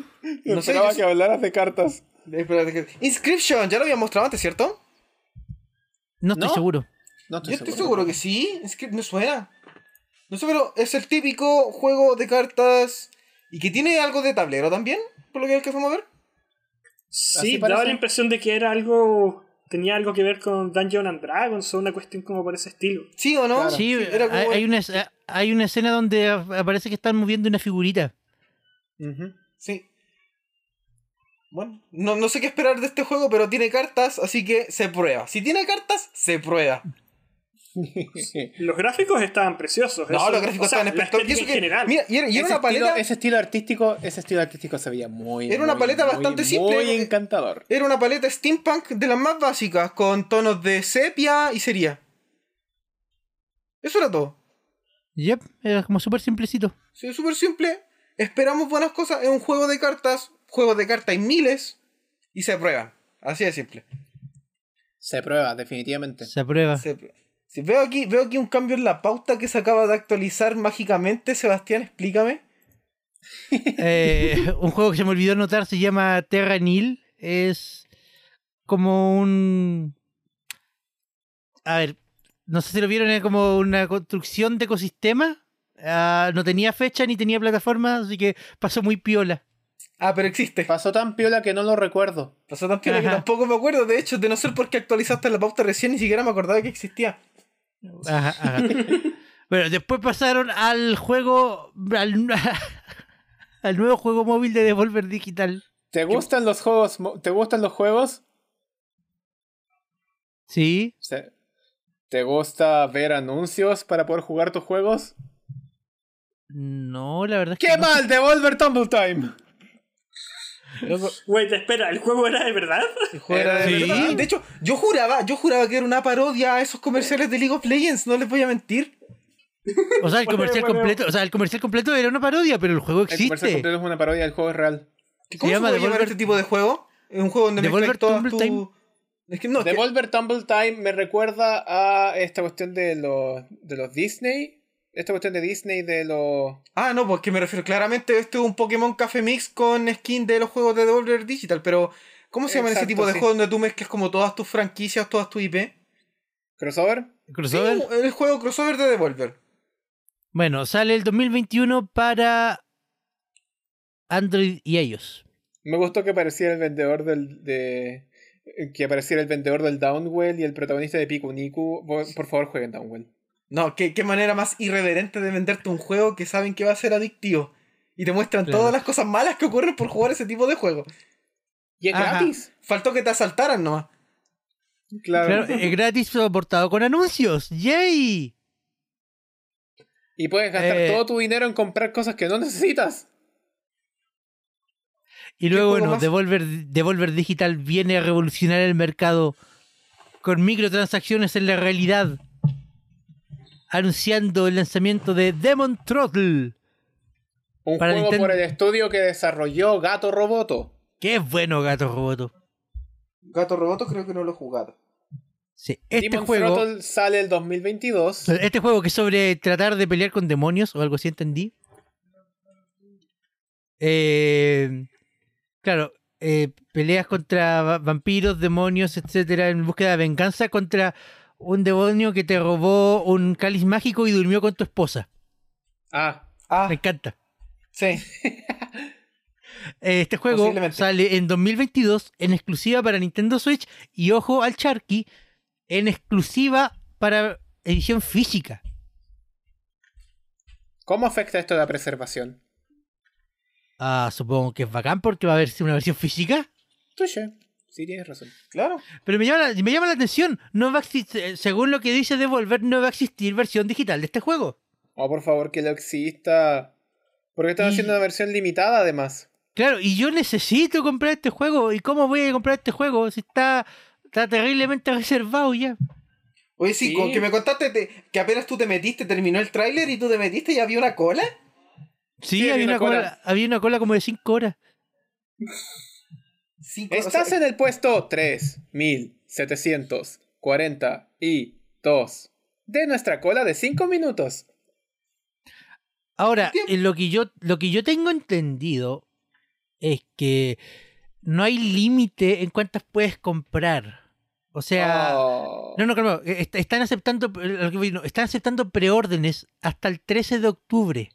No sé, yo-
hablaras de cartas.
Eh, Espérate que- Inscription, ya lo había mostrado antes, ¿cierto?
No estoy
¿No?
seguro.
No estoy
Yo estoy
seguro.
seguro que sí. Inscription me suena. No sé, pero es el típico juego de cartas y que tiene algo de tablero también, por lo que alcanzamos a ver.
Sí,
Así
daba
parece.
la impresión de que era algo. Tenía algo que ver con Dungeon and Dragons o una cuestión como por ese estilo.
¿Sí o no?
Claro.
Sí,
era como-
hay, hay una, es- hay una escena donde ap- aparece que están moviendo una figurita.
Ujú.
Sí. Bueno, no, no sé qué esperar de este juego, pero tiene cartas, así que se prueba. Si tiene cartas, se prueba.
Los gráficos estaban preciosos.
No,
eso-
los gráficos
o sea,
estaban
la
espectaculares. Y
estética
eso
en
que-
general.
Mira, y era, y era
ese,
una paleta.
estilo, ese estilo artístico, ese estilo artístico se veía muy
Era una
muy,
paleta
muy,
bastante
Muy
simple.
encantador.
Era una paleta steampunk de las más básicas, con tonos de sepia y sería. Eso era todo.
Yep, era como súper simplecito.
Sí, súper simple. Esperamos buenas cosas. Es un juego de cartas. Juegos de cartas hay miles. Y se prueban. Así de simple.
Se prueba, definitivamente.
Se
Ah.
aprueba.
Se prueba. Sí, veo, aquí, veo aquí un cambio en la pauta que se acaba de actualizar mágicamente. Sebastián, explícame.
Eh, un juego que se me olvidó notar se llama Terra Nil. Es como un. A ver, no sé si lo vieron, es como una construcción de ecosistema. Ah, no tenía fecha ni tenía plataforma, así que pasó muy piola.
Ah, pero existe.
Pasó tan piola que no lo recuerdo.
Pasó tan piola que
Ajá.
tampoco me acuerdo. De hecho, de no ser porque actualizaste la pauta recién, ni siquiera me acordaba que existía.
Ajá, ajá. bueno, después pasaron al juego. Al, al nuevo juego móvil de Devolver Digital.
¿Te gustan los juegos? mo- ¿Te gustan los juegos?
Sí,
Se- ¿Te gusta ver anuncios para poder jugar tus juegos?
no, la verdad es que.
¡Qué
no.
mal! Devolver Tumble Time.
Loco,
Wait, espera, ¿el juego era de verdad?
el juego era de
Sí.
verdad. De hecho, yo juraba, yo juraba que era una parodia a esos comerciales de League of Legends, no les voy a mentir.
O sea, el comercial
Bueno, bueno.
completo, o sea, el comercial completo era una parodia, pero el juego
El comercial
existe.
completo es una parodia del juego es real.
¿Cómo se,
llama
puede llamar
Devolver-
este tipo de juego? Es un juego donde
Devolver
mezclas todas
Tumble Time.
tu... Es que no, es que-
Devolver Tumble Time me recuerda a esta cuestión de los, de los Disney. Esta cuestión de Disney de los.
Ah, no, porque me refiero claramente este es un Pokémon Café Mix con skin de los juegos de Devolver Digital, pero ¿cómo se llaman ese
Exacto,
tipo de
sí.
juegos donde tú mezclas como todas tus franquicias, todas tus IP?
crossover.
Crossover.
Sí, el juego crossover de Devolver.
Bueno, sale el 2021 para Android y ellos.
Me gustó que apareciera el vendedor del. De, que apareciera el vendedor del Downwell y el protagonista de Piku Niku. Por, por favor, jueguen Downwell.
No, qué, qué manera más irreverente de venderte un juego que saben que va a ser adictivo. Y te muestran
Claro.
todas las cosas malas que ocurren por jugar ese tipo de juego.
Y es
Ajá.
gratis.
Faltó que te asaltaran nomás.
Claro, es gratis soportado con anuncios. ¡Yay!
Y puedes gastar
Eh.
todo tu dinero en comprar cosas que no necesitas.
Y luego,
juego
bueno,
más?
Devolver, Devolver Digital viene a revolucionar el mercado con microtransacciones en la realidad, anunciando el lanzamiento de Demon Throttle.
Un
Para
juego
Nintendo.
por el estudio que desarrolló Gato Roboto.
¡Qué bueno, gato roboto!
Gato Roboto creo que no lo he jugado.
Sí, este
Demon
juego,
Throttle sale el 2022.
este juego que es sobre tratar de pelear con demonios o algo así, entendí. Eh, claro, eh, peleas contra va- vampiros, demonios, etcétera, en búsqueda de venganza contra un demonio que te robó un cáliz mágico y durmió con tu esposa.
Ah,
Ah,
Me encanta.
sí.
Eh, Este juego
Posiblemente.
sale en 2022 en exclusiva para Nintendo Switch y ojo al Charky, en exclusiva para edición física.
¿cómo afecta esto a la preservación?
Ah, supongo que es bacán porque va a haber una versión física.
Tuyo. Sí, tienes razón.
Claro.
Pero me llama, la, me llama la atención, no va a existir, eh, según lo que dice Devolver, no va a existir versión digital de este juego.
Oh, por favor, que lo exista. Porque están
Y-
haciendo una versión limitada, además.
Claro, y yo necesito comprar este juego. ¿Y cómo voy a comprar este juego? Si está, está terriblemente reservado ya.
Oye, sí,
Sí.
con que me contaste te- que apenas tú te metiste, terminó el tráiler y tú te metiste y había una cola.
Sí,
Sí,
había, una cola. había una cola como de 5 horas.
Cinco, o sea,
Estás en el puesto 3742 de nuestra cola de 5 minutos.
Ahora,
Tiempo.
eh, lo que, yo, lo que yo tengo entendido es que no hay límite en cuántas puedes comprar. O sea,
Oh.
no, no, calma, eh, est- están aceptando, eh, lo que voy, no, están aceptando preórdenes hasta el 13 de octubre.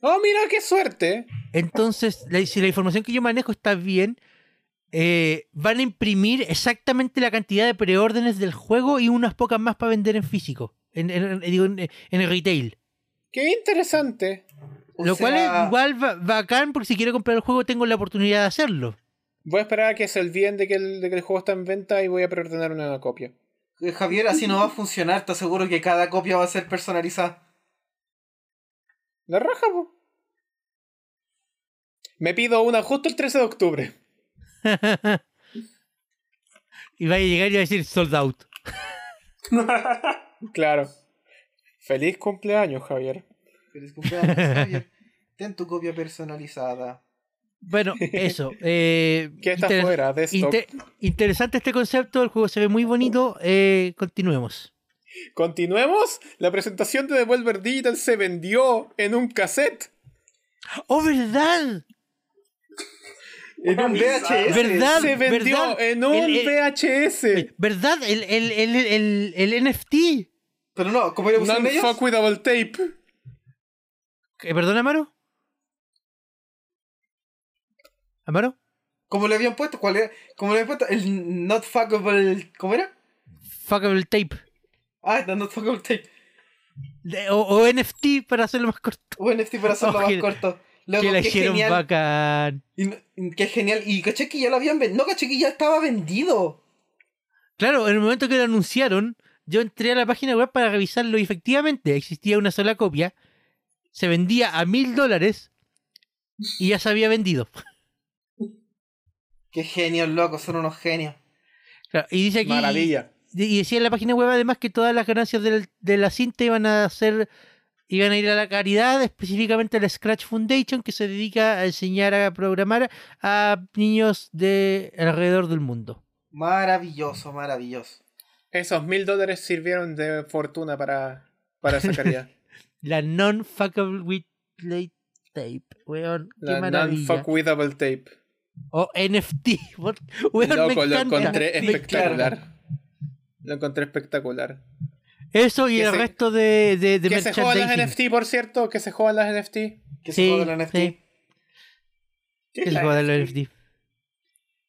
Oh, mira qué suerte.
Entonces, la- si la información que yo manejo está bien, eh, van a imprimir exactamente la cantidad de preórdenes del juego y unas pocas más para vender en físico, en, en- en- digo, en- en el retail.
Qué interesante.
o
Lo cual
sea,
es igual ba- bacán porque si quiero comprar el juego tengo la oportunidad de hacerlo.
Voy a esperar a que se olviden de que el, de que el juego está en venta y voy a preordenar una copia.
eh, Javier, así no va a funcionar, te aseguro que cada copia va a ser personalizada.
La raja, po. Me pido una justo el 13 de octubre.
y va a llegar y va a decir sold out.
Claro. Feliz cumpleaños, Javier.
Feliz cumpleaños, Javier. Ten tu copia personalizada.
Bueno, eso. eh,
Que está
inter-
fuera de stock.
inter- interesante este concepto, el juego se ve muy bonito. eh, continuemos.
Continuemos. La presentación de Devolver Digital se vendió en un cassette.
¡Oh, verdad!
En un VHS.
¿Verdad?
Se vendió
Ah, ¿Verdad?
en un
El- el-
VHS.
¿Verdad? El, el- el- el- el NFT.
Pero no, como le pusieron ellos.
Non-fuck with double tape.
Eh, ¿Perdona, Amaro? ¿Amaro?
Como le habían puesto, ¿cuál era? Como le habían puesto el not fuckable. ¿Cómo era?
Fuckable tape.
Ah, the not fuckable tape.
De- o- o NFT para hacerlo más corto.
O NFT este para hacerlo
Oh,
más
que-
corto. Loco,
que la
qué
hicieron
genial.
bacán.
Y no- y qué genial. Y caché que ya lo habían vendido. No, caché que ya estaba vendido.
Claro, en el momento que lo anunciaron, yo entré a la página web para revisarlo y efectivamente existía una sola copia. Se vendía a mil dólares y ya se había vendido.
Qué genios, loco, son unos genios.
Claro, y dice aquí.
Maravilla.
Y, y decía en la página web además que todas las ganancias del- de la cinta iban a ser. iban a ir a la caridad, específicamente a la Scratch Foundation, que se dedica a enseñar a programar a niños de alrededor del mundo.
Maravilloso, maravilloso.
Esos mil dólares sirvieron de fortuna para, para esa caridad.
La non-fuckable with plate tape. Weón, qué
La
maravilla.
non-fuck-withable tape.
O NFT. what- Weón, me
Loco, lo
encanta.
encontré
Sí,
espectacular. Lo encontré espectacular.
Eso y
Que
el
se-
resto de, de, de
que se jodan las
merchandising.
NFT, por cierto. Que se jodan las NFT.
Que
Sí,
se jodan los NFT.
sí. Que se jodan los NFT.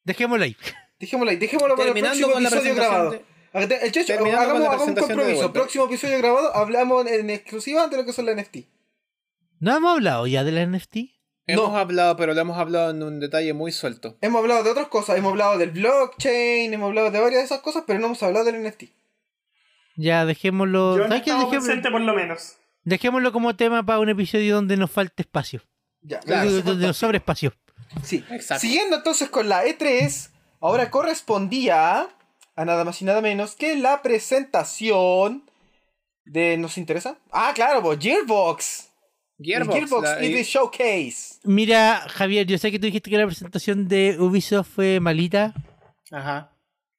Dejémoslo ahí.
Dejémoslo ahí, dejémoslo para
Terminando
el
con la
próximo episodio grabado.
presentación.
Hagate- el Checho,
Terminando con
hagamos,
la
hagamos un
presentación de
compromiso.
vuelta.
Próximo episodio grabado, hablamos en, en exclusiva de lo que son las NFT.
¿No hemos hablado ya de las NFT?
de-
No.
Hemos hablado, pero lo hemos hablado en un detalle muy suelto.
Hemos hablado de otras cosas, hemos hablado del blockchain, hemos hablado de varias de esas cosas, pero no hemos hablado del NFT.
Ya, dejémoslo.
Yo este no
¿sabes qué?
estaba presente
Dejémoslo,
por lo menos.
dejémoslo como tema para un episodio donde nos falte espacio.
Ya,
Claro,
eso
donde
fue
donde nos sobre espacio.
todo. Sí.
Exacto.
Siguiendo entonces con la E3, ahora correspondía a- a nada más y nada menos que la presentación de. ¿Nos interesa? Ah, claro, pues, Gearbox. El
Gearbox. la-
E3 Showcase.
Mira, Javier, yo sé que tú dijiste que la presentación de Ubisoft fue malita,
Ajá.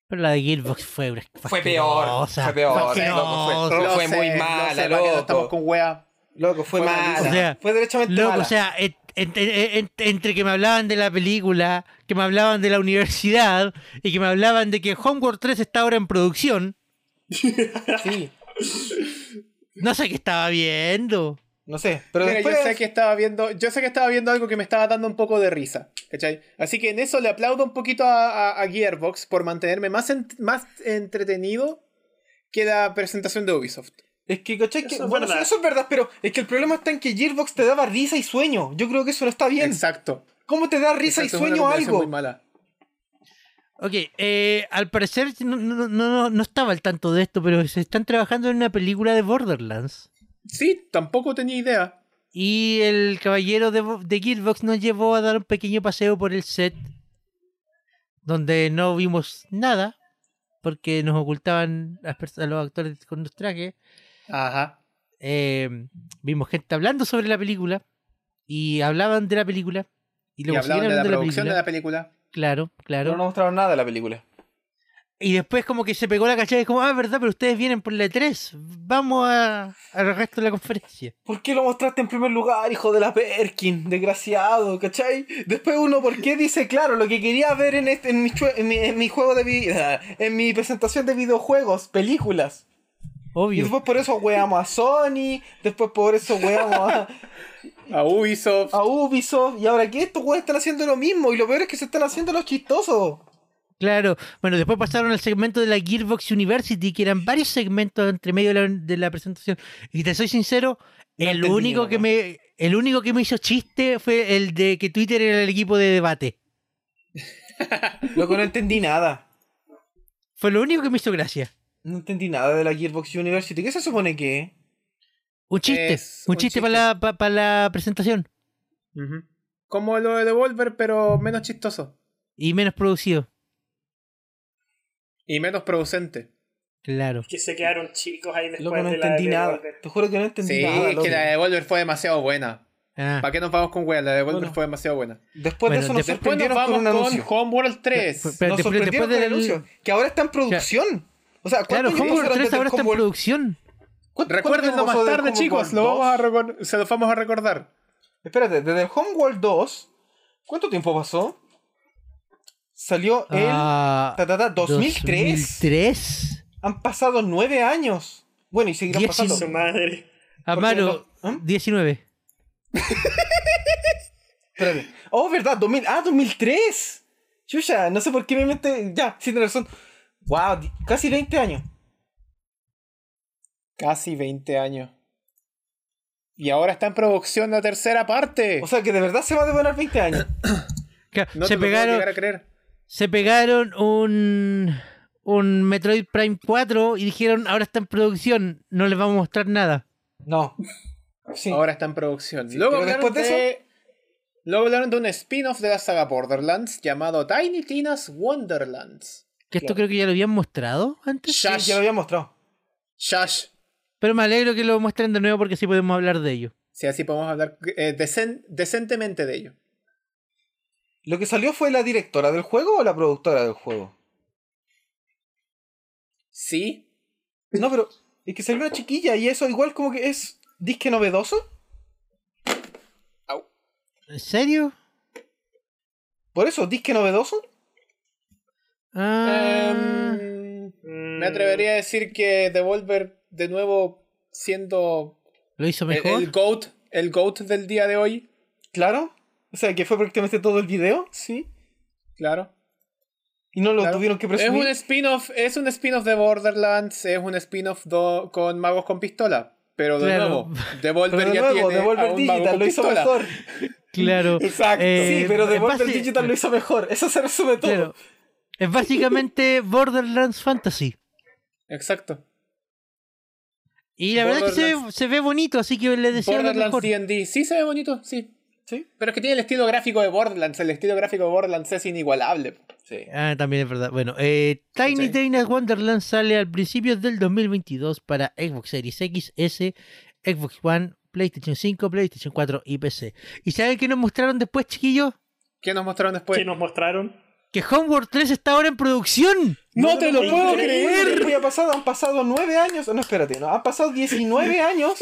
pero la de Gearbox fue una
Fue peor.
fasquerosa,
Fue peor.
fasquerosa.
loco, fue-
Lo
fue
sé,
muy
lo
mala,
sé, para que no
loco.
Estamos con wea.
Loco, fue
Fue
mala.
malísima.
O sea,
fue derechamente
Loco,
mala.
o sea, en- en- en- en- entre que me hablaban de la película, que me hablaban de la universidad y que me hablaban de que Homeworld 3 está ahora en producción,
Sí,
no sé qué estaba viendo.
no sé. Pero
Mira,
después.
yo sé que estaba viendo, yo sé que estaba viendo algo que me estaba dando un poco de risa, ¿cachai? Así que en eso le aplaudo un poquito a, a- a Gearbox por mantenerme más, ent- más entretenido que la presentación de Ubisoft.
Es que, ¿cachai? Que,
Eso es
bueno,
verdad.
sí, eso es verdad, pero es que el problema está en que Gearbox te daba risa y sueño. Yo creo que eso no está bien.
Exacto.
¿Cómo te da risa
Exacto,
y
es una
sueño
combinación
algo?
muy mala.
Ok, eh, al parecer no, no, no- no, no estaba al tanto de esto, pero se están trabajando en una película de Borderlands.
Sí, tampoco tenía idea.
Y el caballero de, Bo- de Gearbox nos llevó a dar un pequeño paseo por el set, donde no vimos nada, porque nos ocultaban las pers- a los actores con los trajes.
Ajá.
eh, vimos gente hablando sobre la película y hablaban de la película y
Y
luego
hablaban
siguieron
de la
hablando de la
producción
película.
de la película.
Claro, claro.
Pero no mostraron nada de la película.
Y después como que se pegó la cachada y como, ah, verdad, pero ustedes vienen por la E3. Vamos a- al resto de la conferencia.
¿Por qué lo mostraste en primer lugar, hijo de la Perkin? Desgraciado, ¿cachai? Después uno, ¿por qué dice, claro, lo que quería ver en, este, en, mi, chue- en, mi, en mi juego de vida, en mi presentación de videojuegos, películas? Y
Obvio.
después por eso weamos a Sony, después por eso weamos a,
A Ubisoft.
a Ubisoft, y ahora que estos weones están haciendo lo mismo, y lo peor es que se están haciendo los chistosos.
Claro. Bueno, después pasaron al segmento de la Gearbox University, que eran varios segmentos entre medio de la, de la presentación. Y te soy sincero,
No
el
entendí
único que
nada.
me... El único que me hizo chiste fue el de que Twitter era el equipo de debate.
Loco, no entendí nada.
Fue lo único que me hizo gracia.
No entendí nada de la Gearbox University. ¿Qué se supone que es?
Un chiste.
Es
un
un
chiste,
chiste.
para la, pa- pa' la presentación.
Ujú. Como lo de Devolver, pero menos chistoso.
Y menos producido.
Y menos producente.
Claro.
Que se quedaron chicos ahí después
Loco, no
de la
entendí
de
nada.
Walter.
Te juro que no entendí
Sí,
nada.
es
loco.
que la de Devolver fue demasiado buena.
Ah,
¿Para qué nos vamos con wea? La de Devolver
Bueno.
fue demasiado buena.
Después
Bueno,
de eso nos
después
Después nos
sorprendieron
vamos
con un
con,
anuncio.
Homeworld 3.
Pero
nos
después-
sorprendieron
después
con el
del-
anuncio. Que ahora está en producción. O sea,
claro,
¿cuánto tiempo
Homeworld
pasaron
3
desde
ahora
el
está en
Homeworld-
producción.
¿Cu- cuánto
Recuérdenlo
tiempo
más
pasó del
tarde, chicos.
Homeworld
Lo vamos a
2?
recor- se los vamos a recordar.
Espérate, desde el Homeworld 2, ¿cuánto tiempo pasó? Salió el
Ah,
ta, ta, ta, 2003.
2003.
Han pasado nueve años. Bueno, y seguirán
Diez
pasando.
Su madre.
Ah, Amaro,
no- ¿Mm?
19.
Espérate. Oh, verdad, 2000. Ah, 2003. Chucha, no sé por qué me mente. Ya, sí, tienes razón. Wow, di- casi 20 años.
Casi 20 años. Y ahora está en producción la tercera parte.
O sea que de verdad se va a demorar 20 años.
Claro,
no
se,
te lo puedo
pegaron,
llegar a creer.
se pegaron un, un Metroid Prime 4 y dijeron, ahora está en producción, no les vamos a mostrar nada.
No. Sí.
Ahora está en producción. Luego
pero
hablaron
después de
de Luego hablaron de un spin-off de la saga Borderlands llamado Tiny Tina's Wonderlands.
Que esto creo que ya lo habían mostrado antes.
Sí,
Shash,
ya lo había mostrado.
Shash.
Pero me alegro que lo muestren de nuevo porque sí podemos hablar de ello.
Si así podemos hablar eh, decen- decentemente de ello.
¿Lo que salió fue la directora del juego o la productora del juego?
Sí,
No, pero es que salió una chiquilla y eso igual como que es disque novedoso.
¿En serio?
Por eso, disque novedoso.
Ah,
Em,
Mm,
me atrevería a decir que Devolver, de nuevo, siendo
¿Lo hizo
el,
mejor?
el GOAT, el GOAT del día de hoy,
Claro. O sea, que fue prácticamente todo el video, sí.
claro.
Y no lo
Claro.
tuvieron que
Es un
presumir.
spin-off, es un spin-off de Borderlands, es un spin-off do- con magos con pistola. Pero de
Claro.
nuevo, Devolver
Pero de
ya
nuevo,
tiene a
Devolver
un mago
Digital
con
lo hizo
pistola.
mejor.
Claro.
Exacto.
Eh,
sí, pero
en
Devolver
base-
Digital lo hizo mejor. Eso se resume todo.
claro. Es básicamente Borderlands Fantasy.
Exacto.
Y la verdad es que se, ve-
Borderlands.
se ve bonito, así que le deseo lo
Borderlands
mejor.
D&D, sí se ve bonito, sí.
Sí.
Pero es que tiene el estilo gráfico de Borderlands, el estilo gráfico de Borderlands es inigualable.
Sí.
Ah, también es verdad. Bueno, eh, Tiny
Sí.
Tina's Wonderland sale al principio del 2022 para Xbox Series X, S, Xbox One, PlayStation 5, PlayStation 4 y PC. ¿Y saben qué nos mostraron después, chiquillos?
¿Qué nos mostraron después?
Pues,
¿Qué nos mostraron?
Que Homeworld 3 está ahora en producción.
No, te lo puedo
creer.
creer. ¿Qué ha pasado? Han pasado nueve años. No, espérate, no. Han pasado 19 años.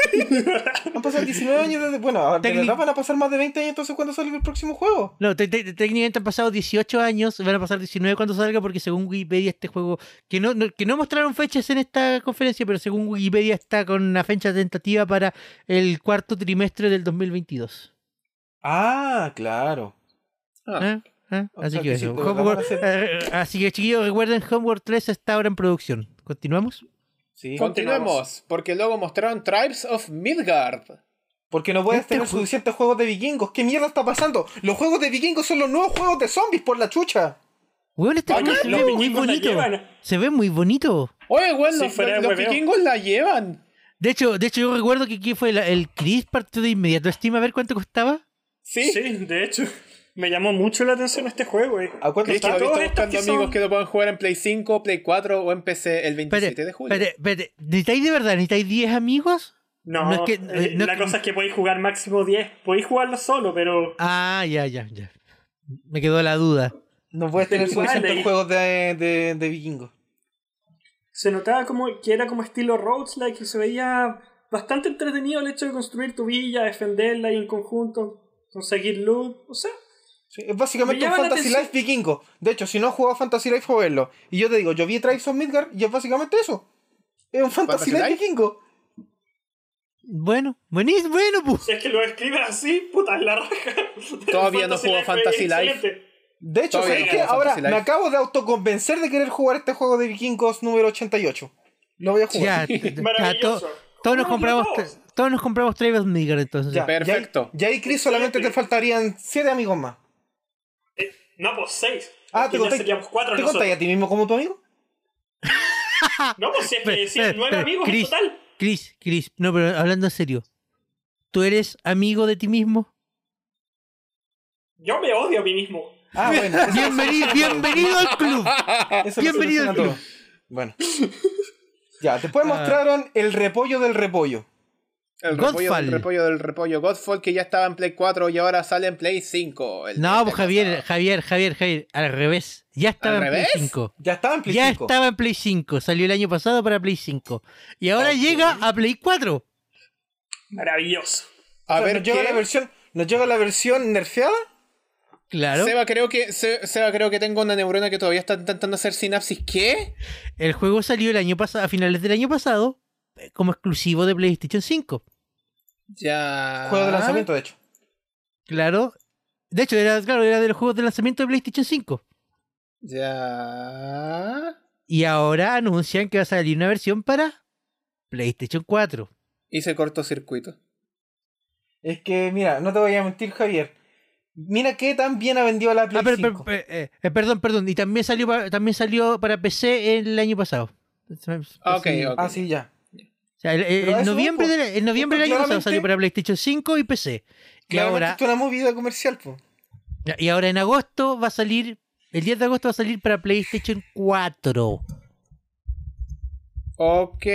Han pasado 19 años desde. Bueno, ahora de
Tecnic-
verdad van a pasar más de 20 años entonces cuando salga el próximo juego.
No, te- te- técnicamente han pasado 18 años, van a pasar 19 cuando salga, porque según Wikipedia este juego, que no, no- que no mostraron fechas en esta conferencia, pero según Wikipedia está con una fecha tentativa para el cuarto trimestre del 2022.
Ah, claro.
Ah,
¿Ah? ¿Ah?
O
Así
sea
que
que
eso.
sí, de verdad
Homeworld-
van a ser-
eh, eh, así que chiquillos, recuerden, Homeworld 3 está ahora en producción. ¿Continuamos?
Sí.
Continuemos, porque luego mostraron Tribes of Midgard.
Porque no puedes
Este
tener
ju-
suficientes juegos de vikingos. ¿Qué mierda está pasando? Los juegos de vikingos son los nuevos juegos de zombies por la chucha.
Weón, este
Bacán,
juego se
los
ve muy
vikingos la
bonito.
llevan.
Se ve muy bonito.
Oye, weón,
Sí,
los,
fuera de
los
hueveo.
vikingos la llevan.
De hecho, de hecho yo recuerdo que aquí fue la- el Chris partió de inmediato a Steam a ver cuánto costaba.
Sí,
Sí, de hecho, me llamó mucho la atención este juego. eh.
¿A cuánto
Cristo
está?
Cristo,
lo
todos
está
estos
buscando
que
amigos
son-
que lo puedan jugar en Play 5, Play 4 o en PC el 27
Espérate,
de julio.
espérate, espérate. ¿Necesitáis de verdad? ¿Necesitáis 10 amigos?
No,
No es que-
eh,
eh, no es
la
que-
cosa es que podéis jugar máximo 10. Podéis jugarlo solo, pero.
Ah, ya, ya, ya. Me quedó la duda.
No puedes tener
Del cual
suficientes
leí.
juegos de, de, de vikingos.
se notaba como que era como estilo roguelike y se veía bastante entretenido el hecho de construir tu villa, defenderla y en conjunto conseguir loot. O sea,
Sí, es básicamente
Me
un
llama la
Fantasy
atención.
Life vikingo. De hecho, si no has jugado a Fantasy Life, jueguenlo. Y yo te digo, yo vi Tribes of Midgard y es básicamente eso. Es un Fantasy,
¿Fantasy
Life,
Life?
vikingo.
Bueno, buenísimo, bueno, pues.
si es que lo escribes así, puta, es la raja.
Todavía no juego Fantasy
es
Life.
excelente.
De hecho,
Todavía
¿sabes
no
qué?
juego
Ahora
Fantasy Life.
me acabo de autoconvencer de querer jugar este juego de vikingos número 88. Lo voy a
Ya,
jugar.
t- ya, to-
Maravilloso.
todos nos
Jugámoslo
compramos
todos.
todos nos compramos Travis Nigger entonces.
Ya,
Perfecto.
Y ahí, y ahí, Chris, solamente te faltarían 7 amigos más.
No, pues seis.
Ah,
Porque ya
te contáis.
seríamos cuatro
¿Te
nosotros.
contáis a ti mismo como tu amigo?
No, pues si es que
Ah, Espera,
si es
espera,
nueve
espera.
amigos
Chris.
en total.
Chris, Chris, no, pero hablando en serio. ¿Tú eres amigo de ti mismo?
Yo me odio a mí mismo.
Ah, bueno. eso-
Bienvenido, bienvenido al club.
eso lo
Bienvenido
soluciona
al
todo. Bueno. Ya, después
Ah.
mostraron el repollo del repollo.
El repollo
Godfall.
del repollo del repollo. Godfall que ya estaba en Play 4 y ahora sale en Play 5. el
No,
mes
pues
pasado.
Javier, Javier, Javier, Javier, al revés. Ya estaba
¿Al
en
revés?
Play 5.
Ya estaba en Play
ya
5.
estaba en Play 5, salió el año pasado para Play 5 y ahora
Ok.
llega a Play 4.
Maravilloso.
A
O sea,
ver,
nos llega
qué-
la versión, nos llega la versión nerfeada.
Claro.
Seba, creo que, Se- Seba, creo que tengo una neurona que todavía está intentando hacer sinapsis. ¿Qué?
El juego salió el año pasado, a finales del año pasado, eh, como exclusivo de PlayStation 5.
Ya.
Juego de lanzamiento, de hecho.
Claro. De hecho, era, claro, era de los juegos de lanzamiento de PlayStation 5.
Ya.
Y ahora anuncian que va a salir una versión para PlayStation 4.
Hice cortocircuito.
Es que, mira, no te voy a mentir, Javier. Mira qué tan bien ha vendido la Play
Ah, pero-
5.
pero- eh, eh, eh, perdón, perdón. Y también salió, pa- también salió para PC el año pasado.
Ah, ok, ok.
Ah, Pues sí, ya.
O sea, el, el-
Pero a
el
eso
noviembre,
voy,
del, el noviembre del año pasado
claramente-
salió para PlayStation 5 y PC. Y
Claramente
ahora,
esto es una movida comercial, po.
y ahora en agosto va a salir, el 10 de agosto va a salir para PlayStation 4.
Ok.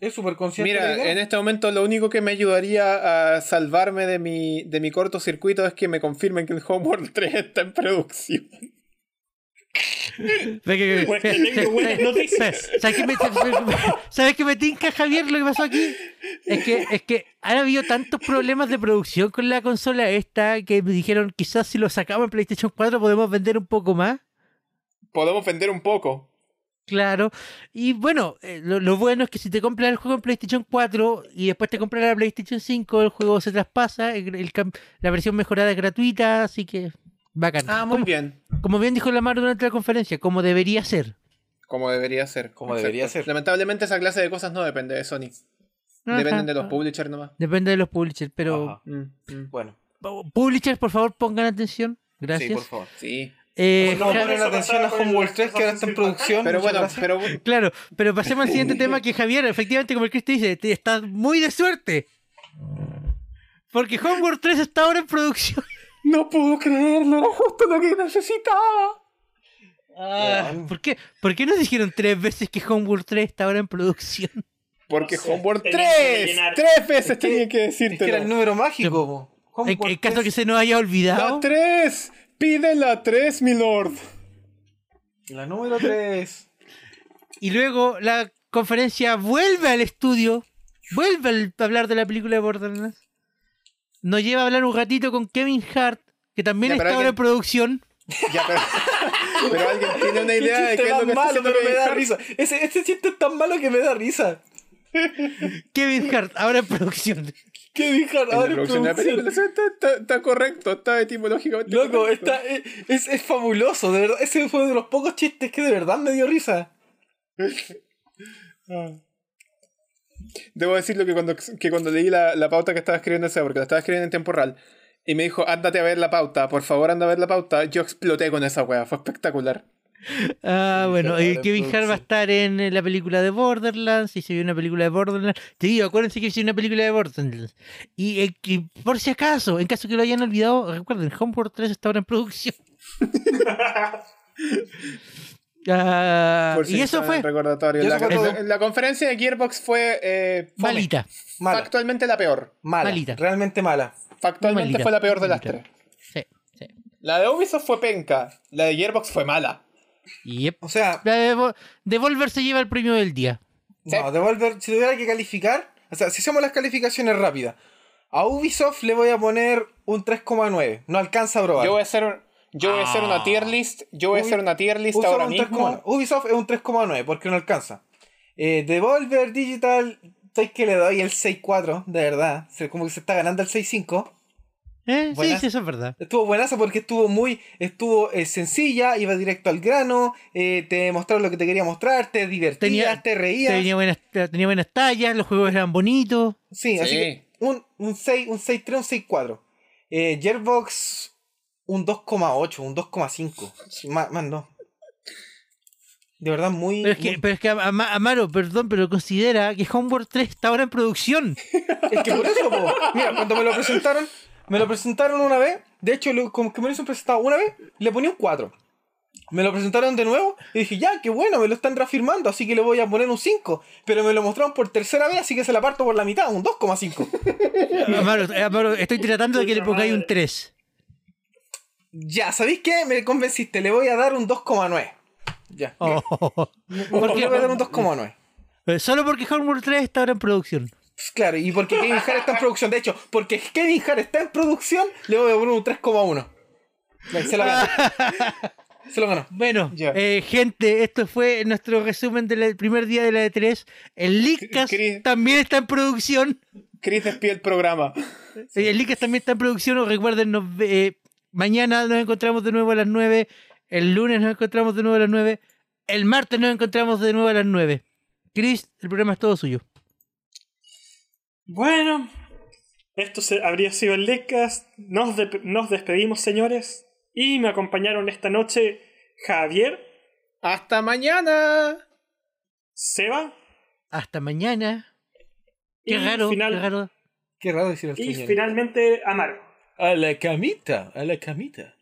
Es súper consciente. de
Mira,
que-
en este momento lo único que me ayudaría a salvarme de mi, de mi cortocircuito es que me confirmen que el Homeworld 3 está en producción.
Pues que tengo buenas noticias.
¿Sabes qué me, sabes qué me tinca, Javier, lo que pasó aquí? Es que, es que han habido tantos problemas de producción con la consola esta que me dijeron, quizás si lo sacamos en PlayStation 4 podemos vender un poco más.
Podemos vender un poco.
Claro. Y bueno, eh, lo, lo bueno es que si te compras el juego en PlayStation 4 y después te compras la PlayStation 5, el juego se traspasa, el- el cam- la versión mejorada es gratuita, así que bacán.
Ah, muy
como,
bien.
como bien dijo Lamar durante la conferencia, como debería ser.
Como debería ser.
Como debería ser.
Lamentablemente esa clase de cosas no depende de Sony.
Ajá.
Dependen de los publishers nomás.
Depende de los publishers, pero
Ajá.
Mm, mm.
Bueno,
Pu- Publishers, por favor, pongan atención. Gracias.
sí, por favor.
Sí.
Eh,
no
Ojalá
ponen
eso
atención a
pasara con
Homeworld
el
3 que ahora está en producción.
Pero
muchas
bueno,
gracias.
pero
Claro, pero pasemos al siguiente tema que Javier, efectivamente, como el Cristo dice, te- estás muy de suerte. Porque Homeworld 3 está ahora en producción.
no puedo creerlo, era justo lo que necesitaba.
Bueno.
¿Por qué? ¿Por qué nos dijeron tres veces que Homeworld 3 está ahora en producción?
Porque
No sé,
Homeworld
tenía que
3,
rellenar.
tres veces tenía que
Es que era el
decírtelo.
número mágico, po.
En,
Homeworld
en caso
3.
que se nos haya
La
olvidado.
3, pide la 3, mi lord.
La número 3.
Y luego la conferencia vuelve al estudio, vuelve al- a hablar de la película de Borderlands. Nos lleva a hablar un ratito con Kevin Hart, que también
Ya, pero
está ahora en
alguien-
producción.
Ya, pero, pero alguien tiene una idea de qué
chiste tan
es lo que está
malo,
haciendo
pero me
Kevin
da
Hart?
risa. Ese, ese chiste es tan malo que me da risa.
Kevin Hart, ahora en producción.
Qué dijo
En la
ahora en
producción de la película,
producción.
sí, está, está- está correcto, está etimológicamente
Loco,
correcto.
está, es, es- es fabuloso, de verdad. Ese fue uno de los pocos chistes que de verdad me dio risa.
Debo decirlo que cuando, que cuando leí la, la pauta que estaba escribiendo ese, porque la estaba escribiendo en tiempo real, y me dijo, ándate a ver la pauta, por favor, anda a ver la pauta, yo exploté con esa wea, fue espectacular.
Ah, bueno,
Hart,
y
ahora en
Kevin Hart va a
producción.
estar en eh, la película de Borderlands. Y se vio una película de Borderlands. Te digo, acuérdense que se vio una película de Borderlands. Y, eh, que por si acaso, en caso que lo hayan olvidado, recuerden, Homeworld 3 está ahora en producción. Ah,
Por si
y eso
está en
fue
recordatorio.
Y
La,
eso fue todo.
la- la conferencia de Gearbox fue eh, fome.
malita.
Mala,
factualmente la peor.
mala,
malita.
realmente mala.
Factualmente
Malita,
fue la peor de las
malita.
tres.
Sí, sí.
La de Ubisoft fue penca, la de Gearbox fue mala.
Yep.
O sea,
eh, La de Devo- Devolver se lleva el premio del día.
Sí.
no, Devolver, si tuviera que calificar, o sea, si hacemos las calificaciones rápidas, a Ubisoft le voy a poner un 3,9. No alcanza a probar.
Yo voy a hacer, yo voy a hacer una tier list, yo voy a
Ubi-
hacer una tier list
Ubisoft,
ahora
un
mismo.
3,9. Ubisoft es un 3,9 porque no alcanza. Eh, Devolver Digital, sabes que le doy el 6,4, de verdad. Se- Como que se está ganando el 6,5.
Eh, Sí,
Buenas.
sí, eso es verdad.
Estuvo buenaza porque estuvo muy, estuvo eh, sencilla, iba directo al grano, eh, te mostraron lo que te quería mostrar, te divertías,
Tenía-
te reías.
Tenía buenas, eh, tenía buenas tallas, los juegos eran bonitos.
Sí, así
Sí.
que un, un 6, un 6,3, un 6,4. Eh, Gearbox, un 2,8, un 2,5. Más, más no. De verdad, muy.
Pero es que,
muy-
pero es que Ama- Ama- Amaro, perdón, pero considera que Homeworld 3 está ahora en producción.
Es que por eso, po. mira, cuando me lo presentaron, me lo presentaron una vez. De hecho, lo- como que me lo han presentado una vez, le ponía un 4. Me lo presentaron de nuevo y dije, ya, qué bueno, me lo están reafirmando, así que le voy a poner un 5. Pero me lo mostraron por tercera vez, así que se la parto por la mitad, un 2,5.
Amaro, eh, Amaro, estoy tratando de que le pongáis un 3.
ya, ¿sabéis qué? Me convenciste, le voy a dar un 2,9. Ya.
Oh.
¿Por qué le voy a dar un 2,9?
Eh, Solo porque Homeworld 3 está ahora en producción.
Pues claro, y porque Kevin Hart está en producción. De hecho, porque Kevin Hart está en producción, le voy a poner un 3,1. Ya, Se lo ganó. Se lo ganó.
Bueno,
Ya.
eh, gente, esto fue nuestro resumen del primer día de la E3. El Leakcast
Cri-
también está en producción.
Chris despide el programa.
Eh, El Leakcast también está en producción. O Recuerden, nos ve- eh, mañana nos encontramos de nuevo a las 9. El lunes nos encontramos de nuevo a las 9. El martes nos encontramos de nuevo a las 9. Chris, el programa es todo suyo.
Bueno, esto se- habría sido el Leadcast. Nos, de- nos despedimos, señores. Y me acompañaron esta noche Javier,
Hasta mañana.
Seba
Hasta mañana. Qué raro,
final-
qué raro.
Qué raro decir el
Y
señor.
finalmente Amaro.
A la camita, a la camita.